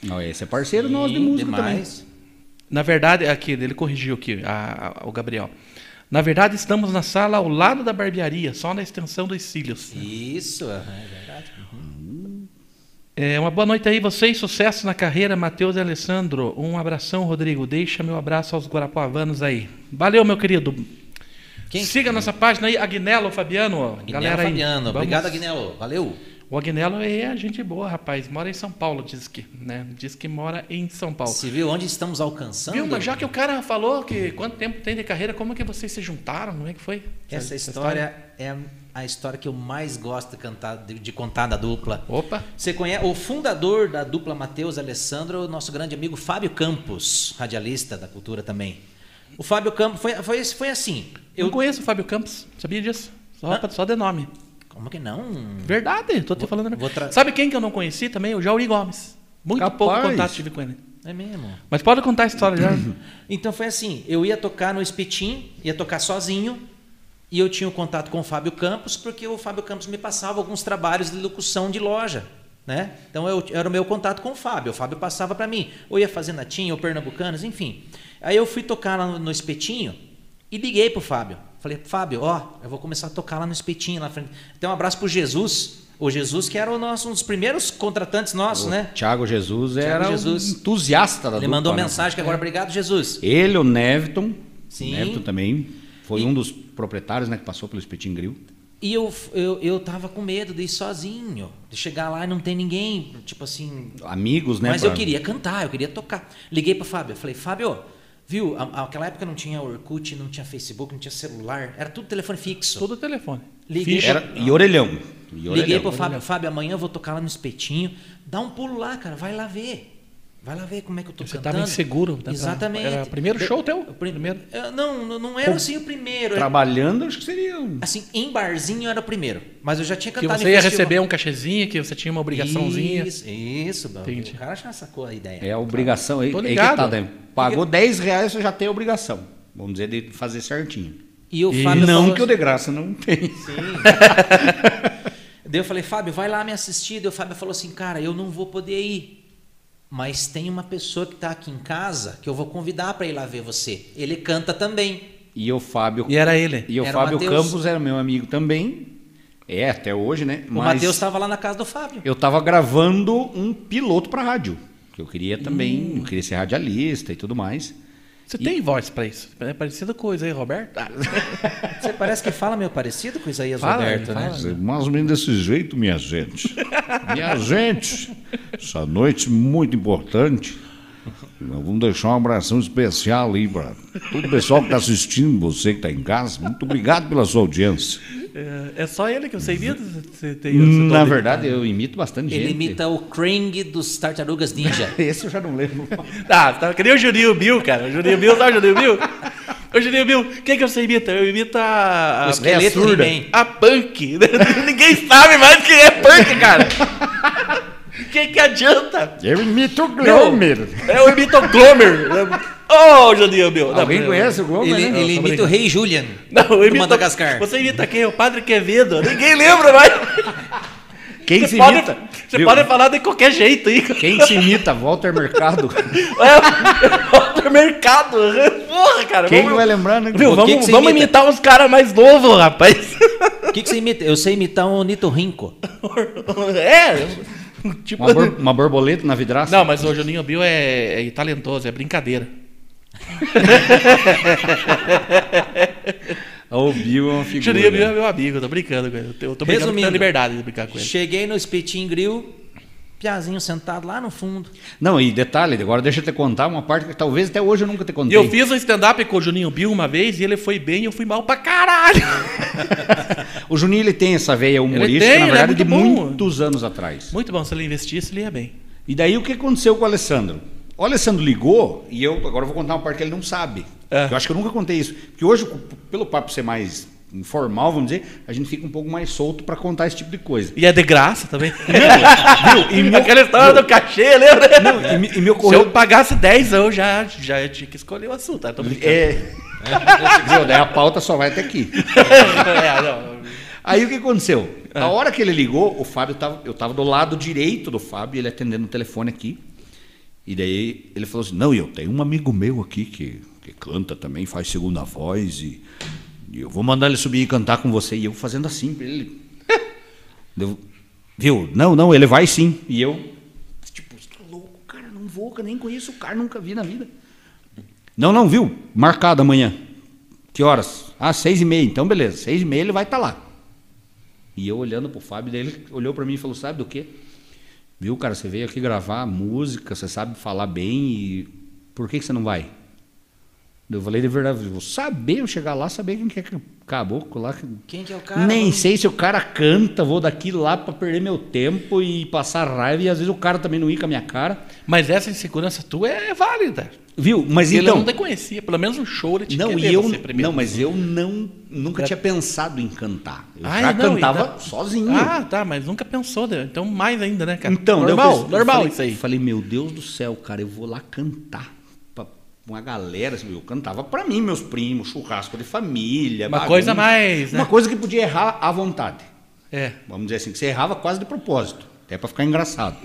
Speaker 4: Não, esse é parceiro nosso de
Speaker 3: Sim,
Speaker 4: música
Speaker 3: demais.
Speaker 1: Na verdade, aqui, ele corrigiu aqui, a- a- o Gabriel. Na verdade, estamos na sala ao lado da barbearia, só na extensão dos cílios.
Speaker 3: Isso, é verdade.
Speaker 1: Então, É, uma boa noite aí, vocês. Sucesso na carreira, Matheus e Alessandro. Um abração, Rodrigo. Deixa meu abraço aos guarapuavanos aí. Valeu, meu querido.
Speaker 3: Quem?
Speaker 1: Siga nossa página aí, Agnello Fabiano.
Speaker 3: Guinelo
Speaker 1: galera aí.
Speaker 3: Fabiano.
Speaker 1: Vamos-
Speaker 3: Obrigado, Guinelo. Valeu.
Speaker 1: O Agnello é gente boa, rapaz. Mora em São Paulo, diz que, né? Diz que mora em São Paulo.
Speaker 3: Você viu onde estamos alcançando?
Speaker 1: Viu, mas já que o cara falou que quanto tempo tem de carreira, como é que vocês se juntaram? Como é que foi?
Speaker 3: Essa história é a história que eu mais gosto de, cantar, de, de contar da dupla.
Speaker 1: Opa!
Speaker 3: Você conhece o fundador da dupla Matheus Alessandro, o nosso grande amigo Fábio Campos, radialista da cultura também. O Fábio Campos foi, foi, foi assim.
Speaker 1: Eu
Speaker 3: Eu,
Speaker 1: não conheço o Fábio Campos, sabia disso? Só,
Speaker 3: Ah.
Speaker 1: pra- só de nome.
Speaker 3: como que não?
Speaker 1: Verdade, tô te
Speaker 3: Vou-
Speaker 1: falando. a
Speaker 3: vou
Speaker 1: verdade.
Speaker 3: tra-
Speaker 1: Sabe quem que eu não conheci também? O Jauri Gomes. Muito pouco
Speaker 4: Capaz.
Speaker 1: contato tive com ele.
Speaker 3: É mesmo.
Speaker 1: Mas pode contar a história
Speaker 3: *coughs*
Speaker 1: já.
Speaker 3: Então foi assim, eu ia tocar no Espetim, ia tocar sozinho, e eu tinha um contato com o Fábio Campos, porque o Fábio Campos me passava alguns trabalhos de locução de loja. Né? Então eu, era o meu contato com o Fábio, o Fábio passava para mim, ou ia fazer natinha, ou pernambucanas, enfim. Aí eu fui tocar lá no, no Espetinho e liguei pro Fábio. Falei, Fábio, ó, eu vou começar a tocar lá no Espetinho, lá na frente. Até um abraço pro Jesus, o Jesus que era o nosso, um dos primeiros contratantes nossos,
Speaker 4: também.
Speaker 3: né?
Speaker 4: O Thiago Jesus
Speaker 3: Thiago
Speaker 4: era
Speaker 3: Jesus.
Speaker 4: um entusiasta da
Speaker 3: Ele
Speaker 4: dupla,
Speaker 3: mandou
Speaker 4: né?
Speaker 3: mensagem que agora, obrigado Jesus.
Speaker 4: Ele, o Neviton.
Speaker 3: Sim.
Speaker 4: O Neviton também foi
Speaker 3: E-
Speaker 4: um dos proprietários né, que passou pelo Espetinho Grill.
Speaker 3: E eu, eu, eu tava com medo de ir sozinho, de chegar lá e não ter ninguém, tipo assim.
Speaker 4: Amigos, né?
Speaker 3: mas eu
Speaker 4: pra-
Speaker 3: queria cantar, eu queria tocar. Liguei pro Fábio, eu falei, Fábio, viu, a- aquela época não tinha Orkut, não tinha Facebook, não tinha celular, era tudo telefone fixo.
Speaker 1: Todo o telefone.
Speaker 3: Liguei.
Speaker 1: Ficha.
Speaker 4: Era... E orelhão. E
Speaker 3: Liguei
Speaker 4: orelhão.
Speaker 3: pro Fábio, Fábio, amanhã eu vou tocar lá no espetinho. Dá um pulo lá, cara, vai lá ver. Vai lá ver como é que eu tô
Speaker 1: Você
Speaker 3: cantando.
Speaker 1: tava inseguro, tá?
Speaker 3: Exatamente.
Speaker 1: Era o primeiro show teu?
Speaker 3: O prim-
Speaker 1: Primeiro.
Speaker 3: Eh, Não, não- não era assim o primeiro. era-
Speaker 4: Trabalhando, acho que seria. um-
Speaker 3: Assim, em barzinho era o primeiro. Mas eu já tinha
Speaker 1: Que
Speaker 3: cantado
Speaker 1: você ia
Speaker 3: festival.
Speaker 1: receber um cachezinho, que você tinha uma obrigaçãozinha.
Speaker 3: tá Isso, isso Bambu.
Speaker 1: Entendi.
Speaker 3: o cara já sacou a ideia.
Speaker 4: É a obrigação. aí
Speaker 1: Tô
Speaker 4: aí
Speaker 1: ligado.
Speaker 4: que tá, né? Pagou 10 reais, você já tem a obrigação. Vamos dizer, de fazer certinho.
Speaker 3: E o
Speaker 1: E
Speaker 3: Fábio
Speaker 4: Não
Speaker 3: falou
Speaker 4: que eu de graça não tenho.
Speaker 3: *laughs* assim- Daí eu falei, Fábio, vai lá me assistir. Daí o Fábio falou assim, cara, eu não vou poder ir. Mas tem uma pessoa que tá aqui em casa que eu vou convidar para ir lá ver você. Ele canta também.
Speaker 4: E o Fábio.
Speaker 1: E era ele.
Speaker 4: E o
Speaker 3: Era o
Speaker 4: Fábio
Speaker 3: Mateus.
Speaker 4: Campos era meu amigo também. É, até hoje, né?
Speaker 3: O Matheus estava lá na casa do Fábio.
Speaker 4: eu tava gravando um piloto pra rádio. Que eu queria também, eu queria ser radialista e tudo mais.
Speaker 1: Você tem voz pra isso? É parecida coisa aí, Roberto. Ah,
Speaker 3: Você parece que fala meio parecido com o Isaías
Speaker 1: Fala,
Speaker 3: Roberto,
Speaker 1: fala.
Speaker 3: né?
Speaker 2: Mais ou menos desse jeito, minha gente.
Speaker 4: *laughs*
Speaker 2: Minha gente, essa noite muito importante. Nós vamos deixar um abração especial aí para todo o pessoal que está assistindo, você que está em casa. Muito obrigado pela sua audiência.
Speaker 1: É, é só ele que eu sei disso? Você tem- você
Speaker 4: Hum, Na
Speaker 1: tá-
Speaker 4: verdade, eu imito bastante
Speaker 3: Ele
Speaker 4: gente.
Speaker 3: imita o Krang dos Tartarugas
Speaker 1: *laughs*
Speaker 3: Ninja.
Speaker 4: Esse eu já não lembro.
Speaker 1: Ah, tá, que nem o Juninho Bill, cara. O Juninho Bill, sabe o Juninho Bill? O Juninho Bill, quem que você imita? Eu imito a... a
Speaker 3: O esqueleto
Speaker 1: a-
Speaker 3: He-Man.
Speaker 1: A Punk. *laughs* Ninguém sabe mais quem é Punk, cara. que que adianta?
Speaker 2: Eu imito o Glomer.
Speaker 1: Eu imito o Glomer. Ô, oh, Juninho Bill. Não,
Speaker 4: Alguém
Speaker 1: eu-
Speaker 4: conhece o Globo,
Speaker 3: Ele,
Speaker 4: né?
Speaker 3: ele
Speaker 1: é, tô
Speaker 3: imita o Rei Julian
Speaker 1: Não, eu
Speaker 3: do
Speaker 1: imito...
Speaker 3: Madagascar.
Speaker 1: Você imita quem? O Padre Quevedo. Ninguém lembra mais.
Speaker 4: Quem
Speaker 1: Você
Speaker 4: se
Speaker 1: pode,
Speaker 4: imita?
Speaker 1: você
Speaker 4: Viu?
Speaker 1: pode falar de qualquer jeito aí. *laughs*
Speaker 4: Quem se imita? Walter Mercado.
Speaker 1: É, outro mercado. Porra, cara.
Speaker 4: Quem
Speaker 1: vamos-
Speaker 4: vai lembrar, né?
Speaker 1: Viu,
Speaker 3: O que
Speaker 1: vamos,
Speaker 3: que você
Speaker 1: vamos
Speaker 3: imita?
Speaker 1: imitar uns caras mais novos, rapaz. *laughs*
Speaker 3: O que, que você imita? Eu sei imitar um Nitorrinco.
Speaker 4: Um
Speaker 1: é, tipo...
Speaker 4: Uma, bor- uma borboleta na vidraça.
Speaker 1: Não, mas o Juninho Bill é, é talentoso, é brincadeira.
Speaker 4: O Bill é uma figura.
Speaker 1: Juninho Bill é meu amigo, eu tô brincando com ele. Eu tô- Eu tô brincando, eu
Speaker 3: Resumindo.
Speaker 1: tenho liberdade de brincar com ele.
Speaker 3: Cheguei no Espetinho Grill, Piazinho sentado lá no fundo.
Speaker 4: Não, e detalhe, agora deixa eu te contar uma parte que talvez até hoje eu nunca te
Speaker 1: E
Speaker 4: contei.
Speaker 1: eu fiz um stand-up com o Juninho Bill uma vez e ele foi bem e eu fui mal pra caralho. *laughs*
Speaker 4: O Juninho ele tem essa veia humorística,
Speaker 1: tem,
Speaker 4: na
Speaker 1: ele é
Speaker 4: verdade, de
Speaker 1: muito bom.
Speaker 4: muitos anos atrás.
Speaker 1: Muito bom, se ele investisse, ele ia bem.
Speaker 4: E daí o que aconteceu com o Alessandro? O Alessandro ligou e eu agora eu vou contar uma parte que ele não sabe.
Speaker 1: É.
Speaker 4: Eu acho que eu nunca contei isso. Porque hoje, pelo papo ser mais informal, vamos dizer, a gente fica um pouco mais solto para contar esse tipo de coisa.
Speaker 1: E é de graça
Speaker 4: *laughs*
Speaker 1: também.
Speaker 4: E me-
Speaker 1: Aquela história do cachê, lembra?
Speaker 4: Não, é e me, e me
Speaker 1: Se
Speaker 4: ocorreu.
Speaker 1: eu pagasse 10 eu já, já tinha que escolher o assunto. tá? Tô brincando.
Speaker 4: *laughs* É. Viu? Daí a pauta só vai até aqui.
Speaker 1: *laughs* É, não.
Speaker 4: Aí o que aconteceu? A hora que ele ligou, o Fábio tava, eu tava do lado direito do Fábio, ele atendendo o telefone aqui. E daí ele falou assim: "Não, e eu tenho um amigo meu aqui que, que canta também, faz segunda voz e, e eu vou mandar ele subir e cantar com você". E eu fazendo assim pra ele. *laughs* Deu- viu? Não, não, ele vai sim. E eu tipo, você tá louco, cara, não vou, que eu nem conheço o cara, nunca vi na vida. Não, não, viu? Marcado amanhã. Que horas? Ah, seis e meia. Então, beleza. Seis e meia ele vai estar lá. E eu olhando pro Fábio, daí ele olhou pra mim e falou, sabe do quê? Viu, cara, você veio aqui gravar música, você sabe falar bem e por que, que você não vai? Eu falei de verdade, eu vou saber, eu chegar lá, saber quem que é que- caboclo lá. que-
Speaker 3: Quem que é o cara?
Speaker 4: Nem
Speaker 3: Vamos-
Speaker 4: sei se o cara canta, vou daqui lá pra perder meu tempo e passar raiva e às vezes o cara também não ir com a minha cara.
Speaker 1: Mas essa insegurança tua é válida.
Speaker 4: Viu? Mas
Speaker 1: ele
Speaker 4: então,
Speaker 1: não te conhecia, pelo menos um show ele tinha
Speaker 4: Não,
Speaker 1: que
Speaker 4: e eu,
Speaker 1: você primeiro.
Speaker 4: não, mas eu não, nunca tinha pensado em cantar. Eu
Speaker 1: Ai,
Speaker 4: já
Speaker 1: Ah, é, não, e
Speaker 4: cantava
Speaker 1: dá-
Speaker 4: sozinho.
Speaker 1: Ah, tá, mas nunca pensou, né? então mais ainda, né, cara?
Speaker 4: Então, daí eu
Speaker 1: normal,
Speaker 4: pensei- eu
Speaker 1: normal
Speaker 4: falei-
Speaker 1: isso aí.
Speaker 4: Falei, meu Deus do céu, cara, eu vou lá cantar pra uma galera, assim, eu cantava pra mim, meus primos, churrasco de família,
Speaker 1: Uma coisa mais, né?
Speaker 4: uma coisa que podia errar à vontade.
Speaker 1: É.
Speaker 4: Vamos dizer assim, que você errava quase de propósito, até pra ficar
Speaker 1: *laughs*
Speaker 4: engraçado.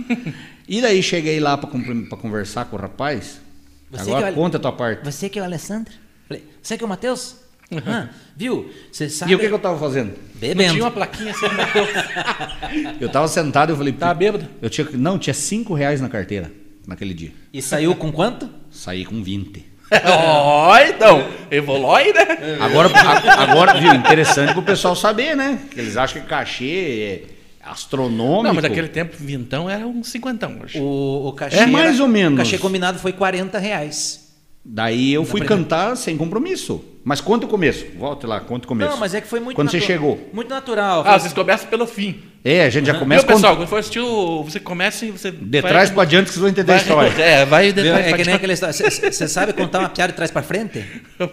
Speaker 4: e daí cheguei lá pra cumprim- pra conversar com o rapaz.
Speaker 3: Você
Speaker 4: Agora
Speaker 3: que é o Ale-
Speaker 4: conta a tua parte.
Speaker 3: Você que é o Alessandro? Falei, você que é o Matheus? Aham. Viu? Você sabe.
Speaker 4: E o que, que eu tava fazendo?
Speaker 1: Não
Speaker 3: Bebendo.
Speaker 1: tinha uma plaquinha assim no meu
Speaker 4: Eu tava sentado e eu falei,
Speaker 1: Tá bêbado?
Speaker 4: Eu tinha, não, tinha cinco reais na carteira naquele dia.
Speaker 3: E saiu com quanto?
Speaker 4: Saí com 20.
Speaker 1: Ó, então, evolói, né?
Speaker 4: Agora, a- agora, viu, interessante pro pessoal saber, né? Que eles acham que cachê é astronômico.
Speaker 1: Não, mas naquele tempo, vintão era um cinquentão hoje.
Speaker 3: O, o cachê.
Speaker 4: É mais
Speaker 3: era-
Speaker 4: ou menos.
Speaker 3: O cachê combinado foi 40 reais.
Speaker 4: Daí eu fui
Speaker 3: primeira.
Speaker 4: cantar sem compromisso. Mas conta o começo. Volte lá, conta o começo.
Speaker 3: Não, mas é que foi muito
Speaker 4: Quando você
Speaker 3: natu-
Speaker 4: chegou.
Speaker 3: Muito natural.
Speaker 1: Ah, vocês começam pelo fim.
Speaker 4: É, a
Speaker 3: Uhum.
Speaker 4: gente já
Speaker 1: Meu
Speaker 4: começa
Speaker 1: pessoal,
Speaker 4: contando.
Speaker 1: quando for assistir, o- você começa e você.
Speaker 4: De trás pra diante que vocês vão entender a
Speaker 1: vai,
Speaker 4: história.
Speaker 1: É, vai de trás
Speaker 3: é
Speaker 1: pra
Speaker 3: que nem
Speaker 1: diante.
Speaker 3: aquela história. Você sabe contar uma piada de trás pra frente?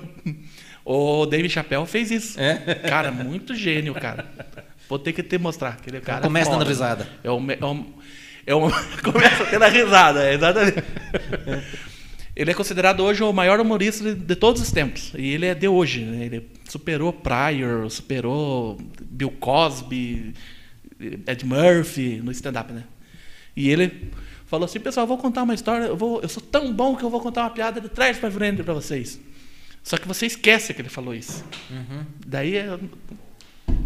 Speaker 1: *laughs* O David Chappelle fez isso.
Speaker 3: É?
Speaker 1: Cara, muito gênio, cara. Vou ter que te mostrar. Aquele cara é
Speaker 3: Começa
Speaker 1: foda.
Speaker 3: dando risada.
Speaker 1: É um, é um, é um, *laughs* começa tendo a risada, é exatamente. Ele é considerado hoje o maior humorista de, de todos os tempos. E ele é de hoje. Né? Ele superou Pryor, superou Bill Cosby, Ed Murphy no stand-up, né? E ele falou assim, pessoal, eu vou contar uma história, eu, vou, eu sou tão bom que eu vou contar uma piada de trás para frente para vocês. Só que você esquece que ele falou isso.
Speaker 4: Uhum.
Speaker 1: Daí é,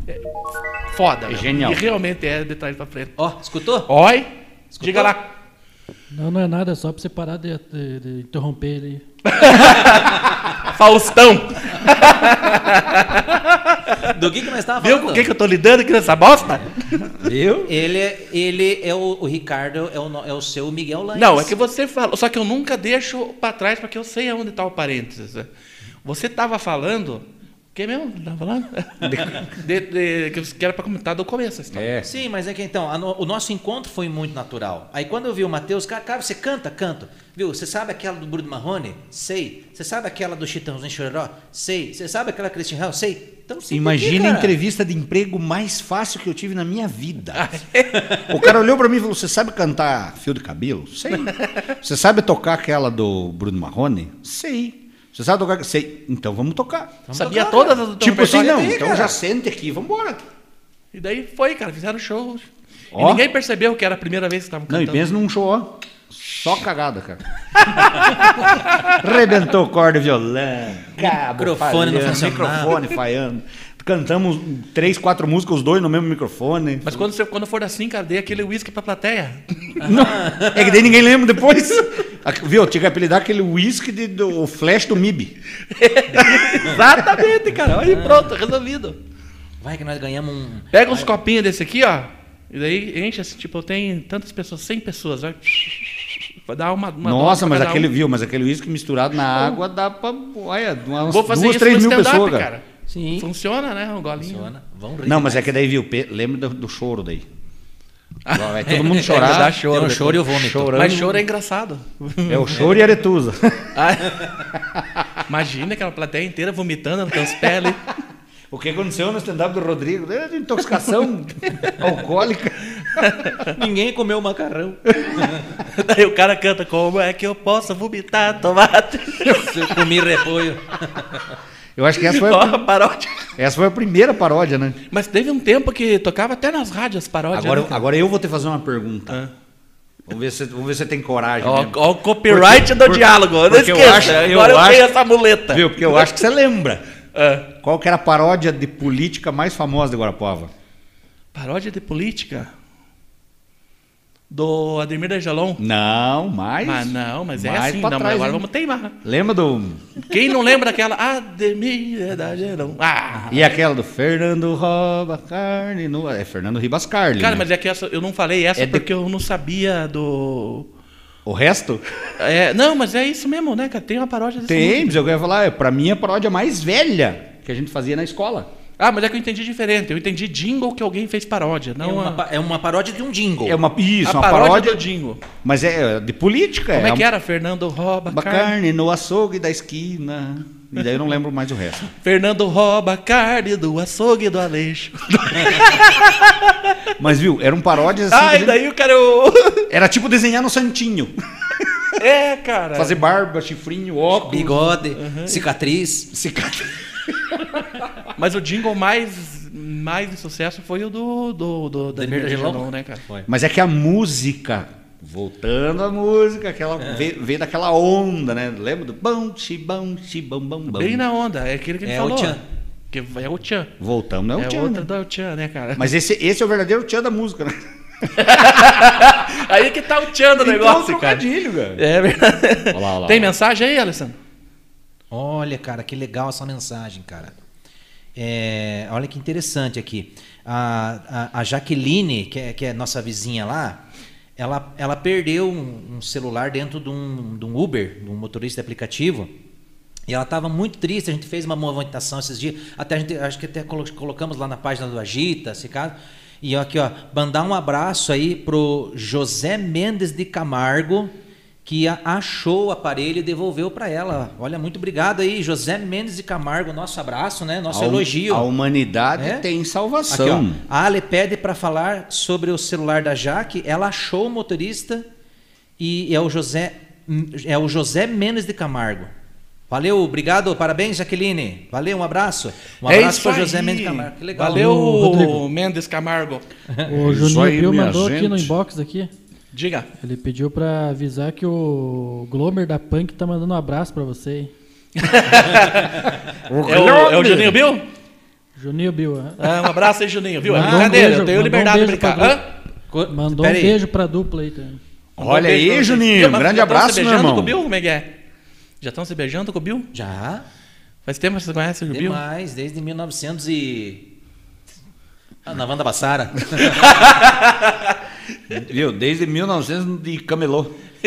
Speaker 1: é foda.
Speaker 4: É
Speaker 1: né?
Speaker 4: genial.
Speaker 1: E realmente é de trás para frente.
Speaker 3: Ó, escutou?
Speaker 1: Oi, diga lá.
Speaker 5: Não, não é nada, é só pra você parar de, de- de interromper ele.
Speaker 1: Faustão,
Speaker 4: Tá
Speaker 3: Do que, que nós estávamos
Speaker 1: viu
Speaker 3: falando?
Speaker 1: com quem que eu tô lidando aqui nessa bosta?
Speaker 4: Eu?
Speaker 3: Ele, é- ele é o, o Ricardo, é o, no- é o seu Miguel Lange.
Speaker 1: Não, é que você falou. Só que eu nunca deixo pra trás porque eu sei aonde tá o parênteses. né? Você tava falando. O que mesmo? que Tava
Speaker 4: *laughs*
Speaker 1: falando? De, de- que eu- que era pra comentar do começo assim. a história.
Speaker 4: É.
Speaker 3: Sim, mas é que então, a no- o nosso encontro foi muito natural. Aí quando eu vi o Matheus, cara, cara, você canta, canto. Viu? Você sabe aquela do Bruno Marrone? Sei. Você sabe aquela do Chitãozinho Chororó? Sei. Você sabe aquela Christian Hell? Sei. Então sim.
Speaker 4: Imagina a entrevista de emprego mais fácil que eu tive na minha vida.
Speaker 1: Ah, é?
Speaker 4: *laughs* o cara olhou pra mim e falou: Você sabe cantar fio de cabelo? Sei. Você sabe tocar aquela do Bruno Marrone? Sei. Você sabe tocar? Sei. Então vamos tocar.
Speaker 1: Sabia todas as do teu
Speaker 4: tipo assim,
Speaker 1: repertório
Speaker 4: não.
Speaker 1: daí,
Speaker 4: então
Speaker 1: cara.
Speaker 4: já sente aqui, vambora.
Speaker 1: E daí foi, cara, fizeram show. E
Speaker 4: Ó.
Speaker 1: ninguém percebeu que era a primeira vez que estavam
Speaker 4: Não, e
Speaker 1: cantando.
Speaker 4: pensa num show, ó. Só cagada, cara. *laughs* Rebentou corda, violão, cabo,
Speaker 3: Microfone
Speaker 4: falhando,
Speaker 3: não funcionava.
Speaker 4: microfone falhando. Cantamos três, quatro músicas, os dois no mesmo microfone.
Speaker 1: Mas quando, você, quando for assim, cara, dê aquele uísque pra plateia. *laughs*
Speaker 4: Não, é que daí ninguém lembra depois. A- Viu? Tinha que apelidar aquele whisky de- do o flash do MIB.
Speaker 1: Exatamente, cara. Aí pronto, resolvido.
Speaker 3: Vai que nós ganhamos um.
Speaker 1: Pega uns copinhos desse aqui, ó. E daí enche assim, tipo, tem tantas pessoas, 100 pessoas, vai. Vai dar uma. uma
Speaker 4: Nossa,
Speaker 1: dose pra
Speaker 4: mas
Speaker 1: cada
Speaker 4: aquele,
Speaker 1: um.
Speaker 4: viu, mas aquele uísque misturado na água dá pra. Olha, umas
Speaker 1: Vou fazer
Speaker 4: duas,
Speaker 1: isso
Speaker 4: três
Speaker 1: no
Speaker 4: mil pessoas,
Speaker 1: stand-up,
Speaker 4: cara.
Speaker 1: cara.
Speaker 3: Sim.
Speaker 1: Funciona, né? Um golinho.
Speaker 3: Funciona. Vão rir. *laughs*
Speaker 4: Não, mas é
Speaker 3: demais.
Speaker 4: que daí, viu, pe- lembra do, do choro daí. Vai todo
Speaker 1: *laughs* É,
Speaker 4: mundo chorar.
Speaker 3: Dá choro, Tem um choro e eu vômito.
Speaker 4: Chorando.
Speaker 1: Mas choro é *laughs* engraçado.
Speaker 4: É o choro e a aretusa. *laughs*
Speaker 1: Imagina aquela plateia inteira vomitando no teus pés ali. *laughs*
Speaker 4: o que aconteceu no stand-up do Rodrigo? É de
Speaker 1: *laughs*
Speaker 4: intoxicação alcoólica.
Speaker 3: *laughs* Ninguém comeu
Speaker 4: *laughs*
Speaker 3: macarrão.
Speaker 1: Daí o cara canta, como é que eu posso vomitar tomate?
Speaker 3: Eu comi repolho.
Speaker 4: Eu acho que essa foi,
Speaker 1: *laughs* Ó,
Speaker 4: a,
Speaker 1: a paródia.
Speaker 4: essa foi a primeira paródia, né?
Speaker 1: Mas teve um tempo que tocava até nas rádios paródia.
Speaker 4: Agora,
Speaker 1: né?
Speaker 4: agora eu vou te fazer uma pergunta.
Speaker 1: Ah.
Speaker 4: Vamos ver se, vamos ver se você tem coragem.
Speaker 1: Ó,
Speaker 4: mesmo.
Speaker 1: ó o copyright
Speaker 4: Porque-
Speaker 1: do
Speaker 4: porque-
Speaker 1: diálogo. Eu não
Speaker 4: porque eu
Speaker 1: esqueça.
Speaker 4: acho- eu
Speaker 1: agora eu,
Speaker 4: acho-
Speaker 1: tenho essa muleta.
Speaker 4: Viu? Porque eu acho que você lembra.
Speaker 1: Ah.
Speaker 4: Qual que era a paródia de política mais famosa de Guarapava?
Speaker 1: Paródia de política? Do Ademir da Jalon?
Speaker 4: Não, mais.
Speaker 1: Ah, não, mas é
Speaker 4: mais
Speaker 1: assim.
Speaker 4: pra
Speaker 1: Não, mas
Speaker 4: trás,
Speaker 1: agora
Speaker 4: hein?
Speaker 1: vamos teimar.
Speaker 4: Lembra do.
Speaker 1: Quem não lembra daquela Ademir da Jalon? Ah!
Speaker 4: E aquela do Fernando rouba carne. No... É Fernando Ribas Carli.
Speaker 1: Cara,
Speaker 4: né?
Speaker 1: mas é que essa, eu não falei essa
Speaker 4: É de-
Speaker 1: porque eu não sabia do.
Speaker 4: O resto?
Speaker 1: É, não, mas é isso mesmo, né, cara? Tem uma paródia dessa
Speaker 4: Tem,
Speaker 1: música.
Speaker 4: mas eu ia falar, é, pra mim é a paródia mais velha que a gente fazia na escola.
Speaker 1: Ah, mas é que eu entendi diferente. Eu entendi jingle que alguém fez paródia. Não
Speaker 3: é, uma,
Speaker 1: a-
Speaker 3: pa- é uma paródia de um jingle.
Speaker 4: É uma, isso,
Speaker 1: a
Speaker 4: uma
Speaker 1: paródia,
Speaker 4: paródia.
Speaker 1: do jingle.
Speaker 4: Mas é de política.
Speaker 1: Como é que é?
Speaker 4: a-
Speaker 1: era? Fernando rouba
Speaker 4: Rouba
Speaker 1: carne.
Speaker 4: carne no açougue da esquina. E daí eu não lembro mais o resto.
Speaker 1: Fernando rouba carne do açougue do Aleixo.
Speaker 4: Mas viu, eram paródias assim. que a
Speaker 1: Ah, e *laughs*
Speaker 4: gente-
Speaker 1: daí o cara. eu-
Speaker 4: Era tipo desenhar no santinho.
Speaker 1: *laughs* É, cara.
Speaker 4: Fazer barba, chifrinho, óculos.
Speaker 3: Bigode,
Speaker 4: Uhum.
Speaker 3: cicatriz.
Speaker 4: cicatriz.
Speaker 1: *laughs* Mas o jingle mais, mais de sucesso foi o do, do, do da
Speaker 3: Ademir da
Speaker 1: Ademir
Speaker 3: Jalon?
Speaker 1: Jalon, né, cara?
Speaker 4: Mas é que a música, voltando à música, aquela
Speaker 1: É.
Speaker 4: veio, veio daquela onda, né? Lembra do bão, chibão, chibão, bão, bão.
Speaker 1: Bem na onda, é aquele que ele
Speaker 3: É o
Speaker 1: falou.
Speaker 3: Tchan.
Speaker 1: Que é o Tchan.
Speaker 4: Voltamos, não é o tchan,
Speaker 1: outra
Speaker 4: né?
Speaker 1: do Tchan, né, cara?
Speaker 4: Mas esse, esse é o verdadeiro tchan da música, né?
Speaker 1: *laughs* Aí que tá *laughs* o Tchan do
Speaker 4: Então,
Speaker 1: negócio, cara.
Speaker 4: trocadilho, cara.
Speaker 1: É verdade.
Speaker 4: *laughs* Olha lá, olha lá.
Speaker 1: Tem mensagem aí, Alessandro?
Speaker 3: Olha, cara, que legal essa mensagem, cara. É, olha que interessante aqui. A, a- a Jaqueline, que é, que é nossa vizinha lá, ela, ela perdeu um, um celular dentro de um, de um Uber, de um motorista de aplicativo. E ela estava muito triste, a gente fez uma movimentação esses dias, até a gente, acho que até colo- colocamos lá na página do Agita, se caso. E ó, aqui, ó, mandar um abraço aí pro José Mendes de Camargo, que a- achou o aparelho e devolveu para ela. Olha, muito obrigado aí, José Mendes de Camargo, nosso abraço, né? Nosso
Speaker 4: A hum-
Speaker 3: elogio.
Speaker 4: A humanidade
Speaker 3: É?
Speaker 4: tem
Speaker 3: Aqui,
Speaker 4: salvação.
Speaker 3: ó. A Ale pede para falar sobre o celular da Jaque. Ela achou o motorista e é o José é o José Menes de Camargo. Valeu, obrigado, parabéns, Jaqueline. Valeu, um abraço. Um
Speaker 1: É
Speaker 3: abraço
Speaker 1: isso
Speaker 3: para José
Speaker 1: aí.
Speaker 3: Mendes de Camargo. Que legal.
Speaker 1: Valeu,
Speaker 5: Ô, Rodrigo.
Speaker 1: Mendes Camargo.
Speaker 2: *laughs*
Speaker 5: O
Speaker 2: Isso
Speaker 5: Juninho
Speaker 2: aí,
Speaker 5: Pio
Speaker 2: minha
Speaker 5: mandou aqui no
Speaker 2: gente.
Speaker 5: inbox aqui.
Speaker 1: Diga.
Speaker 5: Ele pediu pra avisar que o Glomer da Punk tá mandando um abraço pra você. hein?
Speaker 1: É o, é o Juninho Bill?
Speaker 5: Juninho Bill, hã?
Speaker 1: Ah, um abraço aí, Juninho, viu? É
Speaker 5: Mandou um
Speaker 1: brincadeira,
Speaker 5: beijo,
Speaker 1: eu tenho
Speaker 5: mandou
Speaker 1: liberdade
Speaker 5: um
Speaker 1: de
Speaker 5: beijo
Speaker 1: brincar.
Speaker 5: pra
Speaker 1: Hã?
Speaker 3: Co-
Speaker 5: mandou um
Speaker 3: Pera aí.
Speaker 5: beijo pra dupla aí também.
Speaker 1: Mandou
Speaker 4: Olha
Speaker 1: um beijo pra
Speaker 4: aí,
Speaker 1: vocês.
Speaker 4: Juninho.
Speaker 1: Viu,
Speaker 4: Um
Speaker 1: mas
Speaker 4: grande
Speaker 1: já tão
Speaker 4: abraço,
Speaker 1: se
Speaker 4: meu
Speaker 1: beijando com o
Speaker 4: irmão.
Speaker 1: Bill? Como é que é? Já estão se beijando com o Bill?
Speaker 3: Já?
Speaker 1: Faz tempo que vocês conhecem o Bill?
Speaker 3: Demais, desde 1900 e ah, na Wanda Bassara.
Speaker 4: Viu? Desde 1900 de camelô.
Speaker 1: *laughs*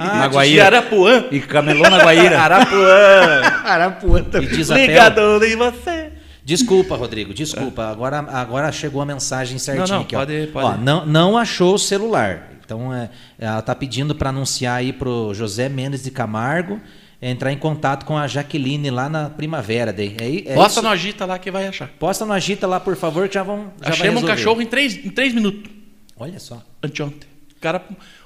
Speaker 1: Ah,
Speaker 4: Maguaíra.
Speaker 1: de Arapuã.
Speaker 4: E camelô na
Speaker 1: *laughs*
Speaker 4: Guaíra.
Speaker 1: Arapuã.
Speaker 4: *laughs* Arapuã
Speaker 3: e
Speaker 4: também.
Speaker 3: diz a Pel-
Speaker 1: Ligador em você.
Speaker 3: Desculpa, Rodrigo, desculpa. Agora, agora chegou a mensagem certinha
Speaker 1: Não, não,
Speaker 3: aqui. ó.
Speaker 1: pode-
Speaker 3: ó.
Speaker 1: pode.
Speaker 3: não, não achou o celular. Então, é, ela tá pedindo para anunciar aí pro José Mendes de Camargo entrar em contato com a Jaqueline lá na primavera. Daí. É, é
Speaker 1: Bota
Speaker 3: isso.
Speaker 1: no agita lá que vai achar.
Speaker 3: Posta no Agita lá, por favor, que já vão. Já vai
Speaker 1: Achamos um
Speaker 3: resolver.
Speaker 1: cachorro em três, em três minutos.
Speaker 3: Olha só.
Speaker 1: Anteontem. O cara.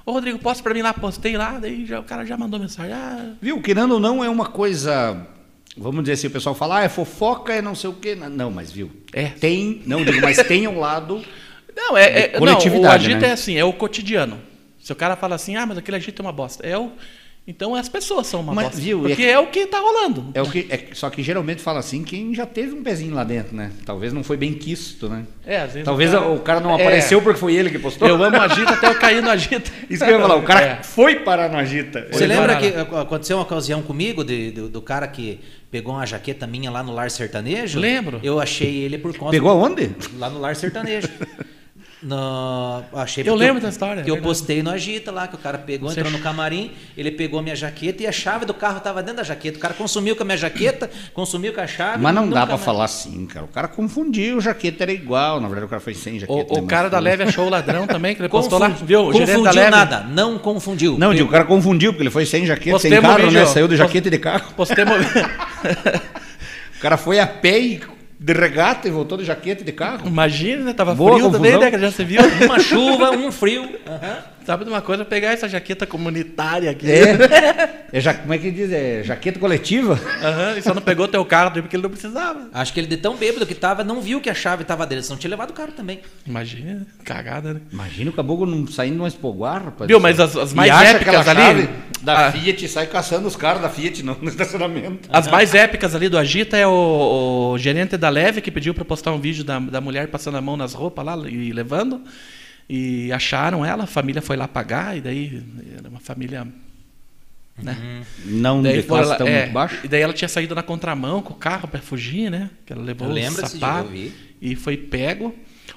Speaker 1: Ô, Rodrigo, posta pra mim lá, postei lá, daí já, o cara já mandou mensagem. Ah,
Speaker 4: Viu? Querendo ou não, é uma coisa. Vamos dizer assim, o pessoal fala, ah, é fofoca, é não sei o quê. Não, mas viu?
Speaker 1: É.
Speaker 4: Tem, não digo, mas tem um lado.
Speaker 1: Não, é, é não, o
Speaker 4: coletividade,
Speaker 1: agito
Speaker 4: né?
Speaker 1: é assim, é o cotidiano. Se o cara fala assim, ah, mas aquele agito é uma bosta. É o, então as pessoas são uma
Speaker 4: Mas,
Speaker 1: bosta.
Speaker 4: viu, e
Speaker 1: porque
Speaker 4: é-
Speaker 1: é... o que tá rolando.
Speaker 4: É o que, é- só que geralmente fala assim quem já teve um pezinho lá dentro, né? Talvez não foi bem quisto, né? Então,
Speaker 1: É, às vezes
Speaker 4: Talvez
Speaker 1: o cara-
Speaker 4: o cara não
Speaker 1: É.
Speaker 4: apareceu porque foi ele que postou.
Speaker 1: Eu amo agito até eu cair no agito.
Speaker 4: *laughs* Isso que eu ia falar, o cara
Speaker 1: É.
Speaker 4: foi parar no agita.
Speaker 1: Oi,
Speaker 3: Você lembra
Speaker 1: Guarara.
Speaker 3: que ac- aconteceu uma ocasião comigo de- do, do cara que pegou uma jaqueta minha lá no Lar Sertanejo?
Speaker 1: Lembro.
Speaker 3: Eu achei ele por conta.
Speaker 4: Pegou aonde?
Speaker 1: *laughs*
Speaker 3: Lá no Lar Sertanejo. No, achei
Speaker 1: Eu
Speaker 3: porque
Speaker 1: lembro dessa história, é
Speaker 3: Que eu
Speaker 1: verdade.
Speaker 3: postei no Agita lá, que o cara pegou, entrou
Speaker 1: Você-
Speaker 3: no camarim, ele pegou a minha jaqueta e a chave do carro estava dentro da jaqueta. O cara consumiu com a minha jaqueta, consumiu com a chave.
Speaker 4: Mas não
Speaker 3: nunca
Speaker 4: dá pra
Speaker 3: mais-
Speaker 4: falar assim, cara. O cara confundiu, jaqueta era igual. Na verdade, o cara foi sem jaqueta.
Speaker 1: O,
Speaker 4: né?
Speaker 1: o cara da Leve achou o ladrão também, que ele postou lá.
Speaker 3: Confundi-
Speaker 1: Viu? O gerente da
Speaker 3: Confundiu
Speaker 1: Leve.
Speaker 3: nada, não confundiu.
Speaker 4: Não, eu digo, o cara confundiu, porque ele foi sem jaqueta, sem
Speaker 1: Postemos
Speaker 4: carro,
Speaker 1: vídeo.
Speaker 4: né? Saiu de
Speaker 1: Post-
Speaker 4: jaqueta e de carro.
Speaker 1: Postemos.
Speaker 4: O cara foi a pé e de regata e voltou de jaqueta e de
Speaker 1: *laughs*
Speaker 4: carro.
Speaker 1: Imagina, né? Tava
Speaker 4: Boa
Speaker 1: frio também,
Speaker 4: confusão.
Speaker 1: né? Que já se viu. um-
Speaker 3: Uma chuva, um frio. Aham.
Speaker 1: Sabe de uma coisa? Pegar essa jaqueta comunitária aqui.
Speaker 4: *laughs* É. é ja- como é que diz? É jaqueta coletiva?
Speaker 1: Aham, e só não pegou teu carro porque ele não precisava.
Speaker 3: Acho que ele de tão bêbado que tava, não viu que a chave tava dele, senão tinha levado o cara também.
Speaker 1: Imagina, cagada, né?
Speaker 4: Imagina o caboclo não saindo mais espoguar, rapaz.
Speaker 1: Viu, mas as- as
Speaker 4: E
Speaker 1: mais
Speaker 4: acha
Speaker 1: épicas
Speaker 4: aquela
Speaker 1: ali-
Speaker 4: chave Da
Speaker 1: Ah.
Speaker 4: Fiat, sai caçando os caras da Fiat no, no estacionamento.
Speaker 1: As mais épicas ali do Agita é o, o gerente da Leve que pediu pra postar um vídeo da, da mulher passando a mão nas roupas lá e levando. E acharam ela, a família foi lá pagar, e daí era uma família. Né?
Speaker 4: Não
Speaker 1: Daí
Speaker 4: de
Speaker 1: foram
Speaker 4: classe
Speaker 1: lá-
Speaker 4: tão
Speaker 1: é,
Speaker 4: um muito baixo.
Speaker 1: E daí ela tinha saído na contramão com o carro pra fugir, né? Que ela levou o
Speaker 3: Lembra-se de
Speaker 1: sapato
Speaker 3: ouvir.
Speaker 1: e foi pego.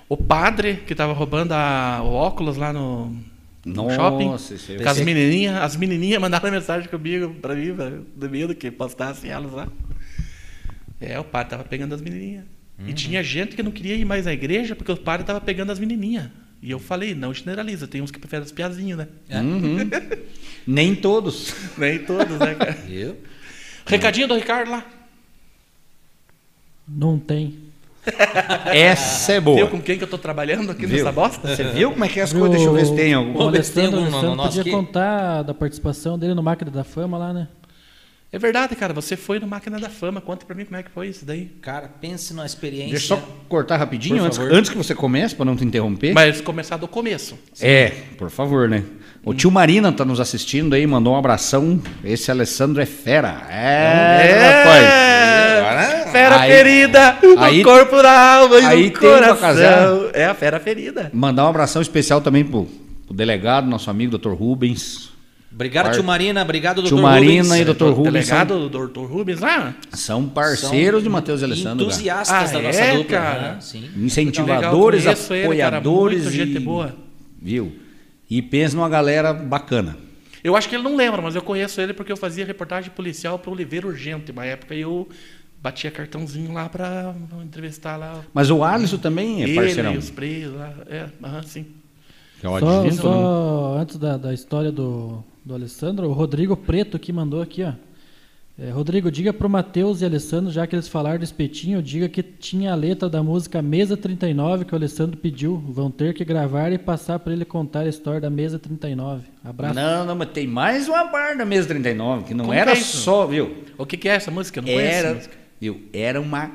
Speaker 1: O padre que tava roubando a- o óculos lá no, no
Speaker 4: Nossa,
Speaker 1: shopping.
Speaker 4: isso aí
Speaker 1: Com as
Speaker 4: eu-
Speaker 1: menininhas, as menininhas mandaram mensagem comigo pra mim, pra- do medo que postassem elas lá. É, o padre tava pegando as menininhas.
Speaker 4: Uhum.
Speaker 1: E tinha gente que não queria ir mais na igreja porque o padre tava pegando as menininhas. E eu falei, não generaliza, tem uns que preferem as piazinhas, né?
Speaker 4: Uhum. Nem todos.
Speaker 1: Nem todos, né,
Speaker 4: *laughs*
Speaker 1: cara?
Speaker 3: Viu?
Speaker 1: Recadinho do Ricardo lá.
Speaker 5: Não tem.
Speaker 4: Essa é
Speaker 1: Viu
Speaker 4: boa.
Speaker 1: com quem que eu tô trabalhando aqui
Speaker 4: Viu?
Speaker 1: nessa bosta?
Speaker 4: Você viu como é que é as coisas? Deixa eu ver se tem
Speaker 5: O
Speaker 4: algum.
Speaker 3: Vamos ver se tem
Speaker 5: Alessandro,
Speaker 3: algum no- no
Speaker 5: Alessandro
Speaker 3: nosso
Speaker 5: podia
Speaker 3: aqui.
Speaker 5: contar da participação dele no Máquina da Fama lá, né?
Speaker 1: É verdade, cara. Você foi no Máquina da Fama. Conta pra mim como é que foi isso daí.
Speaker 3: Cara, pense numa experiência.
Speaker 4: Deixa eu só cortar rapidinho
Speaker 3: Por
Speaker 4: antes,
Speaker 3: favor.
Speaker 4: antes que você comece, para não te interromper.
Speaker 1: Mas começar do começo.
Speaker 4: É, por favor, né? O tio Marina tá nos assistindo aí, mandou um abração. Esse Alessandro é fera. É, rapaz.
Speaker 1: Fera
Speaker 4: Aí-
Speaker 1: ferida,
Speaker 4: aí-
Speaker 1: no corpo, na alma
Speaker 4: aí
Speaker 1: e
Speaker 4: tem
Speaker 1: no
Speaker 4: pra
Speaker 1: coração.
Speaker 4: casar.
Speaker 1: É a fera ferida.
Speaker 4: Mandar um abração especial também pro, pro delegado, nosso amigo Dr. Rubens.
Speaker 3: Obrigado,
Speaker 4: Par-
Speaker 3: tio Marina. Obrigado, doutor
Speaker 4: Tio Marina
Speaker 3: Rubens.
Speaker 4: e Dr.
Speaker 1: Tá
Speaker 4: Rubens são,
Speaker 1: Delegado do Dr. Rubens lá. Tá
Speaker 4: são parceiros de Matheus e Alessandro. cara.
Speaker 3: Entusiastas
Speaker 1: Ah,
Speaker 3: da nossa
Speaker 1: é,
Speaker 3: dupla.
Speaker 1: cara?
Speaker 3: né? Sim.
Speaker 4: Incentivadores,
Speaker 1: Tá Legal, conheço ele, cara,
Speaker 4: apoiadores.
Speaker 1: muito gente
Speaker 4: e-
Speaker 1: boa.
Speaker 4: Viu? E pensa numa galera bacana.
Speaker 1: Eu acho que ele não lembra, mas eu conheço ele porque eu fazia reportagem policial pro Oliveira Urgente. Uma época e eu batia cartãozinho lá pra entrevistar lá
Speaker 4: Mas o Alisson também é
Speaker 1: ele
Speaker 4: parceirão.
Speaker 1: e os presos lá. É, aham, sim.
Speaker 4: Que é o
Speaker 5: Só,
Speaker 4: adjunto, né?
Speaker 5: só antes da, da história do, do Alessandro, o Rodrigo Preto que mandou aqui, ó. É, Rodrigo, diga pro Matheus e Alessandro, já que eles falaram do espetinho, diga que tinha a letra da música Mesa 39 que o Alessandro pediu. Vão ter que gravar e passar pra ele contar a história da Mesa 39. Abraço.
Speaker 4: né? Não, não, mas tem mais uma barra da mesa 39, que não
Speaker 1: Como
Speaker 4: era
Speaker 1: que é isso?
Speaker 4: só, viu?
Speaker 1: O que, que é essa música? Eu não conheço essa
Speaker 4: Era,
Speaker 1: música.
Speaker 4: viu? Era uma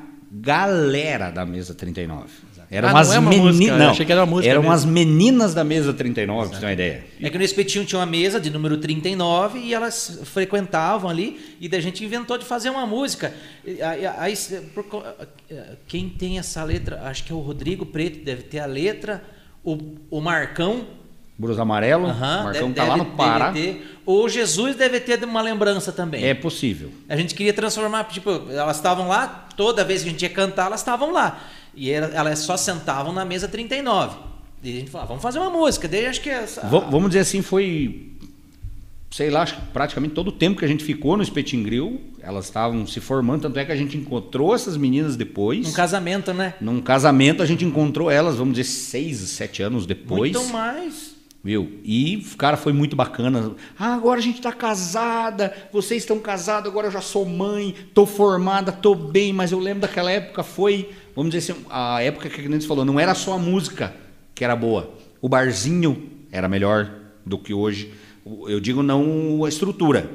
Speaker 4: galera da mesa 39. Eram
Speaker 1: Ah, não
Speaker 4: as
Speaker 1: é uma
Speaker 4: meninas.
Speaker 1: música, eu achei que era uma música
Speaker 4: Eram
Speaker 1: mesmo.
Speaker 4: as meninas da mesa 39, pra você ter uma ideia.
Speaker 3: É que no espetinho tinha uma mesa de número 39 e elas frequentavam ali e da gente inventou de fazer uma música. E Aí, aí, por co- eh, quem tem essa letra, acho que é o Rodrigo Preto, deve ter a letra, o, o Marcão,
Speaker 4: Brusa Amarelo,
Speaker 3: aham,
Speaker 4: Marcão
Speaker 3: deve-
Speaker 4: tá lá
Speaker 3: deve-
Speaker 4: no Pará.
Speaker 3: deve ter. o Jesus deve ter uma lembrança também.
Speaker 4: É possível.
Speaker 3: A gente queria transformar, tipo, elas estavam lá, toda vez que a gente ia cantar, elas estavam lá. E era- elas só sentavam na mesa 39. E a gente falava, vamos fazer uma música. Daí acho que essa.
Speaker 1: Tá.
Speaker 4: Va- Vamos dizer assim, foi. Sei lá, acho que praticamente todo o tempo que a gente ficou no Espetinho Grill, elas estavam se formando, tanto é que a gente encontrou essas meninas depois.
Speaker 3: Um casamento, né?
Speaker 4: Num casamento a gente encontrou elas, vamos dizer, seis, sete anos depois.
Speaker 3: Muito mais.
Speaker 4: Viu? E, cara, foi muito bacana. Ah, agora a gente tá casada, vocês estão casados, agora eu já sou mãe, tô formada, tô bem, mas eu lembro daquela época foi, vamos dizer assim, a época que a gente falou, não era só a música que era boa. O barzinho era melhor do que hoje. O- Eu digo não a estrutura.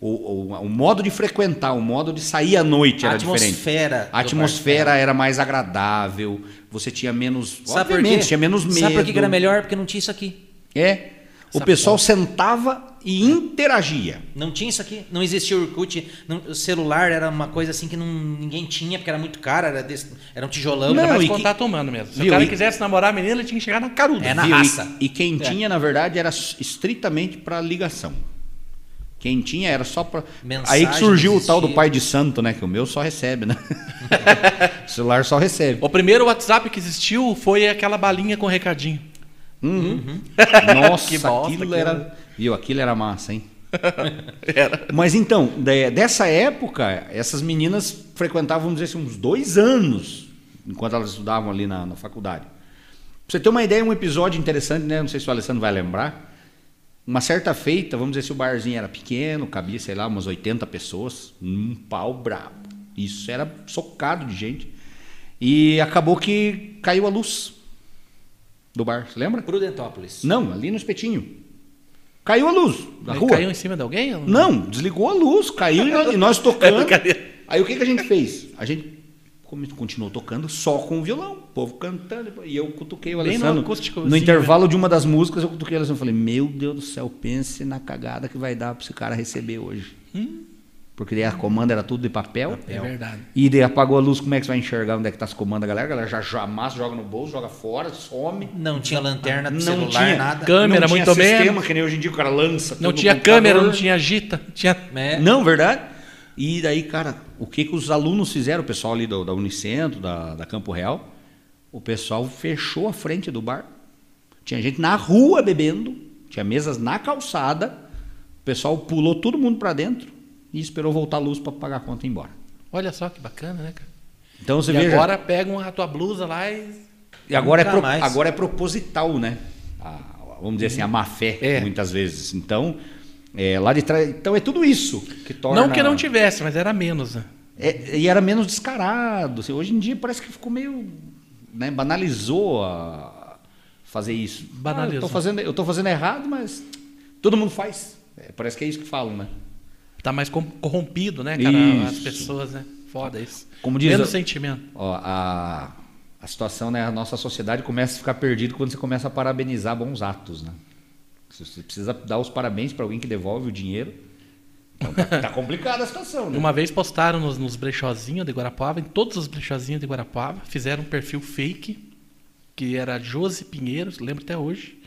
Speaker 4: O, o- o modo de frequentar, o modo de sair à noite
Speaker 3: A
Speaker 4: era
Speaker 3: atmosfera
Speaker 4: diferente.
Speaker 3: do
Speaker 4: A atmosfera era mais agradável, você tinha menos.
Speaker 3: Sabe por
Speaker 4: obviamente,
Speaker 3: quê?
Speaker 4: tinha menos medo.
Speaker 3: Sabe por que que era melhor? Porque não tinha isso aqui.
Speaker 4: É. O
Speaker 1: Sabe
Speaker 4: pessoal sentava
Speaker 3: É.
Speaker 4: e interagia.
Speaker 3: Não tinha isso aqui. Não existia o Orkut. Não- o celular era uma coisa assim que não, ninguém tinha, porque era muito caro, era, desse- era um tijolão.
Speaker 4: Não,
Speaker 1: Era mais
Speaker 4: e que-
Speaker 1: contato humano mesmo. Se
Speaker 4: Viu,
Speaker 1: o cara
Speaker 4: e-
Speaker 1: quisesse namorar a menina, ele tinha que chegar na caruda.
Speaker 3: É na
Speaker 4: Viu? E-
Speaker 3: raça.
Speaker 4: E, quem tinha, na verdade, era s- estritamente para ligação. Quem tinha era só para. Aí
Speaker 3: Mensagem
Speaker 4: que surgiu
Speaker 3: não
Speaker 4: o tal do
Speaker 3: existia.
Speaker 4: pai de santo, né? Que o meu só recebe, né? *laughs* o celular só recebe.
Speaker 1: O primeiro WhatsApp que existiu foi aquela balinha com recadinho.
Speaker 4: Uhum. Nossa,
Speaker 1: Que bosta
Speaker 4: aquilo
Speaker 1: que
Speaker 4: era. Viu, aquilo era massa, hein?
Speaker 1: *laughs* Era.
Speaker 4: Mas então, de- dessa época, essas meninas frequentavam, vamos dizer assim, uns dois anos enquanto elas estudavam ali na, na faculdade. Pra você ter uma ideia, um episódio interessante, né? Não sei se o Alessandro vai lembrar. Uma certa feita, vamos dizer se o barzinho era pequeno, cabia, sei lá, umas 80 pessoas, um pau brabo. Isso era socado de gente. E acabou que caiu a luz do bar, você lembra?
Speaker 3: Prudentópolis.
Speaker 4: Não, ali no espetinho. Caiu a luz da rua.
Speaker 1: Caiu em cima de alguém? ou
Speaker 4: Não, desligou a luz, caiu e nós- e nós
Speaker 1: É
Speaker 4: tocando.
Speaker 1: *laughs*
Speaker 4: *laughs*
Speaker 1: brincadeira.
Speaker 4: Aí o que, que a gente fez? A gente come- continuou tocando só com o violão, o povo cantando. E eu cutuquei o
Speaker 1: Bem no
Speaker 4: Alessandro.
Speaker 1: acústico,
Speaker 4: no
Speaker 1: assim,
Speaker 4: intervalo de uma das músicas, eu cutuquei o Alessandro e falei: Meu Deus do céu, pense na cagada que vai dar pra esse cara receber hoje. Porque daí a comanda era tudo de papel.
Speaker 1: Hum? É verdade.
Speaker 4: E daí apagou a luz, como é que você vai enxergar onde é que tá as comandas, galera? A galera já, já amassa, joga no bolso, joga fora, some.
Speaker 3: Não tinha lanterna,
Speaker 4: Não
Speaker 3: celular,
Speaker 4: tinha.
Speaker 3: nada.
Speaker 1: Câmera,
Speaker 4: não tinha
Speaker 1: muito
Speaker 4: sistema,
Speaker 1: menos.
Speaker 4: que nem hoje em dia o cara lança.
Speaker 1: Não
Speaker 4: tudo no
Speaker 1: tinha câmera, não
Speaker 4: computador.
Speaker 1: tinha gita, tinha
Speaker 3: É.
Speaker 4: Não, verdade? E daí, cara, o que, que os alunos fizeram, o pessoal ali do- da Unicentro, da, da Campo Real, o pessoal fechou a frente do bar. Tinha gente na rua bebendo, tinha mesas na calçada, o pessoal pulou todo mundo pra dentro e esperou voltar a luz pra pagar a conta e ir embora.
Speaker 1: Olha só que bacana, né, cara?
Speaker 4: Então você
Speaker 1: e
Speaker 4: veja,
Speaker 1: agora pega uma- a tua blusa lá e.
Speaker 4: e agora, é
Speaker 3: Nunca
Speaker 4: pro-
Speaker 3: mais.
Speaker 4: agora é proposital, né? A- vamos dizer assim, a má fé,
Speaker 1: É.
Speaker 4: muitas vezes. Então, é, lá de trás. Então é tudo isso que torna.
Speaker 1: Não que não tivesse, mas era menos, né?
Speaker 4: É, e era menos descarado. assim, hoje em dia parece que ficou meio. né, banalizou a fazer isso.
Speaker 1: Banalizou.
Speaker 4: Ah, eu, tô fazendo, eu tô fazendo errado, mas todo mundo faz. É, parece que é isso que falam, né?
Speaker 1: Tá mais com- corrompido, né, cara? As
Speaker 4: Isso.
Speaker 1: pessoas, né? Foda isso.
Speaker 4: Como diz
Speaker 1: Menos
Speaker 4: a-
Speaker 1: sentimento.
Speaker 4: Ó, a, a situação, né? A nossa sociedade começa a ficar perdida quando você começa a parabenizar bons atos, né? Você- Você precisa dar os parabéns para alguém que devolve o dinheiro. Então, tá, tá complicada a situação, né?
Speaker 1: Uma vez postaram nos, nos brechozinhos de Guarapava, em todos os brechozinhos de Guarapava, fizeram um perfil fake, que era Josi Pinheiro, lembro até hoje.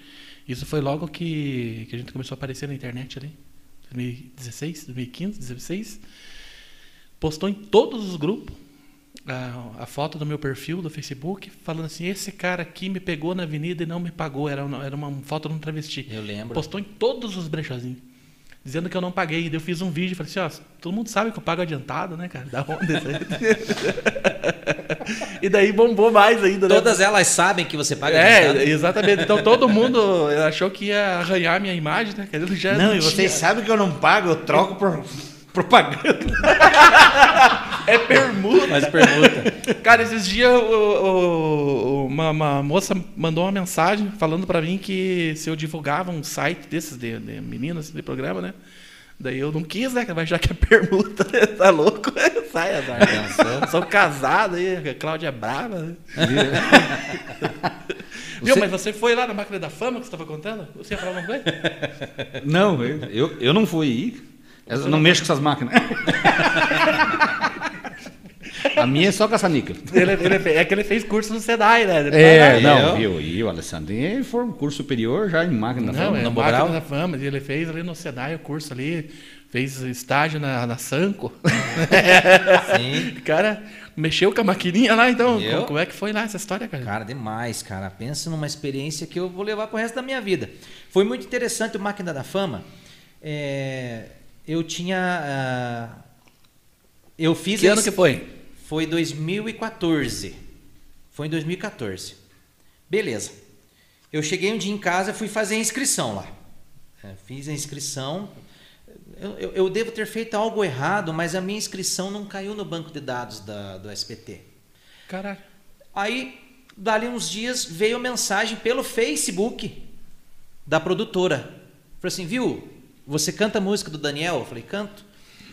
Speaker 1: Isso foi logo que, que a gente começou a aparecer na internet ali. 2016, 2015, 2016. Postou em todos os grupos a, a foto do meu perfil do Facebook, falando assim: esse cara aqui me pegou na avenida e não me pagou. Era, uma- era uma foto de um travesti.
Speaker 3: Eu lembro.
Speaker 1: Postou em todos os brechozinhos. Dizendo que eu não paguei. E daí eu fiz um vídeo e falei assim, ó, todo mundo sabe que eu pago adiantado, né, cara? Da onde? isso aí? *laughs* e daí bombou mais ainda, né?
Speaker 3: Todas elas sabem que você paga
Speaker 1: É,
Speaker 3: adiantado.
Speaker 1: exatamente. Então todo mundo achou que ia arranhar a minha imagem, né? Querendo já
Speaker 4: Não, e
Speaker 1: tinha.
Speaker 4: vocês sabem que eu não pago, eu troco por *laughs* propaganda.
Speaker 1: É permuta.
Speaker 3: Mas pergunta.
Speaker 1: Cara, esses dias o- o- o- uma, uma moça mandou uma mensagem falando pra mim que se eu divulgava um site desses de, de meninas de programa, né? Daí eu não quis, né? Mas já que é permuta, *laughs* né? tá louco? Sai, azar. São casados aí, a Cláudia é brava. Né? Viu,
Speaker 4: Você-
Speaker 1: mas você foi lá na máquina da fama que você tava contando? Você ia falar alguma coisa?
Speaker 4: *laughs* Não, eu, eu, eu não fui aí. Eu não mexo com essas máquinas. *laughs* A minha é só caça-níquel.
Speaker 1: Ele, ele- é que ele fez curso no Senai, né? Ele parou-
Speaker 4: É, não, viu? E o Alessandro ele foi um curso superior já em máquina. né? da
Speaker 1: Não,
Speaker 4: fama.
Speaker 1: é
Speaker 3: no
Speaker 1: Máquina
Speaker 3: Bobral?
Speaker 1: da Fama. Ele fez ali no Senai o curso ali, fez estágio na, na Sanco.
Speaker 3: Sim.
Speaker 1: O cara mexeu com a maquininha lá, então.
Speaker 3: Eu?
Speaker 1: Como, como é que foi lá essa história, cara?
Speaker 3: Cara, demais, cara. Pensa numa experiência que eu vou levar pro resto da minha vida. Foi muito interessante o Máquina da Fama. É, eu tinha. ah, eu fiz.
Speaker 1: que
Speaker 3: a
Speaker 1: ano
Speaker 3: ins-
Speaker 1: que foi?
Speaker 3: Foi 2014. Foi em 2014. Beleza. Eu cheguei um dia em casa e fui fazer a inscrição lá. É, Fiz a inscrição. Eu, eu- eu devo ter feito algo errado, mas a minha inscrição não caiu no banco de dados da- do SPT.
Speaker 1: Caralho.
Speaker 3: Aí, dali uns dias, veio mensagem pelo Facebook da produtora. Falei assim, viu, você canta a música do Daniel? Eu falei, canto.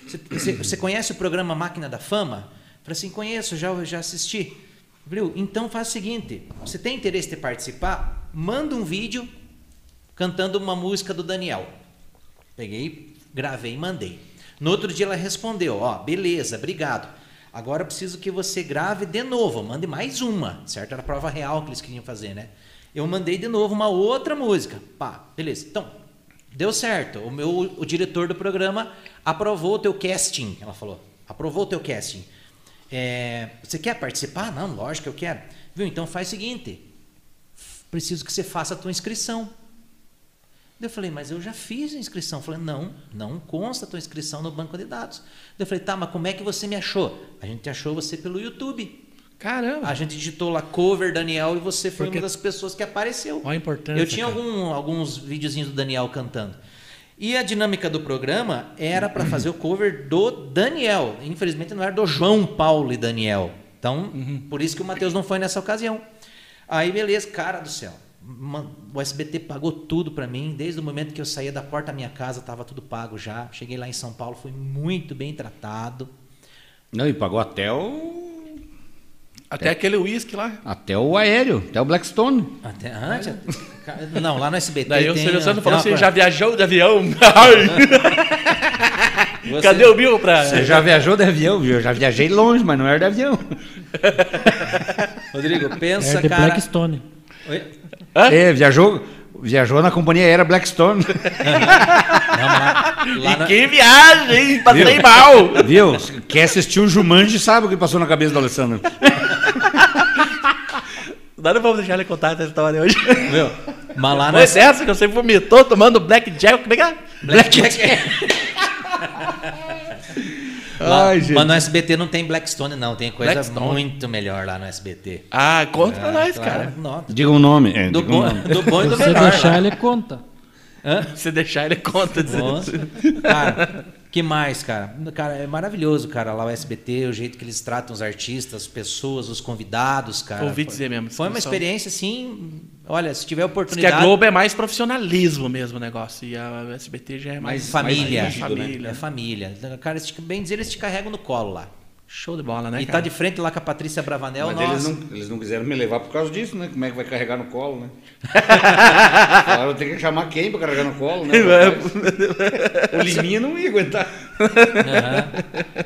Speaker 3: Você, você- você conhece o programa Máquina da Fama? Eu Falei assim, conheço, já, já assisti. Viu? Então faz o seguinte, você tem interesse de participar? Manda um vídeo cantando uma música do Daniel. Peguei, gravei e mandei. No outro dia ela respondeu, ó, beleza, obrigado. Agora eu preciso que você grave de novo, mande mais uma, certo? Era a prova real que eles queriam fazer, né? Eu mandei de novo uma outra música. Pá, beleza. Então, Deu certo. O meu o diretor do programa aprovou o teu casting. Ela falou: aprovou o teu casting. É, você quer participar? Não, lógico que eu quero. Viu? Então faz o seguinte: preciso que você faça a tua inscrição. Daí Eu falei, mas eu já fiz a inscrição. Eu falei, não, não consta a tua inscrição no banco de dados. Daí Eu falei, tá, mas como é que você me achou? A gente achou você pelo YouTube.
Speaker 1: Caramba!
Speaker 3: A gente digitou lá cover Daniel e você foi
Speaker 1: Porque-
Speaker 3: uma das pessoas que apareceu.
Speaker 1: Olha a importância,
Speaker 3: Eu tinha
Speaker 1: cara.
Speaker 3: algum- alguns videozinhos do Daniel cantando. E a dinâmica do programa era para fazer o cover do Daniel. Infelizmente não era do João Paulo e Daniel. Então,
Speaker 1: Uhum.
Speaker 3: por isso que o Matheus não foi nessa ocasião. Aí, beleza, cara do céu. Mano, O SBT pagou tudo para mim. Desde o momento que eu saía da porta da minha casa, tava tudo pago já. Cheguei lá em São Paulo, fui muito bem tratado.
Speaker 4: Não, e pagou até o.
Speaker 1: Até aquele uísque lá.
Speaker 4: Até o aéreo, até o Blackstone.
Speaker 3: Até antes? Não, lá no SBT.
Speaker 1: Daí o
Speaker 3: tem-
Speaker 1: Silvio Santos
Speaker 3: tem
Speaker 1: falou
Speaker 3: uma
Speaker 1: assim:
Speaker 3: coisa.
Speaker 1: já viajou de avião? Ai,
Speaker 3: Você-
Speaker 1: Cadê o Bill pra.
Speaker 4: Você já viajou de avião? Eu já viajei longe, mas não era de avião.
Speaker 3: Rodrigo, pensa,
Speaker 5: É The
Speaker 3: cara.
Speaker 5: Blackstone.
Speaker 3: Oi?
Speaker 4: É, viajou, viajou na companhia aérea
Speaker 3: *laughs*
Speaker 4: Blackstone.
Speaker 3: Não, lá, lá na-
Speaker 1: E que viagem, hein? Passei
Speaker 4: *laughs*
Speaker 1: mal!
Speaker 4: Viu? Quer assistir o Jumanji, sabe o que passou na cabeça do Alessandro.
Speaker 1: Nós não vamos deixar ele contar essa história hoje.
Speaker 3: Meu, mas lá
Speaker 1: *laughs* Mas é
Speaker 3: na.
Speaker 1: essa que você vomitou tomando blackjack, como é que é?
Speaker 3: Blackjack. Lá-
Speaker 4: Ai, gente.
Speaker 3: mas no SBT não tem Blackstone, não. Tem coisa
Speaker 1: Blackstone.
Speaker 3: muito melhor lá no SBT.
Speaker 1: Ah, conta pra nós,
Speaker 3: É, Claro,
Speaker 1: cara.
Speaker 3: não.
Speaker 4: Diga o nome. É,
Speaker 3: Do,
Speaker 4: diga o
Speaker 3: bom,
Speaker 4: nome.
Speaker 3: do bom e do
Speaker 5: Se você
Speaker 3: melhor. né?
Speaker 5: deixar, ele conta.
Speaker 1: Se deixar, ele conta.
Speaker 3: Nossa. Cara, que mais, cara? Cara, é maravilhoso, cara, lá o SBT, o jeito que eles tratam os artistas, as pessoas, os convidados, cara.
Speaker 1: Ouvi
Speaker 3: Foi-
Speaker 1: dizer mesmo,
Speaker 3: Foi uma
Speaker 1: discussão.
Speaker 3: experiência, assim, olha, se tiver
Speaker 1: Diz que a
Speaker 3: oportunidade...
Speaker 1: Globo é mais profissionalismo mesmo o negócio. E a SBT já é mais.
Speaker 3: família.
Speaker 1: mais família.
Speaker 3: É família. Cara, eles te- bem dizer, eles te carregam no colo lá.
Speaker 1: Show de bola, né?
Speaker 3: e tá
Speaker 1: cara?
Speaker 3: de frente lá com a Patrícia Bravanel,
Speaker 4: Mas
Speaker 3: nossa.
Speaker 4: eles não, eles não quiseram me levar por causa disso, né? Como é que vai carregar no colo,
Speaker 3: *laughs*
Speaker 4: né? Falaram, eu tenho que chamar quem pra carregar no colo, né? o Liminha não ia aguentar.
Speaker 3: Aham.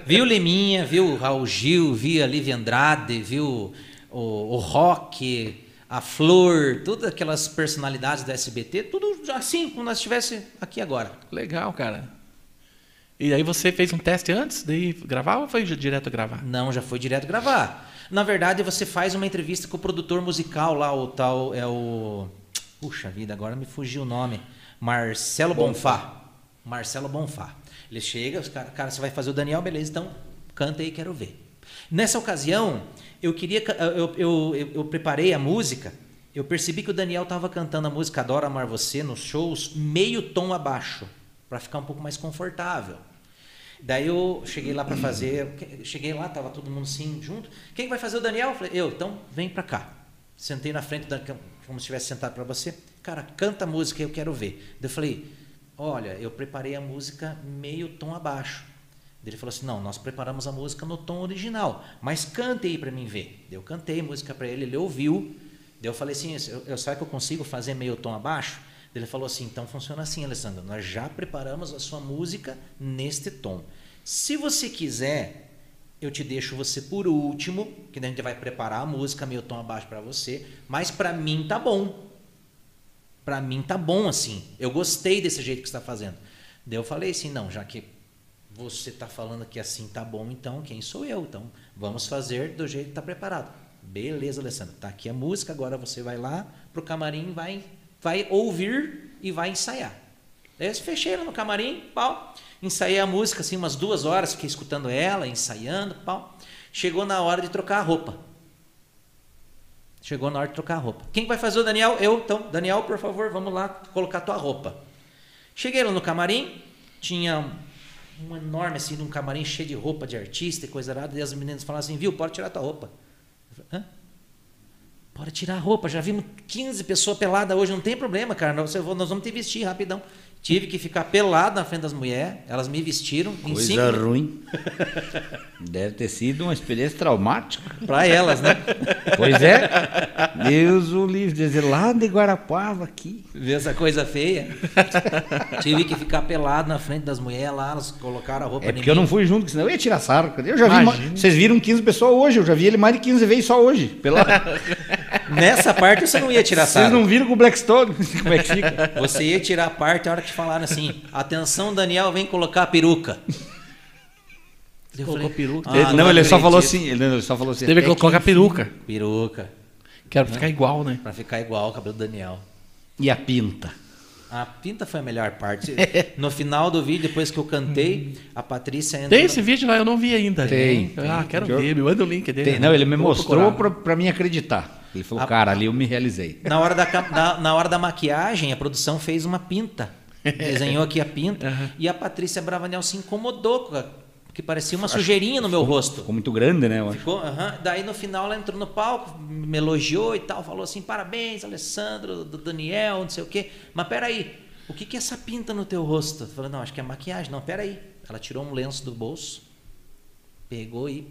Speaker 3: Viu Leminha, viu Raul Gil, viu a Lívia Andrade, viu o, o Rock, a Flor, todas aquelas personalidades do SBT, tudo assim como nós estivesse aqui agora.
Speaker 1: Legal, cara. E aí você fez um teste antes de gravar ou foi direto gravar?
Speaker 3: Não, já foi direto gravar. Na verdade, você faz uma entrevista com o produtor musical lá, o tal é o Puxa vida, agora me fugiu o nome. Marcelo Bonfá. Marcelo Bonfá. Ele chega, os cara, cara, você vai fazer o Daniel, beleza? Então, canta aí, quero ver. Nessa ocasião, eu queria ca- eu, eu, eu, eu preparei a música. Eu percebi que o Daniel estava cantando a música Adoro Amar Você nos shows meio tom abaixo, para ficar um pouco mais confortável. Daí eu cheguei lá para fazer, cheguei lá, tava todo mundo assim junto. Quem vai fazer o Daniel? Eu falei, eu, então vem para cá. Sentei na frente da cam- como se tivesse sentado para você. Cara, canta a música, eu quero ver. Daí eu falei, olha, eu preparei a música meio tom abaixo. Daí Ele falou assim: "Não, nós preparamos a música no tom original, mas cante aí para mim ver". Daí Eu cantei música para ele, ele ouviu. Daí eu falei assim: eu, eu, será que eu consigo fazer meio tom abaixo? Daí Ele falou assim: então funciona assim, Alessandro. Nós já preparamos a sua música neste tom. Se você quiser, eu te deixo você por último, que daí a gente vai preparar a música meio tom abaixo para você. Mas para mim tá bom. Para mim tá bom assim. Eu gostei desse jeito que você está fazendo. Daí eu falei assim: não, já que você tá falando que assim tá bom, então quem sou eu? Então vamos fazer do jeito que tá preparado. Beleza, Alessandro. Tá aqui a música, agora você vai lá pro camarim, vai, vai ouvir e vai ensaiar. Daí eu fechei lá no camarim, pau. Ensaiei a música assim umas duas horas, fiquei escutando ela, ensaiando, pau. Chegou na hora de trocar a roupa. Chegou na hora de trocar a roupa. Quem vai fazer o Daniel? Eu, então. Daniel, por favor, vamos lá colocar tua roupa. Cheguei lá no camarim, tinha um- um enorme, assim, um camarim cheio de roupa de artista e coisa errada, e as meninas falaram assim, viu, pode tirar tua roupa. Eu falei, Hã? Pode tirar a roupa, já vimos 15 pessoas peladas hoje, não tem problema, cara, nós, nós vamos te vestir rapidão. Tive que ficar pelado na frente das mulheres, elas me vestiram em cinco
Speaker 4: Coisa ruim. Deve ter sido uma experiência traumática.
Speaker 3: Pra elas, né?
Speaker 4: Pois é. Deus o livre, dizer lá de Guarapava aqui.
Speaker 3: Ver essa coisa feia. *laughs* Tive que ficar pelado na frente das mulheres lá, elas colocaram a roupa
Speaker 4: É
Speaker 3: em
Speaker 4: porque eu
Speaker 3: mim.
Speaker 4: não fui junto, porque senão eu ia tirar *laughs* sarro. Eu já vi, ma- vocês viram 15 pessoas hoje, eu já vi ele mais de 15 vezes só hoje. Pela...
Speaker 3: Nessa parte você não ia tirar
Speaker 4: *laughs* Vocês
Speaker 3: sarro.
Speaker 4: não viram com o Blackstone? *laughs* Como é que fica?
Speaker 3: Você ia tirar a parte a hora que falaram assim: atenção, Daniel, vem colocar a peruca. Eu
Speaker 1: Colocou peruca?
Speaker 3: "Ah,
Speaker 4: Ele- não, ele só
Speaker 3: acredito.
Speaker 4: falou assim. Ele, não, ele só falou assim.
Speaker 1: Teve
Speaker 4: até
Speaker 1: que colocar a
Speaker 3: um
Speaker 1: peruca.
Speaker 3: Peruca,
Speaker 1: Que era pra
Speaker 3: É.
Speaker 1: ficar igual, né?
Speaker 3: pra ficar igual o cabelo do Daniel.
Speaker 4: E a pinta.
Speaker 3: A pinta foi a melhor
Speaker 4: *laughs*
Speaker 3: parte. No final do vídeo, depois que eu cantei, a Patrícia entra.
Speaker 1: Tem
Speaker 3: no-
Speaker 1: esse vídeo lá, eu não vi ainda.
Speaker 4: Tem,
Speaker 1: Ah,
Speaker 4: tem.
Speaker 1: quero
Speaker 4: Tem.
Speaker 1: ver, me manda o link dele.
Speaker 4: Tem- não, ele me
Speaker 1: Vou
Speaker 4: mostrou
Speaker 1: procurar.
Speaker 4: pra, pra mim acreditar. Ele falou,
Speaker 3: A-
Speaker 4: cara, ali eu me realizei.
Speaker 3: Na hora, da, cam- na, na hora da maquiagem, a produção fez uma pinta. Desenhou aqui a pinta. E a Patrícia Bravanel se incomodou, com a- porque parecia uma sujeirinha no meu rosto.
Speaker 4: Ficou muito grande, né? eu acho.
Speaker 3: Ficou, aham. Daí no final ela entrou no palco, me elogiou e tal, falou assim: parabéns, Alessandro, do Daniel, não sei o quê. Mas peraí, o que, que é essa pinta no teu rosto? Eu falei: não, acho que é maquiagem. Não, peraí. Ela tirou um lenço do bolso, pegou e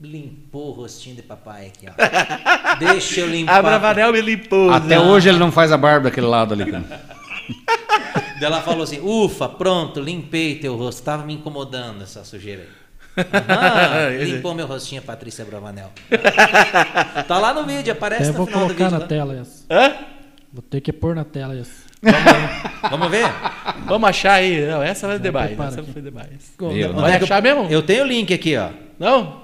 Speaker 3: limpou o rostinho de papai aqui,
Speaker 4: *laughs*
Speaker 3: ó. Deixa eu limpar.
Speaker 1: A Bravanel me limpou.
Speaker 4: Até hoje ele não faz a barba daquele lado ali. cara.
Speaker 3: Daí ela falou assim: ufa, pronto, limpei teu rosto. Tava me incomodando essa sujeira aí. Aham, limpou meu rostinho, Patrícia Bravanel. tá lá no vídeo, aparece
Speaker 5: Até
Speaker 3: no
Speaker 5: vou
Speaker 3: final do
Speaker 5: colocar
Speaker 3: vídeo. né? tá?
Speaker 5: na
Speaker 3: lá.
Speaker 5: tela essa. Vou ter que pôr na tela essa.
Speaker 3: Vamos ver?
Speaker 1: Vamos achar aí. Não, essa vai demais.
Speaker 5: prepara
Speaker 1: Essa
Speaker 5: aqui.
Speaker 1: foi demais.
Speaker 4: Meu,
Speaker 1: Vai achar mesmo?
Speaker 3: Eu tenho o link aqui, ó.
Speaker 1: Não?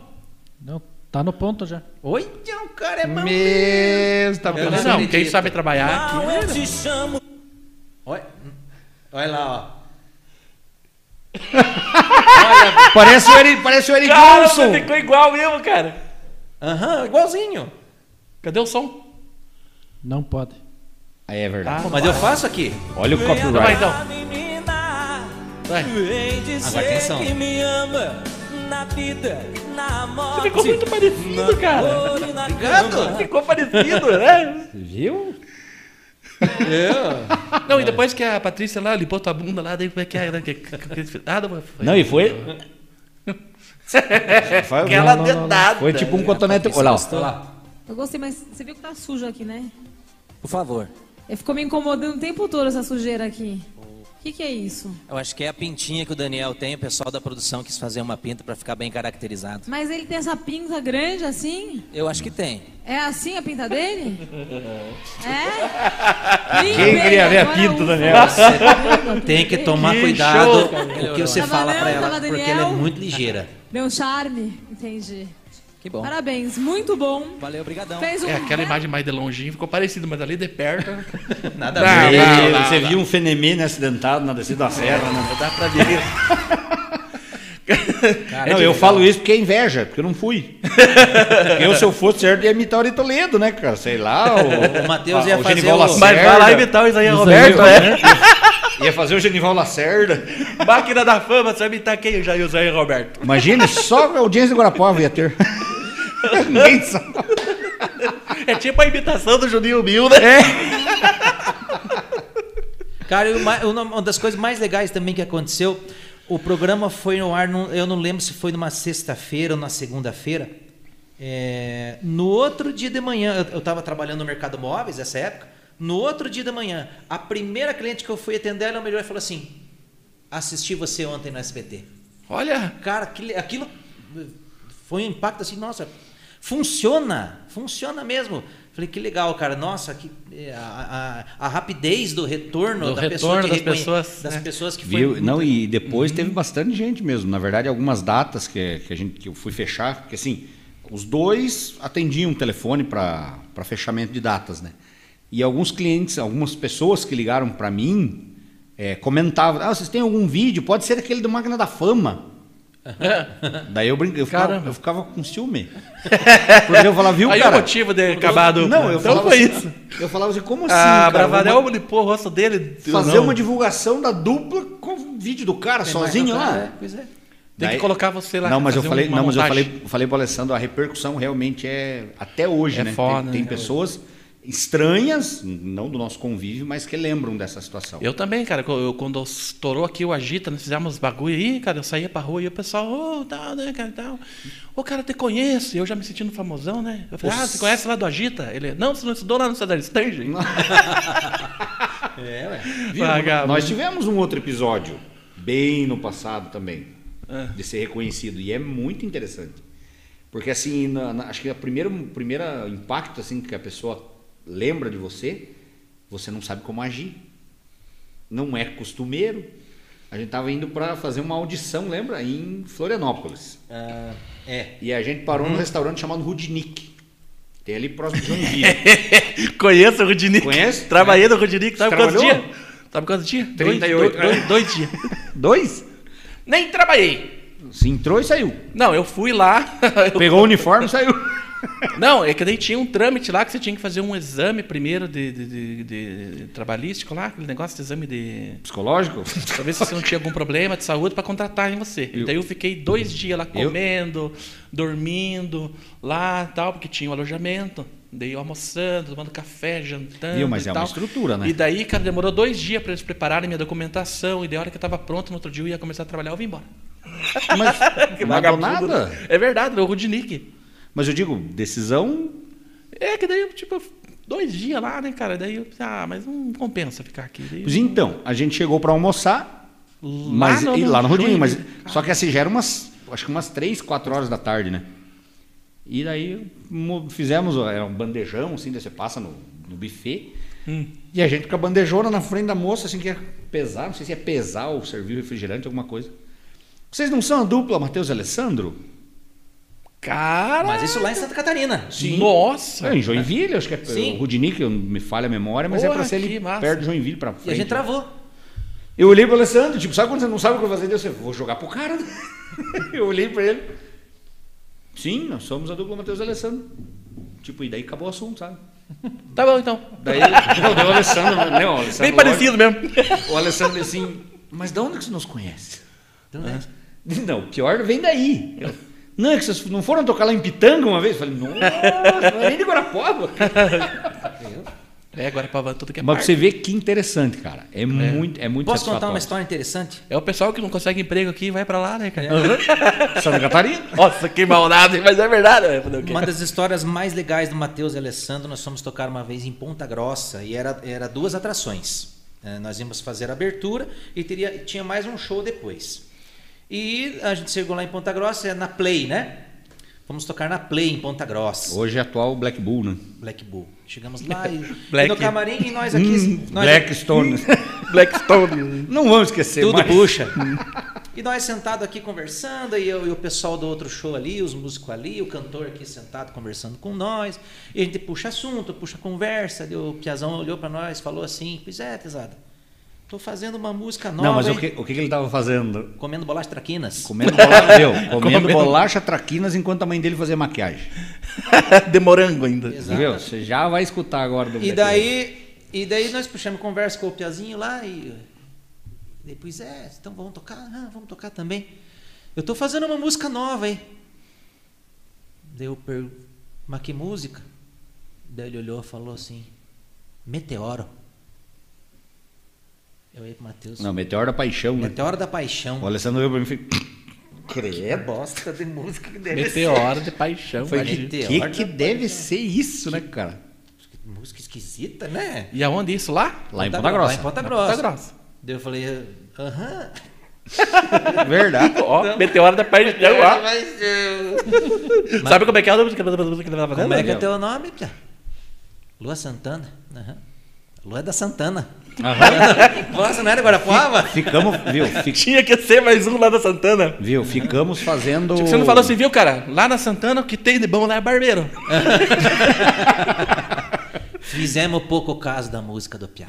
Speaker 5: Não, tá no ponto já.
Speaker 3: Oi, o cara é bom.
Speaker 4: Mesmo, tá
Speaker 3: Eu
Speaker 1: Não,
Speaker 4: vendo?
Speaker 3: não
Speaker 1: não,
Speaker 3: acredito.
Speaker 1: quem sabe trabalhar.
Speaker 3: Não, eu te chamo. Olha, olha lá, ó.
Speaker 4: Parece o Eric, parece o Eric
Speaker 1: Cara,
Speaker 4: Johnson.
Speaker 1: você ficou igual mesmo, cara.
Speaker 3: Aham, igualzinho.
Speaker 1: Cadê o som?
Speaker 5: Não pode.
Speaker 4: Ah, É
Speaker 1: Tá.
Speaker 4: verdade.
Speaker 3: Mas eu faço aqui.
Speaker 4: Olha o
Speaker 1: Então vai
Speaker 4: copyright.
Speaker 1: então.
Speaker 6: menina
Speaker 1: Vai.
Speaker 6: vem dizer
Speaker 3: Agora atenção.
Speaker 6: que me ama na vida, na morte.
Speaker 1: Ficou muito parecido, cara.
Speaker 6: dor e na
Speaker 3: Obrigado.
Speaker 6: cama.
Speaker 1: Ficou parecido, né?
Speaker 4: Viu?
Speaker 1: Não, e depois que a Patrícia lá limpou tua bunda lá, daí como é que é? né? Que- que- que- Ah, não, foi.
Speaker 4: Não, e foi. Foi,
Speaker 1: *laughs* Aquela
Speaker 5: Não, não, não, não.
Speaker 1: dedada.
Speaker 4: foi tipo um cotonete. Olha lá. ó.
Speaker 7: Eu gostei, mas você viu que tá sujo aqui, né?
Speaker 6: Por favor,
Speaker 7: É, Ficou me incomodando o tempo todo essa sujeira aqui. O que, que é isso?
Speaker 3: Eu acho que é a pintinha que o Daniel tem, o pessoal da produção quis fazer uma pinta pra ficar bem caracterizado.
Speaker 7: Mas ele tem essa pinta grande assim?
Speaker 3: Eu acho que tem.
Speaker 7: É assim a pinta dele? É?
Speaker 4: Quem queria ver a pinta, Daniel?
Speaker 3: Tem que tomar
Speaker 1: Que
Speaker 3: cuidado
Speaker 1: show,
Speaker 3: o que você
Speaker 7: Tava
Speaker 3: fala pra
Speaker 7: lendo,
Speaker 3: ela,
Speaker 7: tava
Speaker 3: porque
Speaker 7: Daniel.
Speaker 3: ela é muito ligeira.
Speaker 7: Deu um charme, entendi.
Speaker 3: Que bom.
Speaker 7: Parabéns, muito bom.
Speaker 3: Valeu, obrigadão.
Speaker 7: Fez um
Speaker 1: É, aquela
Speaker 7: belo-
Speaker 1: imagem mais de longinho ficou parecido, mas ali de perto.
Speaker 3: Nada
Speaker 1: Não,
Speaker 3: a ver.
Speaker 1: não,
Speaker 4: Ele-
Speaker 1: não,
Speaker 4: você
Speaker 1: não.
Speaker 4: viu um fenômeno acidentado na descida da serra, né?
Speaker 1: Dá pra ver.
Speaker 3: Cara,
Speaker 4: Não, eu falo isso porque é inveja, porque eu não fui. eu, se eu fosse certo, ia imitar o Ari Toledo, né, cara? Sei lá, o,
Speaker 3: O Matheus
Speaker 4: a-
Speaker 3: ia
Speaker 4: o
Speaker 3: fazer
Speaker 4: Genival
Speaker 3: o-
Speaker 4: Lacerda.
Speaker 1: Mas vai lá imitar o Isaías Roberto,
Speaker 5: Isaías
Speaker 1: né?
Speaker 4: Ia fazer o Genival Lacerda.
Speaker 1: Máquina da fama, você vai imitar quem? O Jair- o Isaías Roberto.
Speaker 4: Imagina, só a audiência do Guarapava ia ter. *laughs* Ninguém sabe.
Speaker 1: É tipo a imitação do Juninho Mil, né?
Speaker 3: Cara, e uma, uma- uma das coisas mais legais também que aconteceu, o programa foi no ar, num- eu não lembro se foi numa sexta-feira ou na segunda-feira. É, no outro dia de manhã, eu- eu estava trabalhando no mercado móveis nessa época. No outro dia de manhã, a primeira cliente que eu fui atender, ela melhorou e falou assim: assisti você ontem no SBT.
Speaker 1: Olha,
Speaker 3: Cara, aquilo, aquilo foi um impacto assim, nossa, funciona, funciona mesmo. Falei, que legal, cara, nossa, que, eh, a, a- a rapidez do retorno
Speaker 1: Do
Speaker 3: da pessoa
Speaker 1: retorno
Speaker 3: que
Speaker 1: das
Speaker 3: reconhe-
Speaker 1: pessoas,
Speaker 3: das
Speaker 1: né?
Speaker 3: pessoas que foi
Speaker 4: Viu?
Speaker 3: muito-
Speaker 4: Não, e depois
Speaker 1: Uhum.
Speaker 4: teve bastante gente mesmo. Na verdade, algumas datas que, que, a gente, que eu fui fechar, porque assim, os dois atendiam o telefone para fechamento de datas, né? E alguns clientes, algumas pessoas que ligaram para mim eh, comentavam: Ah, vocês têm algum vídeo? Pode ser aquele do Máquina
Speaker 1: *laughs*
Speaker 4: da Fama. Daí eu brinquei, eu ficava,
Speaker 1: Caramba.
Speaker 4: eu ficava com ciúme. Porque eu falava, viu,
Speaker 1: aí
Speaker 4: cara?
Speaker 1: o motivo de acabar do...
Speaker 4: Não,
Speaker 1: então
Speaker 4: eu falava
Speaker 1: foi
Speaker 4: assim,
Speaker 1: isso.
Speaker 4: Eu falava assim, como assim?
Speaker 1: Ah,
Speaker 4: cara?
Speaker 1: Bravanel
Speaker 4: Uma-
Speaker 1: limpou o rosto dele.
Speaker 4: Fazer
Speaker 1: Não.
Speaker 4: uma divulgação da dupla com o vídeo do cara sozinho lá.
Speaker 3: É, pois é.
Speaker 1: Tem que
Speaker 4: Daí-
Speaker 1: colocar você lá.
Speaker 4: Não, mas eu
Speaker 1: fazer um-
Speaker 4: falei,
Speaker 1: uma
Speaker 4: não, mas eu
Speaker 1: montagem.
Speaker 4: falei, eu falei pro Alessandro, a repercussão realmente é até hoje,
Speaker 1: É
Speaker 4: né?
Speaker 1: foda,
Speaker 4: tem
Speaker 1: né?
Speaker 4: tem
Speaker 1: Até
Speaker 4: pessoas estranhas, não do nosso convívio, mas que lembram dessa situação.
Speaker 1: Eu também, cara, eu, eu- quando estourou aqui o Agita, nós fizemos uns bagulho aí, cara, eu saía pra rua e o pessoal, ô, tal, né, cara, tal. Ô, cara, te conheço. E eu já me sentindo famosão, né? Eu falei, ah, você conhece lá do Agita? Ele, não, você não estudou lá no Cesar Stage?
Speaker 3: É, ué.
Speaker 4: Viu?
Speaker 1: Vagabundo.
Speaker 4: Nós tivemos um outro episódio bem no passado também de ser reconhecido e é muito interessante. Porque assim, na- na- acho que o primeiro, primeiro impacto assim, que a pessoa lembra de você, você não sabe como agir. Não é costumeiro. A gente estava indo para fazer uma audição, lembra? Em Florianópolis.
Speaker 3: Ah, é.
Speaker 4: E a gente parou num restaurante chamado Rudnick. Tem ali próximo de Joinville.
Speaker 1: *laughs*
Speaker 4: *laughs*
Speaker 1: Conheço o Rudinic.
Speaker 4: Conhece?
Speaker 1: Trabalhei no Rudinic. Sabe
Speaker 4: É. Você
Speaker 1: quantos dias?
Speaker 4: trabalhou?
Speaker 1: Sabe quantos dias?
Speaker 4: 38.
Speaker 1: Dois, dois, dois dias.
Speaker 4: Dois?
Speaker 1: Nem trabalhei.
Speaker 4: Se entrou e saiu.
Speaker 1: Não, eu fui lá. *laughs* eu-
Speaker 4: Pegou o uniforme e saiu.
Speaker 1: Não, é que daí tinha um trâmite lá que você tinha que fazer um exame primeiro de, de, de- de trabalhístico lá, aquele negócio de exame de.
Speaker 4: Psicológico?
Speaker 1: Pra ver se você não tinha algum problema de saúde pra contratar em você. E
Speaker 4: Eu-
Speaker 1: daí eu fiquei dois dias lá
Speaker 4: Eu-
Speaker 1: comendo, dormindo lá e tal, porque tinha um alojamento. Daí eu almoçando, tomando café, jantando.
Speaker 4: Viu, mas
Speaker 1: e
Speaker 4: é uma
Speaker 1: tal.
Speaker 4: estrutura, né?
Speaker 1: E daí, cara, demorou dois dias pra eles prepararem minha documentação. E daí, a hora que eu tava pronto, no outro dia eu ia começar a trabalhar, eu vim embora. *laughs*
Speaker 4: Mas não deu
Speaker 1: Vagabundo.
Speaker 4: nada.
Speaker 1: É verdade, o Rudnick.
Speaker 4: Mas eu digo, decisão
Speaker 1: É que daí, eu, tipo, dois dias lá, né, cara? Daí, eu, ah, mas não compensa ficar aqui. Daí,
Speaker 4: Pois então, a gente chegou pra almoçar,
Speaker 1: lá
Speaker 4: mas e lá no Rodinho, mas
Speaker 1: Joinville, cara.
Speaker 4: só que assim já era umas, acho que umas 3, 4 horas da tarde, né? E daí mo- fizemos, ó, era um bandejão assim, daí você passa no, no buffet. E a gente com a bandejona na frente da moça, assim, que ia pesar, não sei se ia pesar ou servir o refrigerante, alguma coisa. Vocês não são a dupla, Matheus e Alessandro?
Speaker 1: Cara!
Speaker 3: Mas isso lá em Santa Catarina.
Speaker 1: Nossa!
Speaker 4: É, em Joinville, acho que é
Speaker 3: Sim.
Speaker 4: o Rudinique, eu- me falha a memória, mas é
Speaker 1: Porra,
Speaker 4: pra ser
Speaker 1: que
Speaker 4: ali
Speaker 1: massa.
Speaker 4: perto de Joinville, pra frente. né?
Speaker 3: E a gente travou.
Speaker 4: Eu olhei pro Alessandro, tipo, sabe quando você não sabe o que fazer? Eu disse, vou jogar pro cara. *laughs* Eu olhei pra ele. Sim, nós somos a dupla Matheus e Alessandro. Tipo, e daí acabou o assunto, sabe?
Speaker 1: Tá bom, então.
Speaker 4: Daí *laughs* não, deu o Alessandro, não, o Alessandro.
Speaker 1: Bem parecido mesmo.
Speaker 4: lógico. O Alessandro disse assim, mas de onde que você nos conhece? *laughs*
Speaker 3: Então, é.
Speaker 4: Não, pior vem daí. Eu, não, é que vocês não foram tocar lá em Pitanga uma vez? Eu falei, nossa, não é nem de *laughs* Guarapuava.
Speaker 1: É, agora pra tudo que é
Speaker 4: Mas pra
Speaker 1: parte.
Speaker 4: você ver que interessante, cara. É, muito, é muito
Speaker 3: Posso contar uma
Speaker 4: satisfatório.
Speaker 3: história interessante?
Speaker 1: É o pessoal que não consegue emprego aqui vai pra lá, né, cara?
Speaker 4: Santa Catarina?
Speaker 1: Nossa, que maldade, mas é verdade. Né? Fazer o quê?
Speaker 3: Uma das histórias mais legais do Matheus e Alessandro, nós fomos tocar uma vez em Ponta Grossa e era, era duas atrações. É, nós íamos fazer a abertura e teria, tinha mais um show depois. E a gente chegou lá em Ponta Grossa, é na Play, né? Vamos tocar na Play em Ponta Grossa.
Speaker 4: Hoje é atual Black Bull, né?
Speaker 3: Black Bull.
Speaker 1: *laughs*
Speaker 3: Chegamos lá e,
Speaker 1: Black- Hum,
Speaker 3: e no camarim e nós aqui. nós-
Speaker 4: Hum, Blackstone.
Speaker 1: *laughs* Blackstone.
Speaker 4: Não vamos esquecer
Speaker 3: Tudo
Speaker 4: mais.
Speaker 3: puxa. e nós sentado aqui conversando, e, eu- e o pessoal do outro show ali, os músicos ali, o cantor aqui sentado conversando com nós. E a gente puxa assunto, puxa conversa. E o Piazão olhou pra nós, falou assim: Pois é, Tesada, tô fazendo uma música nova.
Speaker 4: Não, mas o
Speaker 3: hein?
Speaker 4: que, o que que ele
Speaker 1: *laughs*
Speaker 4: estava fazendo?
Speaker 3: Comendo bolacha traquinas.
Speaker 4: Comendo bolacha, meu, comendo,
Speaker 1: Comendo.
Speaker 4: bolacha traquinas enquanto a mãe dele fazia maquiagem.
Speaker 1: *laughs* De morango ainda.
Speaker 3: Exato.
Speaker 4: Viu? Você já vai escutar agora do
Speaker 3: E
Speaker 4: Black
Speaker 3: daí, e daí nós puxamos conversa com o Piazinho lá e. Depois é, então vamos tocar? Ah, vamos tocar também. Eu tô fazendo uma música nova aí. Daí eu pergunto, mas que música? Daí ele olhou e falou assim: Meteoro. Eu olhei pro Matheus.
Speaker 4: Bull. Não, Meteoro da Paixão, né?
Speaker 3: Meteoro da Paixão.
Speaker 4: O Alessandro olhou pra mim e falou,
Speaker 3: é bosta de música que deve
Speaker 1: Meteoro de paixão.
Speaker 4: foi,
Speaker 1: imagina.
Speaker 4: que, que que deve ser isso, né, cara?
Speaker 3: ser. Música esquisita, né?
Speaker 1: E aonde isso? Lá?
Speaker 4: Lá em
Speaker 3: Ponta
Speaker 4: Ponta
Speaker 3: Grossa.
Speaker 4: Grossa.
Speaker 3: Lá em Ponta
Speaker 4: Na
Speaker 3: Grossa.
Speaker 1: Ponta Grossa.
Speaker 3: Daí eu falei: aham.
Speaker 4: Verdade.
Speaker 3: *laughs*
Speaker 1: Ó, meteoro da paixão, ó.
Speaker 3: Mas, eu-
Speaker 1: Sabe como é que é o nome que ele tava fazendo?
Speaker 3: Como é que é
Speaker 4: Gabriel?
Speaker 3: teu nome, Pia? Lua Santana. Aham. Lua é da Santana. *laughs* Nossa, não era Guarapuava?
Speaker 4: Ficamos, viu? Fi-
Speaker 1: Tinha que ser mais um lá da Santana.
Speaker 4: viu? Ficamos fazendo.
Speaker 1: Tipo, você não falou assim, viu, cara? Lá na Santana, o que tem de bom lá é barbeiro.
Speaker 3: Fizemos pouco caso da música do Pia.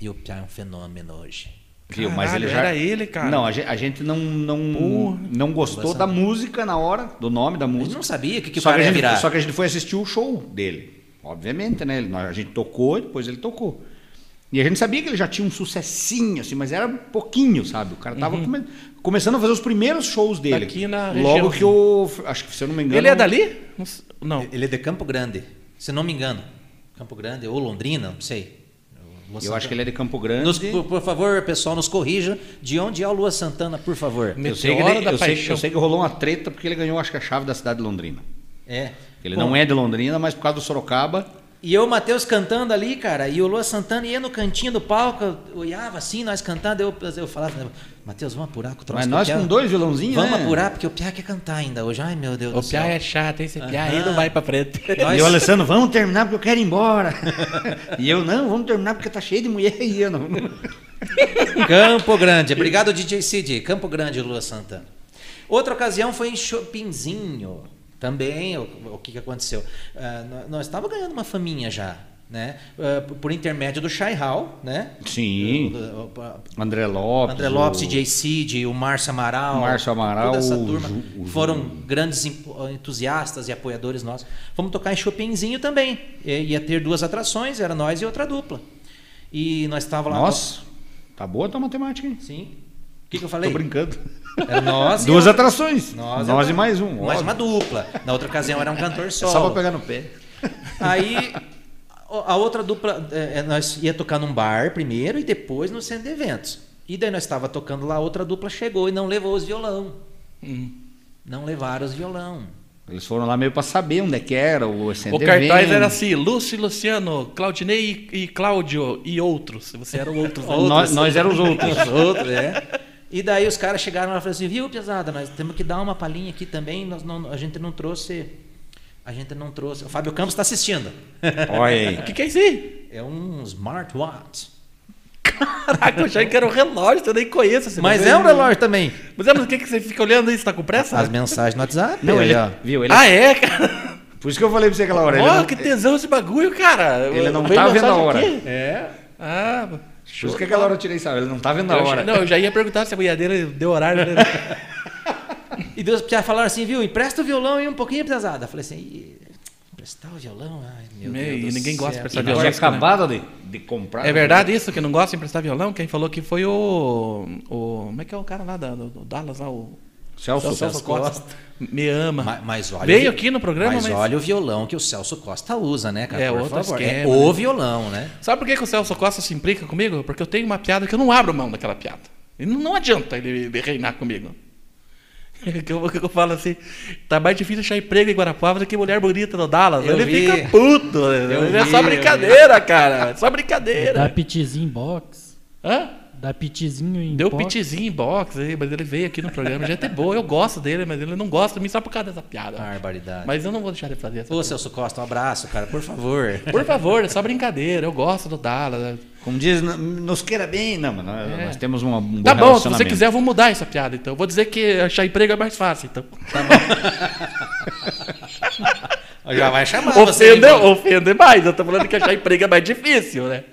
Speaker 3: E o Pia é um fenômeno hoje.
Speaker 4: Viu? Mas
Speaker 1: Caralho,
Speaker 4: ele já.
Speaker 1: era ele, cara.
Speaker 4: Não, a gente, a gente não, não, não gostou da música na hora, do nome da
Speaker 3: A gente
Speaker 4: música.
Speaker 3: não sabia o que, que o
Speaker 4: só, que
Speaker 3: cara
Speaker 4: a
Speaker 3: ia
Speaker 4: gente,
Speaker 3: virar.
Speaker 4: só que a gente foi assistir o show dele. Obviamente, né? Ele- nós- A gente tocou e depois ele tocou. E a gente sabia que ele já tinha um sucessinho, assim, mas era pouquinho, sabe? O cara tava come- começando a fazer os primeiros shows dele.
Speaker 1: Aqui Uhum. na região.
Speaker 4: Logo que o. Acho que se eu não me engano.
Speaker 1: Ele é dali? Não s- Não.
Speaker 3: Ele é de Campo Grande, se não me engano. Campo Grande ou Londrina, não sei. Lua
Speaker 4: Eu
Speaker 3: Santana.
Speaker 4: acho que ele é de Campo Grande.
Speaker 3: Nos- por, por favor, pessoal, nos corrija. De onde é o Lua Santana, por favor?
Speaker 1: Me-
Speaker 4: Eu sei, que
Speaker 1: Meteoro
Speaker 4: ele-
Speaker 1: da
Speaker 4: eu, sei,
Speaker 1: Paixão.
Speaker 4: eu sei que rolou uma treta porque ele ganhou, acho que a chave da cidade de Londrina.
Speaker 3: É.
Speaker 4: Ele
Speaker 3: Bom,
Speaker 4: não é de Londrina, mas por causa do Sorocaba,
Speaker 3: E eu, o Matheus, cantando ali, cara, e o Lua Santana ia no cantinho do palco, eu olhava assim, nós cantando, eu, eu falava, Matheus, vamos apurar com o troço
Speaker 4: Mas
Speaker 3: que
Speaker 4: nós
Speaker 3: eu quero.
Speaker 4: com dois violãozinhos,
Speaker 3: Vamos
Speaker 4: né?
Speaker 3: apurar, porque o Piá quer cantar ainda hoje. Ai, meu Deus
Speaker 1: O
Speaker 3: do céu.
Speaker 1: Piá é chato, hein? Esse Piá aí
Speaker 3: Aham.
Speaker 1: não vai pra frente.
Speaker 3: Nós-
Speaker 4: é E o Alessandro, vamos terminar porque eu quero ir embora. *laughs* e eu, não, vamos terminar porque tá cheio de mulher aí. Eu não...
Speaker 3: *laughs* Campo Grande. Obrigado, DJ Cid. Campo Grande, Lua Santana. Outra ocasião foi em Chopinzinho. Também, o, o que, que aconteceu? Ah, nó- nós estávamos ganhando uma faminha já, né? Ah, por, por intermédio do Shai Hall, né?
Speaker 4: Sim.
Speaker 3: O- o- o-
Speaker 4: André Lopes.
Speaker 3: André Lopes,
Speaker 4: o-
Speaker 3: DJ Cid, o Márcio Amaral.
Speaker 4: O Márcio Amaral,
Speaker 3: Toda essa
Speaker 4: o
Speaker 3: turma
Speaker 4: Ju- o Ju-
Speaker 3: foram grandes em- entusiastas e apoiadores nossos. Fomos tocar em Chopinzinho também. E- Ia ter duas atrações, era nós e outra dupla. E nós estávamos lá.
Speaker 4: Nossa, tá boa a tua matemática, hein?
Speaker 3: Sim. O que, que eu falei?
Speaker 4: Tô brincando. *laughs*
Speaker 3: Era nós e
Speaker 4: Duas
Speaker 3: outra-
Speaker 4: atrações. Nós,
Speaker 3: Nós,
Speaker 4: e mais um.
Speaker 3: Mais
Speaker 4: óbvio.
Speaker 3: uma dupla. Na outra ocasião era um cantor
Speaker 4: *laughs* É só pra
Speaker 3: solo.
Speaker 4: pegar no pé.
Speaker 3: Aí a a outra dupla, eh, eh, nós ia tocar num bar primeiro e depois no centro de eventos. E daí nós estava tocando lá, a outra dupla chegou e não levou os violão. Não levaram os violão.
Speaker 4: Eles foram lá meio pra saber onde é que era, o
Speaker 1: O cartaz era assim, Lúcio, Luciano, Claudinei e, e Cláudio e outros. Você era o *laughs* outro.
Speaker 4: Nós, nós éramos outros.
Speaker 3: Os né? outros, é. E daí os caras chegaram lá e falaram assim, viu, pesada, nós temos que dar uma palhinha aqui também, nós não- a gente não trouxe... A gente não trouxe... O Fábio Campos está assistindo. *laughs*
Speaker 4: Olha aí.
Speaker 1: *laughs* O que, que é isso aí?
Speaker 3: É um smartwatch.
Speaker 1: Caraca, eu achei que era um relógio, eu nem conheço. esse
Speaker 3: Mas
Speaker 1: bagulho.
Speaker 3: é um relógio também.
Speaker 1: Mas é, mas o que, que você fica olhando aí? Você tá com pressa?
Speaker 3: As mensagens no WhatsApp.
Speaker 4: Não,
Speaker 3: aí,
Speaker 4: ele,
Speaker 3: ó.
Speaker 4: viu, ele,
Speaker 1: Ah, é, cara?
Speaker 4: por isso que eu falei pra você aquela hora. ele
Speaker 1: Ó,
Speaker 4: não-
Speaker 1: que tesão esse bagulho, cara.
Speaker 4: Ele não
Speaker 1: Veio
Speaker 4: tá vendo a
Speaker 1: mensagem
Speaker 4: hora.
Speaker 1: aqui?
Speaker 3: É.
Speaker 1: Ah,
Speaker 4: por isso que aquela hora eu tirei, sabe? Ele não tá vendo a
Speaker 1: eu,
Speaker 4: hora.
Speaker 1: Não, eu já ia perguntar se a boiadeira deu horário. Né? *laughs*
Speaker 3: E Deus já falaram assim, viu? Empresta o violão aí um pouquinho, pesada. Falei assim, "Ih, emprestar o violão? Ai, meu
Speaker 1: Meu,
Speaker 3: Deus.
Speaker 1: e
Speaker 3: do
Speaker 1: ninguém
Speaker 3: céu."
Speaker 1: gosta de
Speaker 4: Eu
Speaker 1: prestar
Speaker 4: tinha
Speaker 1: violão.
Speaker 4: acabado de, de comprar.
Speaker 1: né? É verdade isso, que não gosta de emprestar violão? Quem falou que foi o. o como é que é o cara lá da- do, do Dallas lá? O
Speaker 4: Celso,
Speaker 1: Celso
Speaker 4: Celso
Speaker 1: Costa. Me ama.
Speaker 3: Ma- Mas, olha,
Speaker 1: Veio
Speaker 3: o vi-
Speaker 1: aqui no programa, mas.
Speaker 3: Mas olha o violão que o Celso Costa usa, né, cara?
Speaker 1: É,
Speaker 3: Por
Speaker 1: outro
Speaker 3: favor.
Speaker 1: esquema,
Speaker 3: é
Speaker 1: né?
Speaker 3: o violão, né?
Speaker 1: Sabe por que, que o Celso Costa se implica comigo? Porque eu tenho uma piada que eu não abro mão daquela piada. E não não adianta ele ele reinar comigo. *laughs* Que eu, que eu falo assim, tá mais difícil achar emprego em Guarapuava do que mulher bonita no Dallas.
Speaker 3: Eu
Speaker 1: ele
Speaker 3: vi.
Speaker 1: fica puto. é
Speaker 3: vi,
Speaker 1: só
Speaker 3: eu
Speaker 1: brincadeira, cara. É só
Speaker 5: Dá
Speaker 1: brincadeira.
Speaker 5: pitizinho em box.
Speaker 1: Hã?
Speaker 5: Dá pitizinho em
Speaker 1: Deu
Speaker 5: box.
Speaker 1: pitizinho em box, aí, mas ele veio aqui no programa. Gente é boa, eu gosto dele, mas ele não gosta de mim só por causa dessa piada.
Speaker 3: Barbaridade.
Speaker 1: Mas eu não vou deixar ele fazer essa.
Speaker 3: Ô, Celso Costa, um abraço, cara, por favor.
Speaker 1: *laughs* Por favor, é só brincadeira. Eu gosto do Dallas.
Speaker 4: Como diz, n- nos queira bem. Não, mas nós, nós temos uma, um
Speaker 1: Tá bom, se você
Speaker 4: relacionamento.
Speaker 1: quiser, eu vou mudar essa piada, então. Eu vou dizer que achar emprego é mais fácil, então.
Speaker 3: Já vai chamar você.
Speaker 1: Ofender,
Speaker 3: hein?
Speaker 1: ofender mais. Eu tô falando que achar emprego é mais difícil, né?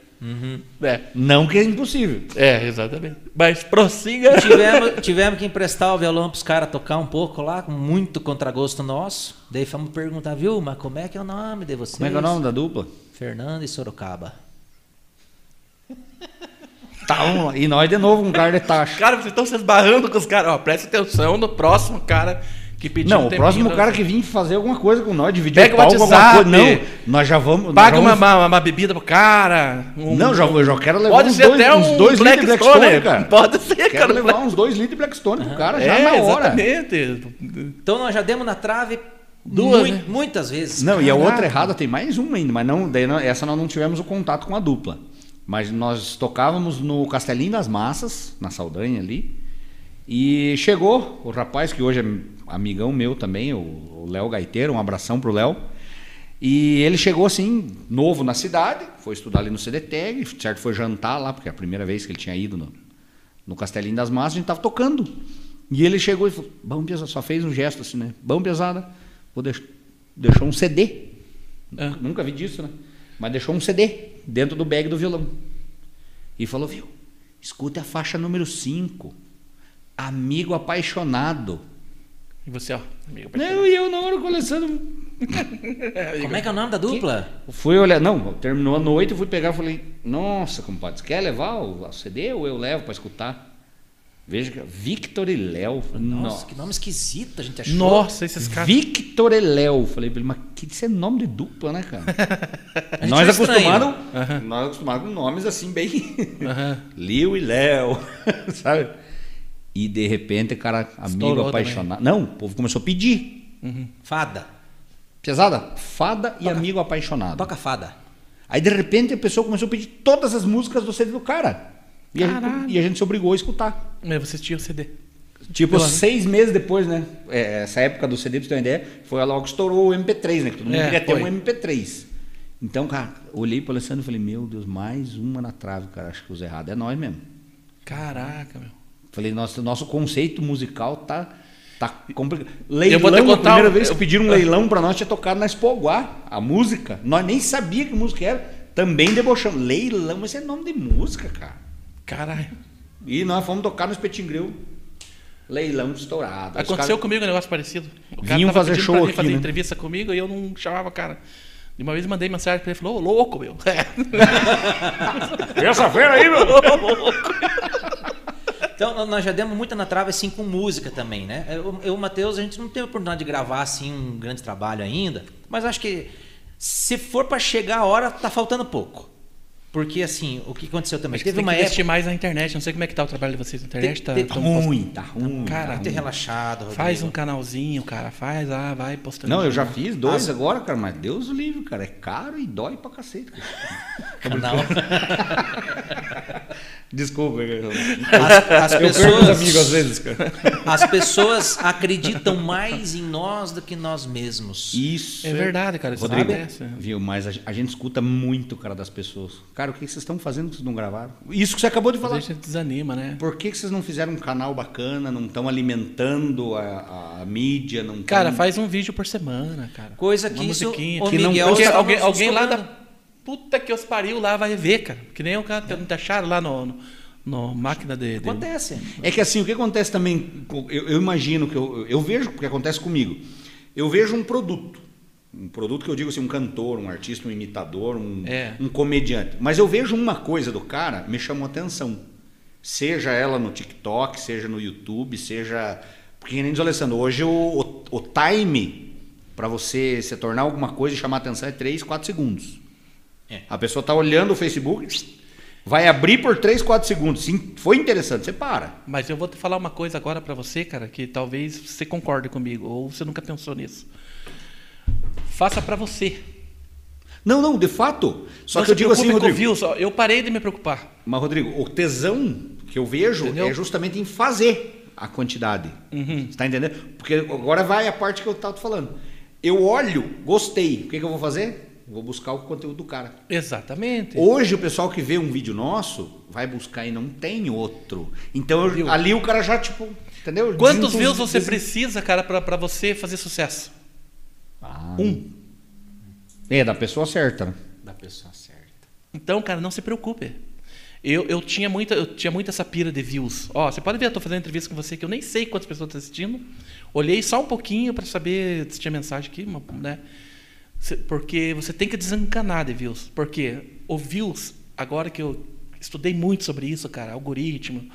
Speaker 1: É,
Speaker 4: Não que é impossível.
Speaker 1: é, exatamente. Mas prossiga.
Speaker 3: Tivemos, tivemos que emprestar o violão pros caras tocar um pouco lá, com muito contragosto nosso. Daí fomos perguntar, viu, mas como é que é o nome de vocês?
Speaker 4: Como é que é o nome da dupla?
Speaker 3: Fernando e Sorocaba.
Speaker 4: Tá, vamos lá. E nós de novo com cara de taxa.
Speaker 1: Cara, vocês estão se esbarrando com os caras. Ó, presta atenção no próximo cara que pediu
Speaker 4: Não,
Speaker 1: um
Speaker 4: o
Speaker 1: tempinho
Speaker 4: próximo
Speaker 1: da-
Speaker 4: cara que vir fazer alguma coisa com nós, dividir
Speaker 1: Pega
Speaker 4: o
Speaker 1: o
Speaker 4: palco, alguma
Speaker 1: WhatsApp.
Speaker 4: coisa. Não, nós já vamos.
Speaker 1: Paga
Speaker 4: nós já
Speaker 1: uma,
Speaker 4: vamos...
Speaker 1: uma, uma bebida pro cara. um-
Speaker 4: Não, já, eu já quero levar
Speaker 1: Pode
Speaker 4: uns
Speaker 1: ser
Speaker 4: dois,
Speaker 1: até
Speaker 4: uns
Speaker 1: um
Speaker 4: dois litros de
Speaker 1: Black
Speaker 4: Blackstone,
Speaker 1: Stone,
Speaker 4: cara.
Speaker 1: Pode ser,
Speaker 4: Quero
Speaker 1: cara.
Speaker 4: levar uns dois litros de Blackstone pro cara já
Speaker 1: é,
Speaker 4: na hora.
Speaker 1: Exatamente.
Speaker 3: Então nós já demos na trave
Speaker 1: Duas,
Speaker 3: mui-
Speaker 1: né?
Speaker 3: muitas vezes.
Speaker 4: Não, e a
Speaker 3: Caraca.
Speaker 4: outra errada tem mais uma ainda, mas não, daí não- essa nós não tivemos o contato com a dupla. Mas nós tocávamos no Castelinho das Massas, na Saldanha ali, e chegou o rapaz que hoje é amigão meu também, o- o Léo Gaiteiro, um abração pro Léo. E ele chegou assim, novo na cidade, foi estudar ali no CDTEG, certo? Foi jantar lá, porque é a primeira vez que ele tinha ido no, no Castelinho das Massas, a gente tava tocando. E ele chegou e falou, bão pesada, só fez um gesto assim, né? Bão pesada, vou deix- deixou um CD.
Speaker 1: Ah.
Speaker 4: Nunca vi disso, né? Mas deixou um CD dentro do bag do violão. E falou, viu, escuta a faixa número 5. Amigo apaixonado.
Speaker 1: E você, ó, amigo.
Speaker 4: Não, e eu na hora começando.
Speaker 3: Como é que é o nome da dupla?
Speaker 4: Fui olhar, não, terminou a noite, eu fui pegar e falei, nossa, compadre, você quer levar o, o CD ou eu levo pra escutar? Veja, que- Victor e Léo. Falei,
Speaker 3: Nossa,
Speaker 4: Nossa,
Speaker 3: que nome esquisito a gente achou.
Speaker 1: Nossa, esses caras.
Speaker 4: Victor e Léo. Falei pra ele, mas que isso é nome de dupla, né,
Speaker 3: *laughs*
Speaker 4: cara?
Speaker 3: A gente
Speaker 4: nós
Speaker 3: achou estranho.
Speaker 4: acostumados nós acostumados com nomes assim bem... *laughs* Liu e Léo, *laughs* sabe? E de repente, cara, amigo
Speaker 1: Estourou
Speaker 4: apaixonado. Não, o povo começou a pedir.
Speaker 3: Fada.
Speaker 4: Pesada? Fada e Amigo Apaixonado.
Speaker 3: Toca fada.
Speaker 4: Aí de repente a pessoa começou a pedir todas as músicas do CD do cara. E a, gente, e a gente se obrigou a escutar.
Speaker 1: Mas vocês tinham CD.
Speaker 4: Tipo,
Speaker 1: Pela-
Speaker 4: seis meses depois, né? É, essa época do CD, pra você ter uma ideia, foi logo que estourou o MP3, né? Que todo mundo
Speaker 1: É,
Speaker 4: queria ter
Speaker 1: foi.
Speaker 4: um MP3. Então, cara, olhei pro Alessandro e falei, meu Deus, mais uma na trave, cara. Acho que os errados é nós mesmo.
Speaker 1: Caraca, meu.
Speaker 4: Falei, nosso, nosso conceito musical tá, tá complicado. Leilão,
Speaker 1: vou te
Speaker 4: a
Speaker 1: contar
Speaker 4: primeira
Speaker 1: um-
Speaker 4: vez que
Speaker 1: eu- *laughs*
Speaker 4: pediram um leilão pra nós, tinha tocado na Espoguá, a música. Nós nem sabia que música era. Também debochamos. Leilão, mas é nome de música, cara.
Speaker 1: Caralho.
Speaker 4: E nós fomos tocar no Espetinho Grill. Leilão estourado. Os
Speaker 1: Aconteceu comigo um negócio parecido. O cara
Speaker 4: Vinham
Speaker 1: tava
Speaker 4: fazer
Speaker 1: pedindo
Speaker 4: show
Speaker 1: pra vir
Speaker 4: aqui,
Speaker 1: fazer
Speaker 4: né?
Speaker 1: entrevista comigo e eu não chamava o cara. De uma vez mandei mensagem pra ele e falou, ô louco, meu. *laughs*
Speaker 2: Terça-feira aí, meu.
Speaker 3: Então, nó- nós já demos muita na trave assim com música também, né? Eu, eu o Matheus, a gente não teve a oportunidade de gravar assim um grande trabalho ainda, mas acho que se for pra chegar a hora, tá faltando pouco. Porque assim, o que aconteceu também?
Speaker 1: Acho que
Speaker 3: teve
Speaker 1: tem
Speaker 3: uma
Speaker 1: que investir
Speaker 3: época
Speaker 1: mais na internet. Não sei como é que tá o trabalho de vocês na internet.
Speaker 3: Tem-
Speaker 1: tá,
Speaker 3: tem-
Speaker 1: tão postando-
Speaker 4: Ruim, tá ruim.
Speaker 1: Cara,
Speaker 4: tá
Speaker 3: muito
Speaker 4: ruim.
Speaker 3: relaxado, Rodrigo.
Speaker 1: Faz um canalzinho, cara. Faz lá, vai postando.
Speaker 4: Não, eu já fiz dois agora, cara, mas Deus o livre, cara. É caro e dói pra cacete. cara.
Speaker 3: canal.
Speaker 1: *laughs*
Speaker 4: Desculpa, eu,
Speaker 3: As, as
Speaker 4: eu perco os amigos às
Speaker 3: pessoas,
Speaker 4: vezes, cara.
Speaker 3: as pessoas acreditam mais em nós do que nós mesmos.
Speaker 4: Isso.
Speaker 1: É verdade, cara, isso
Speaker 4: Rodrigo,
Speaker 1: acontece. né?
Speaker 4: viu? Mas a, a gente escuta muito, cara, das pessoas. Cara, o que que vocês estão fazendo que vocês não gravaram? Isso que você acabou de
Speaker 1: Às
Speaker 4: falar.
Speaker 1: vezes a gente desanima, né?
Speaker 4: Por que, que vocês não fizeram um canal bacana? Não estão alimentando a, a mídia? Não tão-
Speaker 1: Cara, faz um vídeo por semana, cara.
Speaker 3: Coisa
Speaker 1: Uma
Speaker 3: que isso
Speaker 1: musiquinha.
Speaker 3: o
Speaker 4: Que não-
Speaker 3: Miguel tá
Speaker 4: porque
Speaker 3: estava
Speaker 1: alguém,
Speaker 3: nos
Speaker 1: alguém lá
Speaker 3: cobrando.
Speaker 1: da puta que os pariu lá vai ver, cara. Que nem o cara
Speaker 3: É.
Speaker 1: não te acharam lá no, no, no máquina de. de...
Speaker 3: Acontece.
Speaker 4: É que assim, o que acontece também, com- eu, eu imagino que eu, eu vejo o que acontece comigo. Eu vejo um produto. Um produto que eu digo assim, um cantor, um artista, um imitador, um,
Speaker 1: É.
Speaker 4: um comediante. Mas eu vejo uma coisa do cara, me chamou atenção. Seja ela no TikTok, seja no YouTube, seja. Porque que nem diz o Alessandro, hoje o, o, o time para você se tornar alguma coisa e chamar atenção é 3, 4 segundos.
Speaker 3: É.
Speaker 4: A pessoa tá olhando o Facebook, vai abrir por 3, 4 segundos. Sim, foi interessante, você para.
Speaker 1: Mas eu vou te falar uma coisa agora pra você, cara, que talvez você concorde comigo, ou você nunca pensou nisso. Faça pra você.
Speaker 4: Não, não, de fato. Só
Speaker 1: Não
Speaker 4: que eu
Speaker 1: se
Speaker 4: digo assim,
Speaker 1: preocupe com
Speaker 4: Rodrigo.
Speaker 1: views, ó, eu parei de me preocupar.
Speaker 4: Mas, Rodrigo, o tesão que eu vejo
Speaker 1: Entendeu? Uhum.
Speaker 4: é justamente em fazer a quantidade. Você tá entendendo? Porque agora vai a parte que eu tava te falando. Eu olho, gostei. O que, que eu vou fazer? Vou buscar o conteúdo do cara.
Speaker 1: Exatamente.
Speaker 4: Hoje o pessoal que vê um vídeo nosso vai buscar e não tem outro. Então eu- ali o cara já, tipo, entendeu?
Speaker 1: Quantos
Speaker 4: Junta os-
Speaker 1: views você precisa, cara, pra, pra você fazer sucesso?
Speaker 4: Um. É, da pessoa certa, né?
Speaker 3: Da pessoa certa.
Speaker 1: Então, cara, não se preocupe. Eu, eu tinha muita eu tinha muita essa pira de views. Ó, você pode ver, eu tô fazendo entrevista com você que eu nem sei quantas pessoas estão assistindo. Olhei só um pouquinho para saber se tinha mensagem aqui, uma- né? Cê- Porque você tem que desencanar de views. Porque o views, agora que eu estudei muito sobre isso, cara, algoritmo,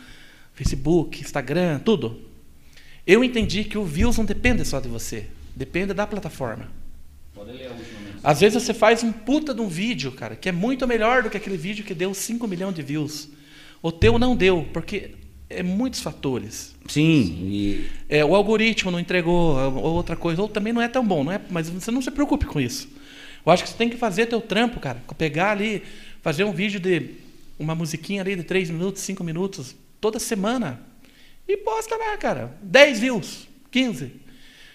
Speaker 1: Facebook, Instagram, tudo. Eu entendi que o views não depende só de você, depende da plataforma. Às vezes você faz um puta de um vídeo, cara, que é muito melhor do que aquele vídeo que deu 5 milhões de views. O teu não deu, porque é muitos fatores.
Speaker 4: Sim. e-
Speaker 1: É, o algoritmo não entregou, ou outra coisa, ou também não é tão bom, não é, mas você não se preocupe com isso. Eu acho que você tem que fazer teu trampo, cara. Pegar ali, fazer um vídeo de uma musiquinha ali de 3 minutos, 5 minutos, toda semana. E posta lá, cara. 10 views, 15.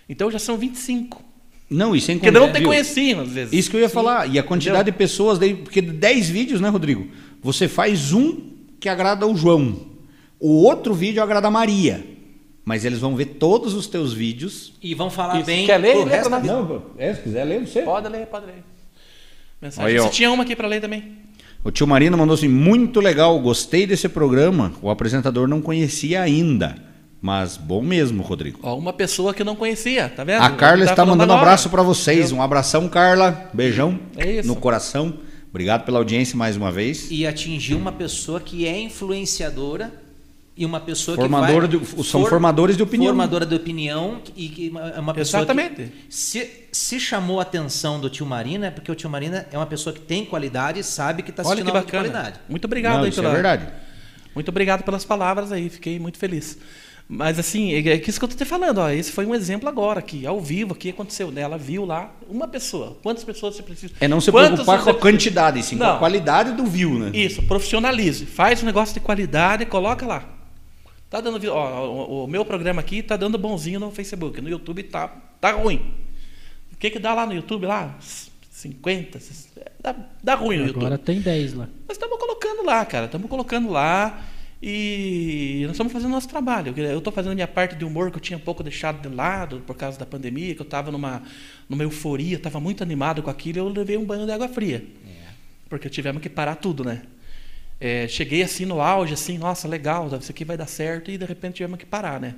Speaker 1: Então já são 25.
Speaker 4: Não, e sem
Speaker 1: Porque não
Speaker 4: contar-
Speaker 1: te
Speaker 4: viu?
Speaker 1: conheciam, às vezes.
Speaker 4: Isso que eu ia falar. E a quantidade de pessoas, daí, porque 10 vídeos, né, Rodrigo? Você faz um que agrada o João. O outro vídeo agrada a Maria. Mas eles vão ver todos os teus vídeos.
Speaker 3: E vão falar
Speaker 1: Isso.
Speaker 3: bem
Speaker 1: Quer ler?
Speaker 3: pro
Speaker 1: Lê pra
Speaker 3: resto da
Speaker 1: nós.
Speaker 3: vida.
Speaker 4: Não, é, se quiser ler, você.
Speaker 1: Pode ler, pode ler. Mensagem.
Speaker 2: Aí, ó.
Speaker 1: Você tinha uma aqui pra ler também?
Speaker 4: O tio Marino mandou assim: muito legal, gostei desse programa. O apresentador não conhecia ainda. Mas bom mesmo, Rodrigo.
Speaker 1: Ó, uma pessoa que eu não conhecia, tá vendo?
Speaker 4: A Carla
Speaker 1: Tá
Speaker 4: está
Speaker 1: falando
Speaker 4: mandando um
Speaker 1: agora.
Speaker 4: abraço para vocês. Um abração, Carla. Beijão
Speaker 1: É isso.
Speaker 4: no coração. Obrigado pela audiência mais uma vez.
Speaker 3: e atingir uma pessoa que é influenciadora e uma pessoa
Speaker 4: Formadora
Speaker 3: que
Speaker 4: de-
Speaker 3: vai,
Speaker 4: são formadores de opinião.
Speaker 3: Formadora de opinião e que é uma pessoa
Speaker 1: Exatamente.
Speaker 3: que se, se chamou a atenção do tio Marina é porque o tio Marina é uma pessoa que tem qualidade e sabe que está
Speaker 1: Olha
Speaker 3: assistindo
Speaker 1: que
Speaker 3: algo
Speaker 1: bacana.
Speaker 3: de qualidade.
Speaker 1: Muito obrigado
Speaker 4: Não,
Speaker 1: aí
Speaker 4: isso
Speaker 1: pela.
Speaker 4: é verdade.
Speaker 1: Muito obrigado pelas palavras aí, fiquei muito feliz. Mas assim, é é isso que eu tô te falando, ó, esse foi um exemplo agora aqui, ao vivo, aqui aconteceu, né? Ela viu lá uma pessoa. Quantas pessoas você precisa?
Speaker 4: É não se
Speaker 1: Quantas
Speaker 4: preocupar com
Speaker 1: você
Speaker 4: a quantidade, sim, com
Speaker 1: Não.
Speaker 4: a qualidade do view, né?
Speaker 1: Isso, profissionalize. Faz um negócio de qualidade, coloca lá. Tá dando, vi- ó, o, o meu programa aqui tá dando bonzinho no Facebook, no YouTube tá tá ruim. O que que dá lá no YouTube lá? 50, 60, dá, dá ruim no
Speaker 5: Agora
Speaker 1: YouTube.
Speaker 5: tem 10 lá.
Speaker 1: Mas estamos colocando lá, cara, estamos colocando lá e nós estamos fazendo nosso trabalho. Eu estou fazendo a minha parte de humor que eu tinha um pouco deixado de lado por causa da pandemia, que eu estava numa, numa euforia, estava muito animado com aquilo, eu levei um banho de água fria. Porque tivemos que parar tudo, né? É, cheguei assim no auge, assim, nossa, legal, isso aqui vai dar certo, e de repente tivemos que parar, né?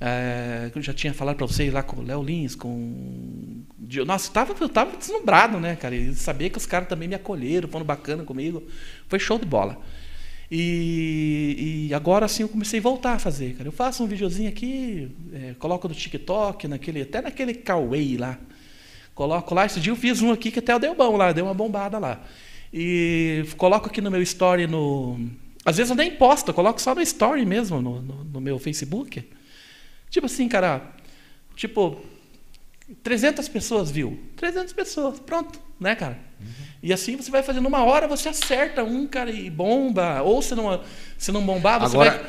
Speaker 1: É, eu já tinha falado para vocês lá com o Léo Lins, com. de- Nossa, eu tava, eu tava deslumbrado, né, cara? E saber que os caras também me acolheram, foram bacana comigo. Foi show de bola. E, e agora sim eu comecei a voltar a fazer, cara. Eu faço um videozinho aqui, é, coloco no TikTok, naquele, até naquele Kawaii lá. Coloco lá, esse dia eu fiz um aqui que até eu dei bom lá, deu uma bombada lá. E coloco aqui no meu story no. Às vezes eu nem posto, eu coloco só no story mesmo, no, no- no meu Facebook. Tipo assim, cara, tipo, 300 pessoas viu. 300 pessoas, pronto, né, cara?
Speaker 4: Uhum.
Speaker 1: E assim você vai fazendo uma hora, você acerta um, cara, e bomba. Ou se não, se não bombar, você
Speaker 4: Agora-
Speaker 1: vai.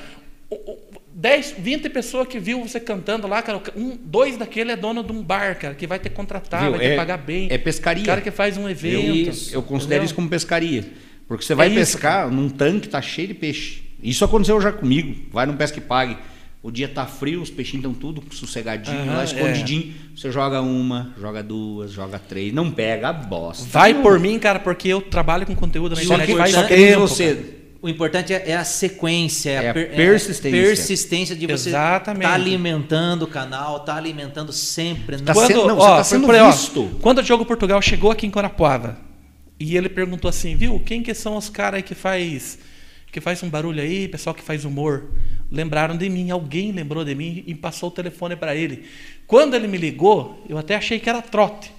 Speaker 1: o- o- 10, 20 pessoas que viu você cantando lá, cara, um, dois daquele é dono de um bar, cara, que vai ter contratar,
Speaker 4: Viu?
Speaker 1: tá, vai ter que pagar bem.
Speaker 4: É pescaria.
Speaker 1: cara que faz um evento.
Speaker 4: eu, eu considero
Speaker 1: entendeu?
Speaker 4: isso como pescaria. Porque você vai
Speaker 1: É isso,
Speaker 4: pescar num tanque, tá cheio de peixe. Isso aconteceu já comigo. Vai num pesca e pague. O dia tá frio, os peixinhos estão tudo sossegadinho,
Speaker 1: Aham, é.
Speaker 4: lá escondidinho. Você joga uma, joga duas, joga três. Não pega a bosta.
Speaker 1: Vai
Speaker 4: nenhuma.
Speaker 1: por mim, cara, porque eu trabalho com conteúdo na
Speaker 4: Só
Speaker 1: internet
Speaker 4: que,
Speaker 1: faz
Speaker 4: só que
Speaker 1: tempo,
Speaker 4: nem
Speaker 1: cara.
Speaker 4: você.
Speaker 3: O importante é, é a sequência,
Speaker 4: É a
Speaker 3: per-
Speaker 4: persistência.
Speaker 3: persistência de você
Speaker 1: Exatamente.
Speaker 3: tá alimentando o canal, tá alimentando sempre.
Speaker 4: Tá
Speaker 3: não-
Speaker 1: quando,
Speaker 4: sendo- não, você
Speaker 1: ó,
Speaker 4: tá sendo
Speaker 1: por aí, ó,
Speaker 4: visto.
Speaker 1: quando o Diogo Portugal chegou aqui em Corapuava e ele perguntou assim, viu, quem que são os caras aí que faz que faz um barulho aí, pessoal que faz humor? Lembraram de mim, alguém lembrou de mim e passou o telefone para ele. Quando ele me ligou, eu até achei que era trote.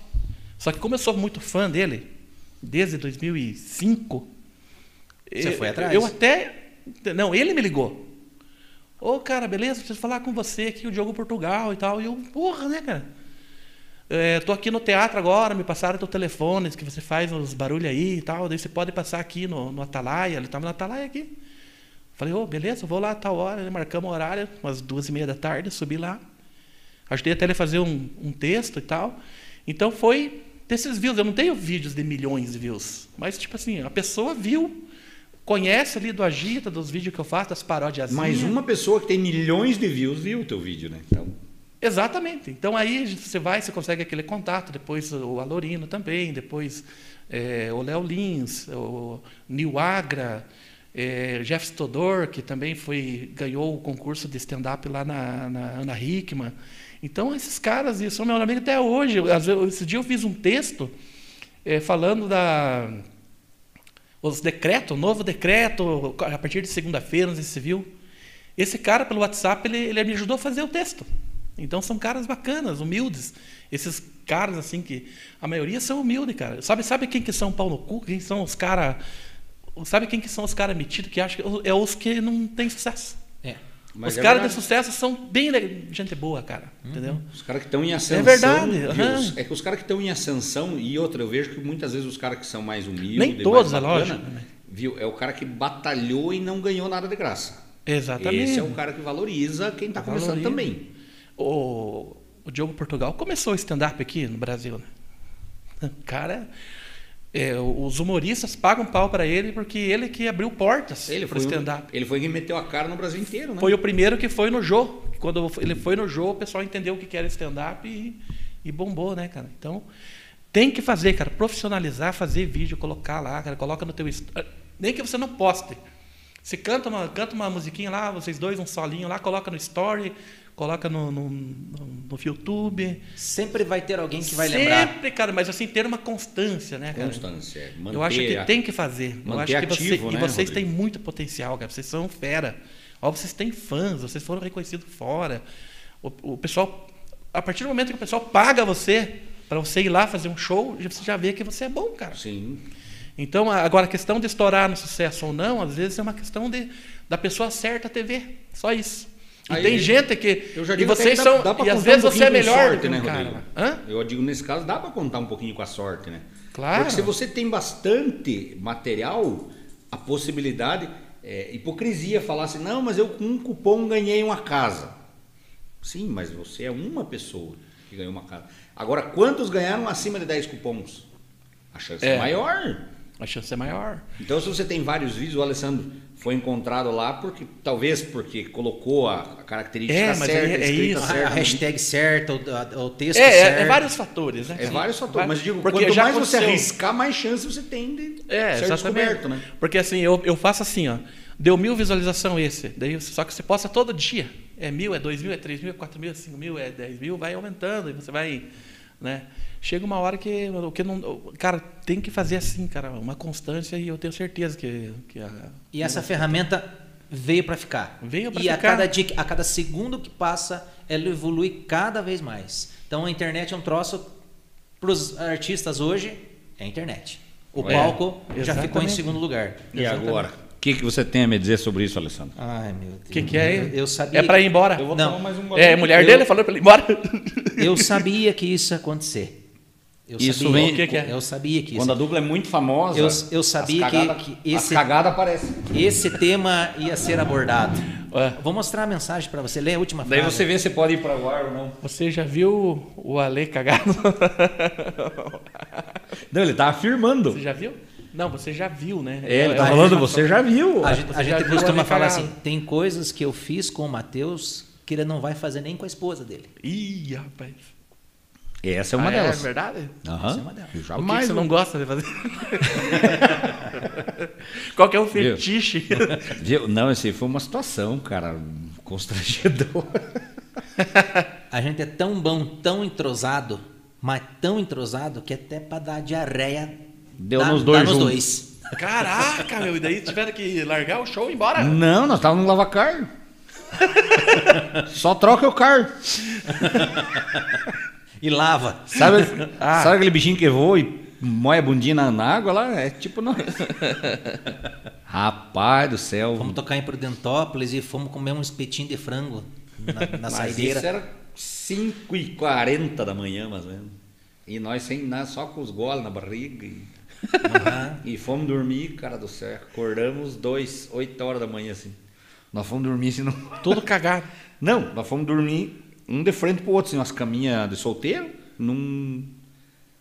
Speaker 1: Só que como eu sou muito fã dele, desde 2005,
Speaker 3: Você
Speaker 1: eu-
Speaker 3: foi atrás?
Speaker 1: Eu até não, ele me ligou. Ô, cara, beleza? Preciso falar com você aqui, o Diogo Portugal e tal. E eu, porra, né, cara? É, tô aqui no teatro agora, me passaram teu telefone, que você faz uns barulhos aí e tal. Daí você pode passar aqui no, no Atalaia. Ele tava no Atalaia aqui. Falei, ô, beleza, eu vou lá a tal hora. Ele marcamos o horário, umas duas e meia da tarde, subi lá. Ajudei até ele a fazer um, um texto e tal. Então foi desses views. Eu não tenho vídeos de milhões de views. Mas, tipo assim, a pessoa viu, conhece ali do Agita, dos vídeos que eu faço, das paródias.
Speaker 4: Mais uma pessoa que tem milhões de views viu o teu vídeo, né? Então,
Speaker 1: Exatamente. Então aí você vai, você consegue aquele contato, depois o Alorino também, depois eh, o Léo Lins, o Nil Agra, eh, Jeff Todor, que também foi, ganhou o concurso de stand-up lá na, na Ana Hickman. Então esses caras, e são meus amigos até hoje. Às vezes, Esse dia eu fiz um texto eh, falando da os decretos, o novo decreto, a partir de segunda-feira, não sei se você viu. Esse cara, pelo WhatsApp, ele, ele me ajudou a fazer o texto. Então, são caras bacanas, humildes. Esses caras, assim, que a maioria são humildes, cara. Sabe, sabe quem que são pau no cu? Quem são os caras... Sabe quem que são os caras metidos que acham que é os que não têm sucesso?
Speaker 3: É.
Speaker 4: mas
Speaker 1: os
Speaker 4: é
Speaker 1: caras de
Speaker 4: verdade. Uhum.
Speaker 1: sucesso são bem le- gente boa, cara. Entendeu?
Speaker 4: Os caras que estão em ascensão.
Speaker 1: É verdade,
Speaker 4: viu?
Speaker 1: aham.
Speaker 4: É que os caras que estão em ascensão, e outra, eu vejo que muitas vezes os caras que são mais humildes.
Speaker 1: Nem
Speaker 4: mais
Speaker 1: todos, é
Speaker 4: bacana,
Speaker 1: lógico, né?
Speaker 4: Viu? É o cara que batalhou e não ganhou nada de graça.
Speaker 1: Exatamente.
Speaker 4: Esse é o cara que valoriza quem está começando
Speaker 1: Valoriza.
Speaker 4: também.
Speaker 1: O, o Diogo Portugal começou o stand-up aqui no Brasil, né? Cara, é, os humoristas pagam pau pra ele porque ele que abriu portas
Speaker 4: Ele
Speaker 1: pro
Speaker 4: foi, um-
Speaker 1: stand-up.
Speaker 4: ele foi quem meteu a cara no Brasil inteiro, né?
Speaker 1: Foi o primeiro que foi no Jô. Quando ele foi no Jô, o pessoal entendeu o que que era stand-up e, e bombou, né, cara? Então, tem que fazer, cara. Profissionalizar, fazer vídeo, colocar lá, cara. Coloca no teu... hist- Nem que você não poste. Você canta uma, canta uma musiquinha lá, vocês dois, um solinho lá, coloca no story, coloca no, no, no- no YouTube.
Speaker 3: Sempre vai ter alguém que vai
Speaker 1: Sempre,
Speaker 3: lembrar.
Speaker 1: cara, mas assim, ter uma constância, né, cara?
Speaker 4: Constância. é
Speaker 1: Eu acho
Speaker 4: manter
Speaker 1: que
Speaker 4: a-
Speaker 1: tem que fazer. Eu acho
Speaker 4: manter
Speaker 1: que você,
Speaker 4: ativo,
Speaker 1: e
Speaker 4: né,
Speaker 1: vocês têm
Speaker 4: Rodrigo?
Speaker 1: muito potencial, cara. Vocês são fera. Ó, vocês têm fãs, vocês foram reconhecidos fora. O, o pessoal, a partir do momento que o pessoal paga você para você ir lá fazer um show, já- você já vê que você é bom, cara.
Speaker 4: Sim.
Speaker 1: Então, a- agora a questão de estourar no sucesso ou não, às vezes é uma questão de da pessoa certa a TV, só isso. E
Speaker 4: Aí
Speaker 1: tem
Speaker 4: ele-
Speaker 1: gente que.
Speaker 4: Eu já
Speaker 1: e
Speaker 4: digo até que
Speaker 1: vocês
Speaker 4: dá-
Speaker 1: são.
Speaker 4: dá pra
Speaker 1: e às
Speaker 4: contar
Speaker 1: vezes
Speaker 4: um
Speaker 1: você é
Speaker 4: pouquinho com
Speaker 1: melhor
Speaker 4: sorte,
Speaker 1: do que
Speaker 4: né,
Speaker 1: um cara.
Speaker 4: Rodrigo?
Speaker 1: lá. Hã?
Speaker 4: Eu digo, nesse caso, dá para contar um pouquinho com a sorte, né?
Speaker 1: Claro.
Speaker 4: Porque se você tem bastante material, a possibilidade. É, hipocrisia falar assim, não, mas eu com um cupom ganhei uma casa. Sim, mas você é uma pessoa que ganhou uma casa. Agora, quantos ganharam acima de 10 cupons? A chance é,
Speaker 1: É.
Speaker 4: maior.
Speaker 1: A chance é maior.
Speaker 4: Então, se você tem vários vídeos, o Alessandro foi encontrado lá porque talvez porque colocou a a característica
Speaker 1: É, mas
Speaker 4: certa,
Speaker 1: é- é
Speaker 4: escrita
Speaker 1: isso.
Speaker 3: A, a
Speaker 4: certa,
Speaker 3: hashtag certa, o, a- o texto
Speaker 1: É, é,
Speaker 3: certo.
Speaker 1: é vários fatores, né?
Speaker 4: É
Speaker 1: Sim.
Speaker 4: vários fatores, mas digo,
Speaker 1: Porque
Speaker 4: quanto
Speaker 1: já
Speaker 4: mais você
Speaker 1: aconteceu.
Speaker 4: arriscar, mais chance você tem de
Speaker 1: É,
Speaker 4: ser
Speaker 1: exatamente.
Speaker 4: descoberto, né?
Speaker 1: Porque assim, eu, eu faço assim, ó. Deu mil visualização esse. Daí, só que você posta todo dia. É mil, é dois mil, é três mil, é quatro mil, é cinco mil, é dez mil, vai aumentando e você vai. Né? Chega uma hora que. O que não, o- cara, tem que fazer assim, cara, uma constância e eu tenho certeza que. que a-
Speaker 3: E é essa ferramenta veio para ficar.
Speaker 1: Veio pra
Speaker 3: e
Speaker 1: ficar.
Speaker 3: a cada dia, a cada segundo que passa, ela evolui cada vez mais. Então a internet é um troço para os artistas hoje é a internet. O
Speaker 1: É,
Speaker 3: palco já
Speaker 1: exatamente.
Speaker 3: ficou em segundo lugar.
Speaker 4: E agora? O que, que você tem a me dizer sobre isso, Alessandro?
Speaker 3: Ai, meu Deus.
Speaker 1: O que, que é aí?
Speaker 3: Eu sabia.
Speaker 1: É pra ir embora.
Speaker 3: Eu vou Não. tomar mais
Speaker 4: um
Speaker 1: É, a mulher
Speaker 3: Eu-
Speaker 1: dele falou pra ele ir
Speaker 3: *laughs*
Speaker 1: embora.
Speaker 3: Eu sabia que isso ia acontecer. Eu
Speaker 4: Isso
Speaker 3: sabia.
Speaker 4: vem-
Speaker 1: O que que é?
Speaker 3: Eu sabia que isso.
Speaker 4: Quando a dupla é muito famosa,
Speaker 3: Eu- eu sabia
Speaker 4: as
Speaker 3: que-
Speaker 4: cagada-
Speaker 3: que
Speaker 4: as
Speaker 3: esse-
Speaker 4: cagadas aparecem.
Speaker 3: Esse tema ia ser abordado.
Speaker 1: Ué.
Speaker 3: Vou mostrar a mensagem para você. Lê a última
Speaker 4: Daí
Speaker 3: frase.
Speaker 4: você vê se pode ir para o ar ou não.
Speaker 1: Você já viu o Ale cagado?
Speaker 4: Não, ele tá afirmando.
Speaker 1: Você já viu? Não, você já viu, né?
Speaker 4: É, ele
Speaker 1: Eu-
Speaker 4: tá
Speaker 1: eu-
Speaker 4: falando, você já viu.
Speaker 3: A gente, a
Speaker 1: Você já
Speaker 3: gente
Speaker 1: viu
Speaker 3: costuma
Speaker 1: ele
Speaker 3: falar
Speaker 1: cagado.
Speaker 3: assim: tem coisas que eu fiz com o Matheus que ele não vai fazer nem com a esposa dele.
Speaker 1: Ih, rapaz.
Speaker 4: Essa é uma
Speaker 1: Ah,
Speaker 4: delas.
Speaker 1: É verdade?
Speaker 4: Aham.
Speaker 3: Essa é uma delas.
Speaker 4: Eu um
Speaker 1: O que que
Speaker 4: jamais
Speaker 1: você não gosta de fazer? *laughs* Qual que é o
Speaker 4: Viu?
Speaker 1: fetiche? *laughs*
Speaker 4: Viu? Não, esse foi uma situação, cara, constrangedora.
Speaker 3: A gente é tão bom, tão entrosado, mas tão entrosado que até para dar diarreia
Speaker 4: Deu
Speaker 3: dá-
Speaker 4: nos dois
Speaker 3: dá nos
Speaker 4: junto.
Speaker 3: dois.
Speaker 1: Caraca, meu, e daí tiveram que largar o show e ir embora?
Speaker 4: *laughs* Não, nós estávamos no lavacar. *laughs* Só troca o carro.
Speaker 3: E lava.
Speaker 4: Sabe, sabe aquele bichinho que voa e moe a bundinha na, na água lá? É tipo *laughs* nós. Rapaz do céu.
Speaker 3: Fomos tocar em Prudentópolis e fomos comer um espetinho de frango
Speaker 1: *laughs*
Speaker 3: na, na
Speaker 4: Mas
Speaker 3: saideira.
Speaker 4: isso
Speaker 1: é
Speaker 4: era 5 e 40 da manhã, mais ou menos. E nós sem nada, só com os goles na barriga. E,
Speaker 3: Aham.
Speaker 4: e fomos dormir, cara do céu. Acordamos dois, 8 horas da manhã, assim. Nós fomos dormir, assim, não...
Speaker 1: Todo cagado.
Speaker 4: Não, nós fomos dormir um de frente pro outro, assim, umas caminhas de solteiro, num.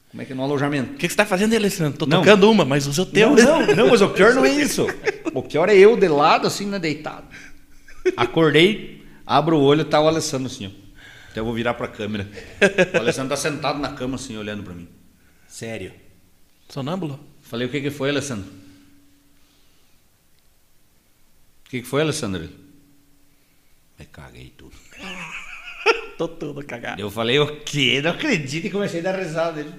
Speaker 4: Como é que é? Num alojamento.
Speaker 1: O que que você tá fazendo, Alessandro? Tô
Speaker 4: Não.
Speaker 1: tocando uma, mas usa o teu. né?
Speaker 4: Não, não, não, mas o pior não é isso. O pior é eu de lado, assim, né, deitado. Acordei, abro o olho, tá o Alessandro assim, ó. Até eu vou virar pra câmera. O Alessandro tá sentado na cama, assim, olhando pra mim.
Speaker 3: Sério.
Speaker 1: Sonâmbulo?
Speaker 4: Falei, o que que foi, Alessandro? O que que foi, Alessandro? Ele, Me caguei tudo.
Speaker 1: Tô todo cagado.
Speaker 4: Eu falei, o quê? Não acredito. E comecei a dar risada. Ele-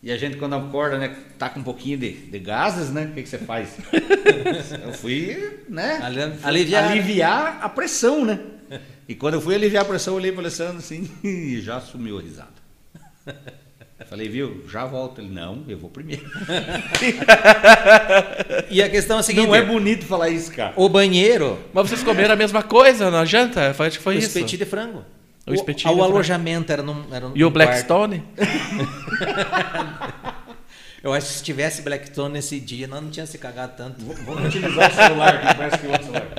Speaker 4: E a gente, quando acorda, né, tá com um pouquinho de, de gases, né? O que, que você faz? *laughs* eu fui, né?
Speaker 3: Ale- aliviar.
Speaker 4: aliviar a pressão, né? E quando eu fui aliviar a pressão, eu olhei pro Alessandro assim *laughs* e já sumiu a risada. Eu Falei, viu? Já volto. Ele, não, eu vou primeiro. *laughs*
Speaker 3: E a questão é a seguinte:
Speaker 4: Não é bonito falar isso, cara.
Speaker 3: o banheiro
Speaker 1: Mas vocês comeram a mesma coisa na janta? Foi- Acho que foi
Speaker 3: o
Speaker 1: isso.
Speaker 3: espetinho de frango.
Speaker 1: O espetinho
Speaker 3: o,
Speaker 1: de
Speaker 3: o
Speaker 1: frango.
Speaker 3: alojamento era num, era
Speaker 1: E
Speaker 3: num
Speaker 1: o Blackstone?
Speaker 3: quarto. Eu acho que se tivesse Blackstone nesse dia, nós não tínhamos se cagado tanto.
Speaker 4: Vamos utilizar o celular aqui, parece que é outro celular.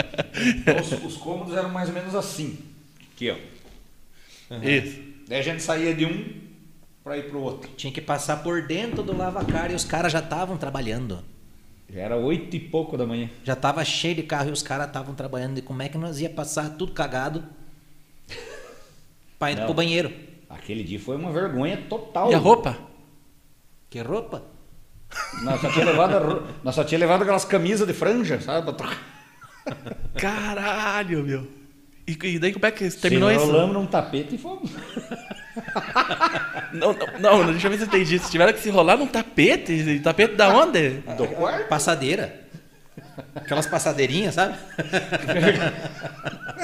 Speaker 4: Então, os, os cômodos eram mais ou menos assim. Aqui, ó.
Speaker 1: Isso.
Speaker 4: Daí a gente saía de um pra ir pro outro.
Speaker 3: Tinha que passar por dentro do lavacar e os caras já estavam trabalhando.
Speaker 4: Já era oito e pouco da manhã.
Speaker 3: Já tava cheio de carro e os caras estavam trabalhando. E como é que nós ia passar tudo cagado pra ir
Speaker 4: Não.
Speaker 3: pro banheiro?
Speaker 4: Aquele dia foi uma vergonha total.
Speaker 1: E a roupa?
Speaker 3: Que roupa?
Speaker 4: Nós só tinha levado, a ro- nós só tinha levado aquelas camisas de franja, sabe? Pra trocar.
Speaker 1: Caralho, meu. E, e daí como é que terminou
Speaker 4: Sim,
Speaker 1: isso?
Speaker 4: Enrolamos num tapete e fomos.
Speaker 1: Não, não, não, deixa eu ver se eu entendi. Vocês tiveram que se rolar num tapete? E Tapete da onde?
Speaker 4: Do quarto.
Speaker 3: Passadeira. Aquelas
Speaker 4: *laughs*
Speaker 3: passadeirinhas, sabe?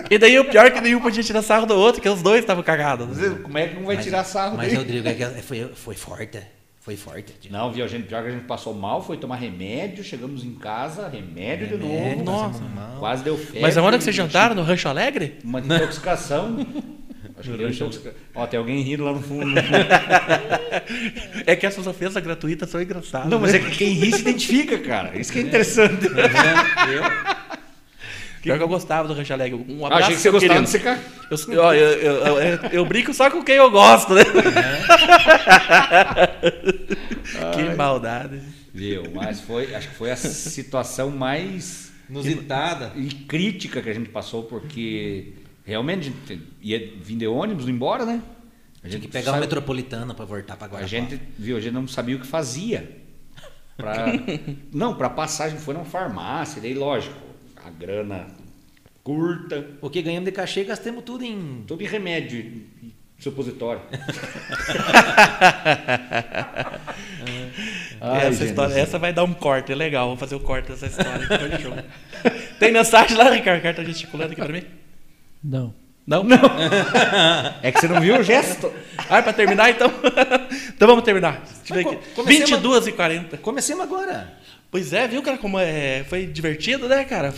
Speaker 1: E daí o pior é que nenhum podia tirar sarro do outro, que os dois estavam cagados.
Speaker 4: Como é que um vai tirar sarro
Speaker 3: Mas,
Speaker 4: dele?
Speaker 3: Rodrigo, é que foi, foi forte. Foi forte. Tia.
Speaker 4: Não, viu? A gente, pior que a gente passou mal, foi tomar remédio, chegamos em casa, remédio, de novo.
Speaker 3: Remédio,
Speaker 1: Nossa.
Speaker 3: passamos mal.
Speaker 4: Quase deu febre.
Speaker 1: Mas a hora que vocês jantaram no Rancho Alegre?
Speaker 4: Uma *laughs* intoxicação. Acho que deu intoxica- Ó, tem alguém rindo lá no fundo. no fundo.
Speaker 1: É que essas ofensas gratuitas são engraçadas.
Speaker 4: *laughs* Não, mas é que quem ri se identifica, cara. Isso que é interessante.
Speaker 1: Um Pior que eu gostava do Rancho Alegre. Um abraço,
Speaker 4: Ah, Achei que você
Speaker 1: meu
Speaker 4: gostava
Speaker 1: querido.
Speaker 4: de secar.
Speaker 1: Eu, ó, eu, eu, eu- eu brinco só com quem eu gosto, né? *laughs* que maldade.
Speaker 4: *laughs*
Speaker 1: *laughs*
Speaker 4: Viu, mas foi, acho que foi a situação mais
Speaker 3: Inusitada.
Speaker 4: e crítica que a gente passou, porque realmente a gente ia vir de ônibus, embora, né? A
Speaker 3: Tinha
Speaker 4: gente
Speaker 3: que pegar um
Speaker 4: sabe-
Speaker 3: o metropolitano pra voltar pra
Speaker 4: A
Speaker 3: Guarapá.
Speaker 4: gente, viu, a gente não sabia o que fazia. Pra, não, para passagem foi numa farmácia, daí lógico, a grana curta,
Speaker 3: O que ganhamos de cachê, gastamos tudo em...
Speaker 4: tudo em remédio e e supositório. Ai,
Speaker 1: essa,
Speaker 4: gente.
Speaker 1: história, essa vai dar um corte, é legal. Vou fazer o corte dessa história. que foi show. *laughs* Tem mensagem lá, Ricardo? O cara tá gesticulando aqui pra mim?
Speaker 5: Não.
Speaker 1: Não? Não.
Speaker 4: É que você não viu o gesto.
Speaker 1: Ah, é pra terminar, então? *laughs* então vamos terminar. Deixa eu ver
Speaker 3: Mas
Speaker 1: aqui.
Speaker 3: co- comecei uma-
Speaker 1: 22 e 40.
Speaker 3: Comecemos agora.
Speaker 1: Pois é, viu, cara, como é... foi divertido, né, cara?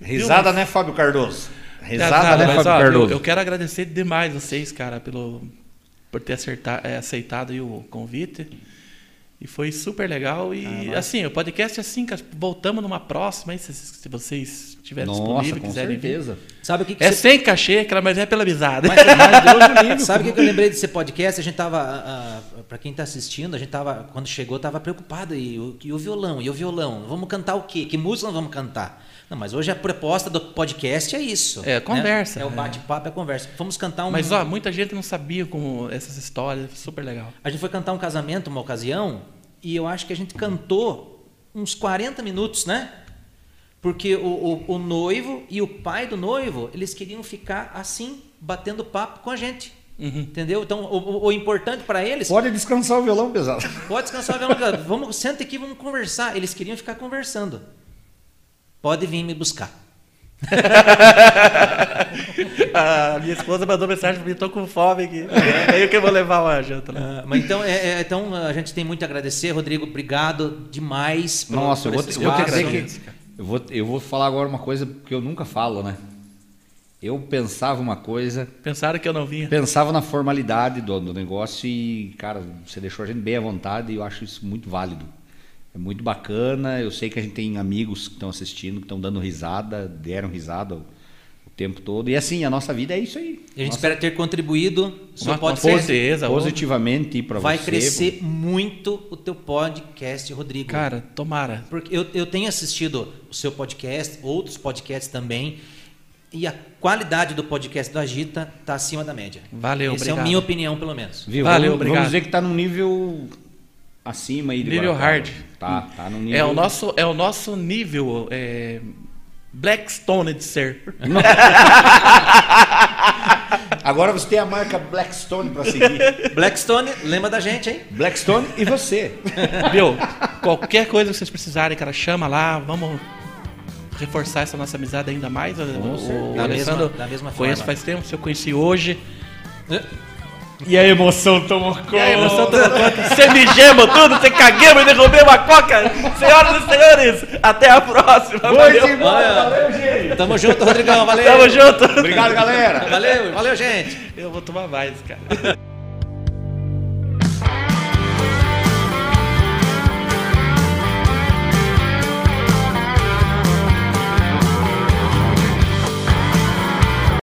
Speaker 4: Risada, né, Fábio Cardoso?
Speaker 1: Cara,
Speaker 4: Risada, né,
Speaker 1: mas,
Speaker 4: Fábio
Speaker 1: ó,
Speaker 4: Cardoso?
Speaker 1: Eu, eu quero agradecer demais vocês, cara, pelo por ter acerta- eh, aceitado aí o convite. E foi super legal.
Speaker 4: Ah,
Speaker 1: E assim, o podcast é assim, cara, voltamos numa próxima, aí, se, se vocês estiverem
Speaker 4: Nossa,
Speaker 1: disponíveis,
Speaker 4: com
Speaker 1: quiserem ver.
Speaker 4: certeza.
Speaker 3: Sabe o que, que
Speaker 1: É
Speaker 3: você-
Speaker 1: sem cachê, cara, mas é pela amizade. *laughs*
Speaker 3: Sabe o que, que eu lembrei desse podcast? A gente tava, ah, ah, pra quem tá assistindo, a gente tava, quando chegou, tava preocupado. E, o- e o violão? E o violão? Vamos cantar o quê? Que música nós vamos cantar? Não, mas hoje a proposta do podcast é isso.
Speaker 1: É,
Speaker 3: né?
Speaker 1: conversa.
Speaker 3: É o bate-papo, é a conversa. Vamos cantar um.
Speaker 1: Mas ó, muita gente não sabia como essas histórias, super legal.
Speaker 3: A gente foi cantar um casamento uma ocasião e eu acho que a gente cantou uns 40 minutos, né? Porque o, o- o noivo e o pai do noivo, eles queriam ficar assim, batendo papo com a gente. Entendeu? Então, o, o- o importante para eles. Pode,
Speaker 4: Uhum. Pode descansar o violão pesado.
Speaker 3: descansar, vamos, vamos, senta aqui, vamos conversar. Eles queriam ficar conversando. Pode vir me buscar.
Speaker 1: *laughs* A minha esposa mandou mensagem pra mim, tô com fome aqui. Aí que eu vou levar uma janta né? lá.
Speaker 3: Ah, mas então, é- é- então, a gente tem muito a agradecer, Rodrigo. Obrigado demais. pelo-
Speaker 4: Nossa, eu
Speaker 3: por
Speaker 4: vou,
Speaker 3: esse
Speaker 4: eu vou
Speaker 3: espaço.
Speaker 4: dizer que. Eu vou, eu vou falar agora uma coisa que eu nunca falo, né? Eu pensava uma coisa,
Speaker 1: Pensaram que eu não vinha.
Speaker 4: pensava na formalidade do, do negócio e, cara, você deixou a gente bem à vontade e eu acho isso muito válido. É muito bacana. Eu sei que a gente tem amigos que estão assistindo, que estão dando risada, deram risada o, o tempo todo. E assim, a nossa vida é isso aí.
Speaker 3: E a gente espera ter contribuído. Só
Speaker 1: Uma-
Speaker 3: pode
Speaker 1: uma
Speaker 3: ser.
Speaker 1: certeza, outra.
Speaker 4: Positivamente para você.
Speaker 3: Vai crescer muito o teu podcast, Rodrigo.
Speaker 1: Cara, tomara.
Speaker 3: Porque eu, eu tenho assistido o seu podcast, outros podcasts também, e a qualidade do podcast do Agita está acima da média.
Speaker 1: Valeu,
Speaker 3: Essa é a
Speaker 1: obrigado.
Speaker 3: minha opinião, pelo menos.
Speaker 4: Viu?
Speaker 1: Valeu,
Speaker 4: vamos,
Speaker 1: obrigado.
Speaker 4: Vamos dizer que tá num nível acima aí de
Speaker 1: Nível
Speaker 4: Guarapava.
Speaker 1: hard.
Speaker 4: Tá, tá num nível.
Speaker 1: É o nosso, é o nosso nível é, Blackstone de ser.
Speaker 4: Agora você tem a marca Blackstone pra seguir.
Speaker 1: *laughs*
Speaker 3: Blackstone, lembra da gente, hein?
Speaker 4: Blackstone e você.
Speaker 1: Viu? Qualquer coisa que vocês precisarem, cara, chama lá. Vamos reforçar essa nossa amizade ainda mais. o
Speaker 3: Da
Speaker 1: Alessandro,
Speaker 3: mesma- da mesma
Speaker 1: conheço
Speaker 3: forma.
Speaker 1: faz tempo, se eu conheci hoje.
Speaker 4: E a emoção tomou conta.
Speaker 1: E aí, emoção toda quanto? Você me gema tudo, você caguema e derrubei uma coca. Senhoras e senhores, até a próxima. Valeu.
Speaker 4: Valeu, gente.
Speaker 3: Tamo junto, Rodrigão. Valeu.
Speaker 1: Tamo junto.
Speaker 4: Obrigado, galera.
Speaker 3: Valeu, valeu, gente.
Speaker 1: Eu vou tomar mais, cara.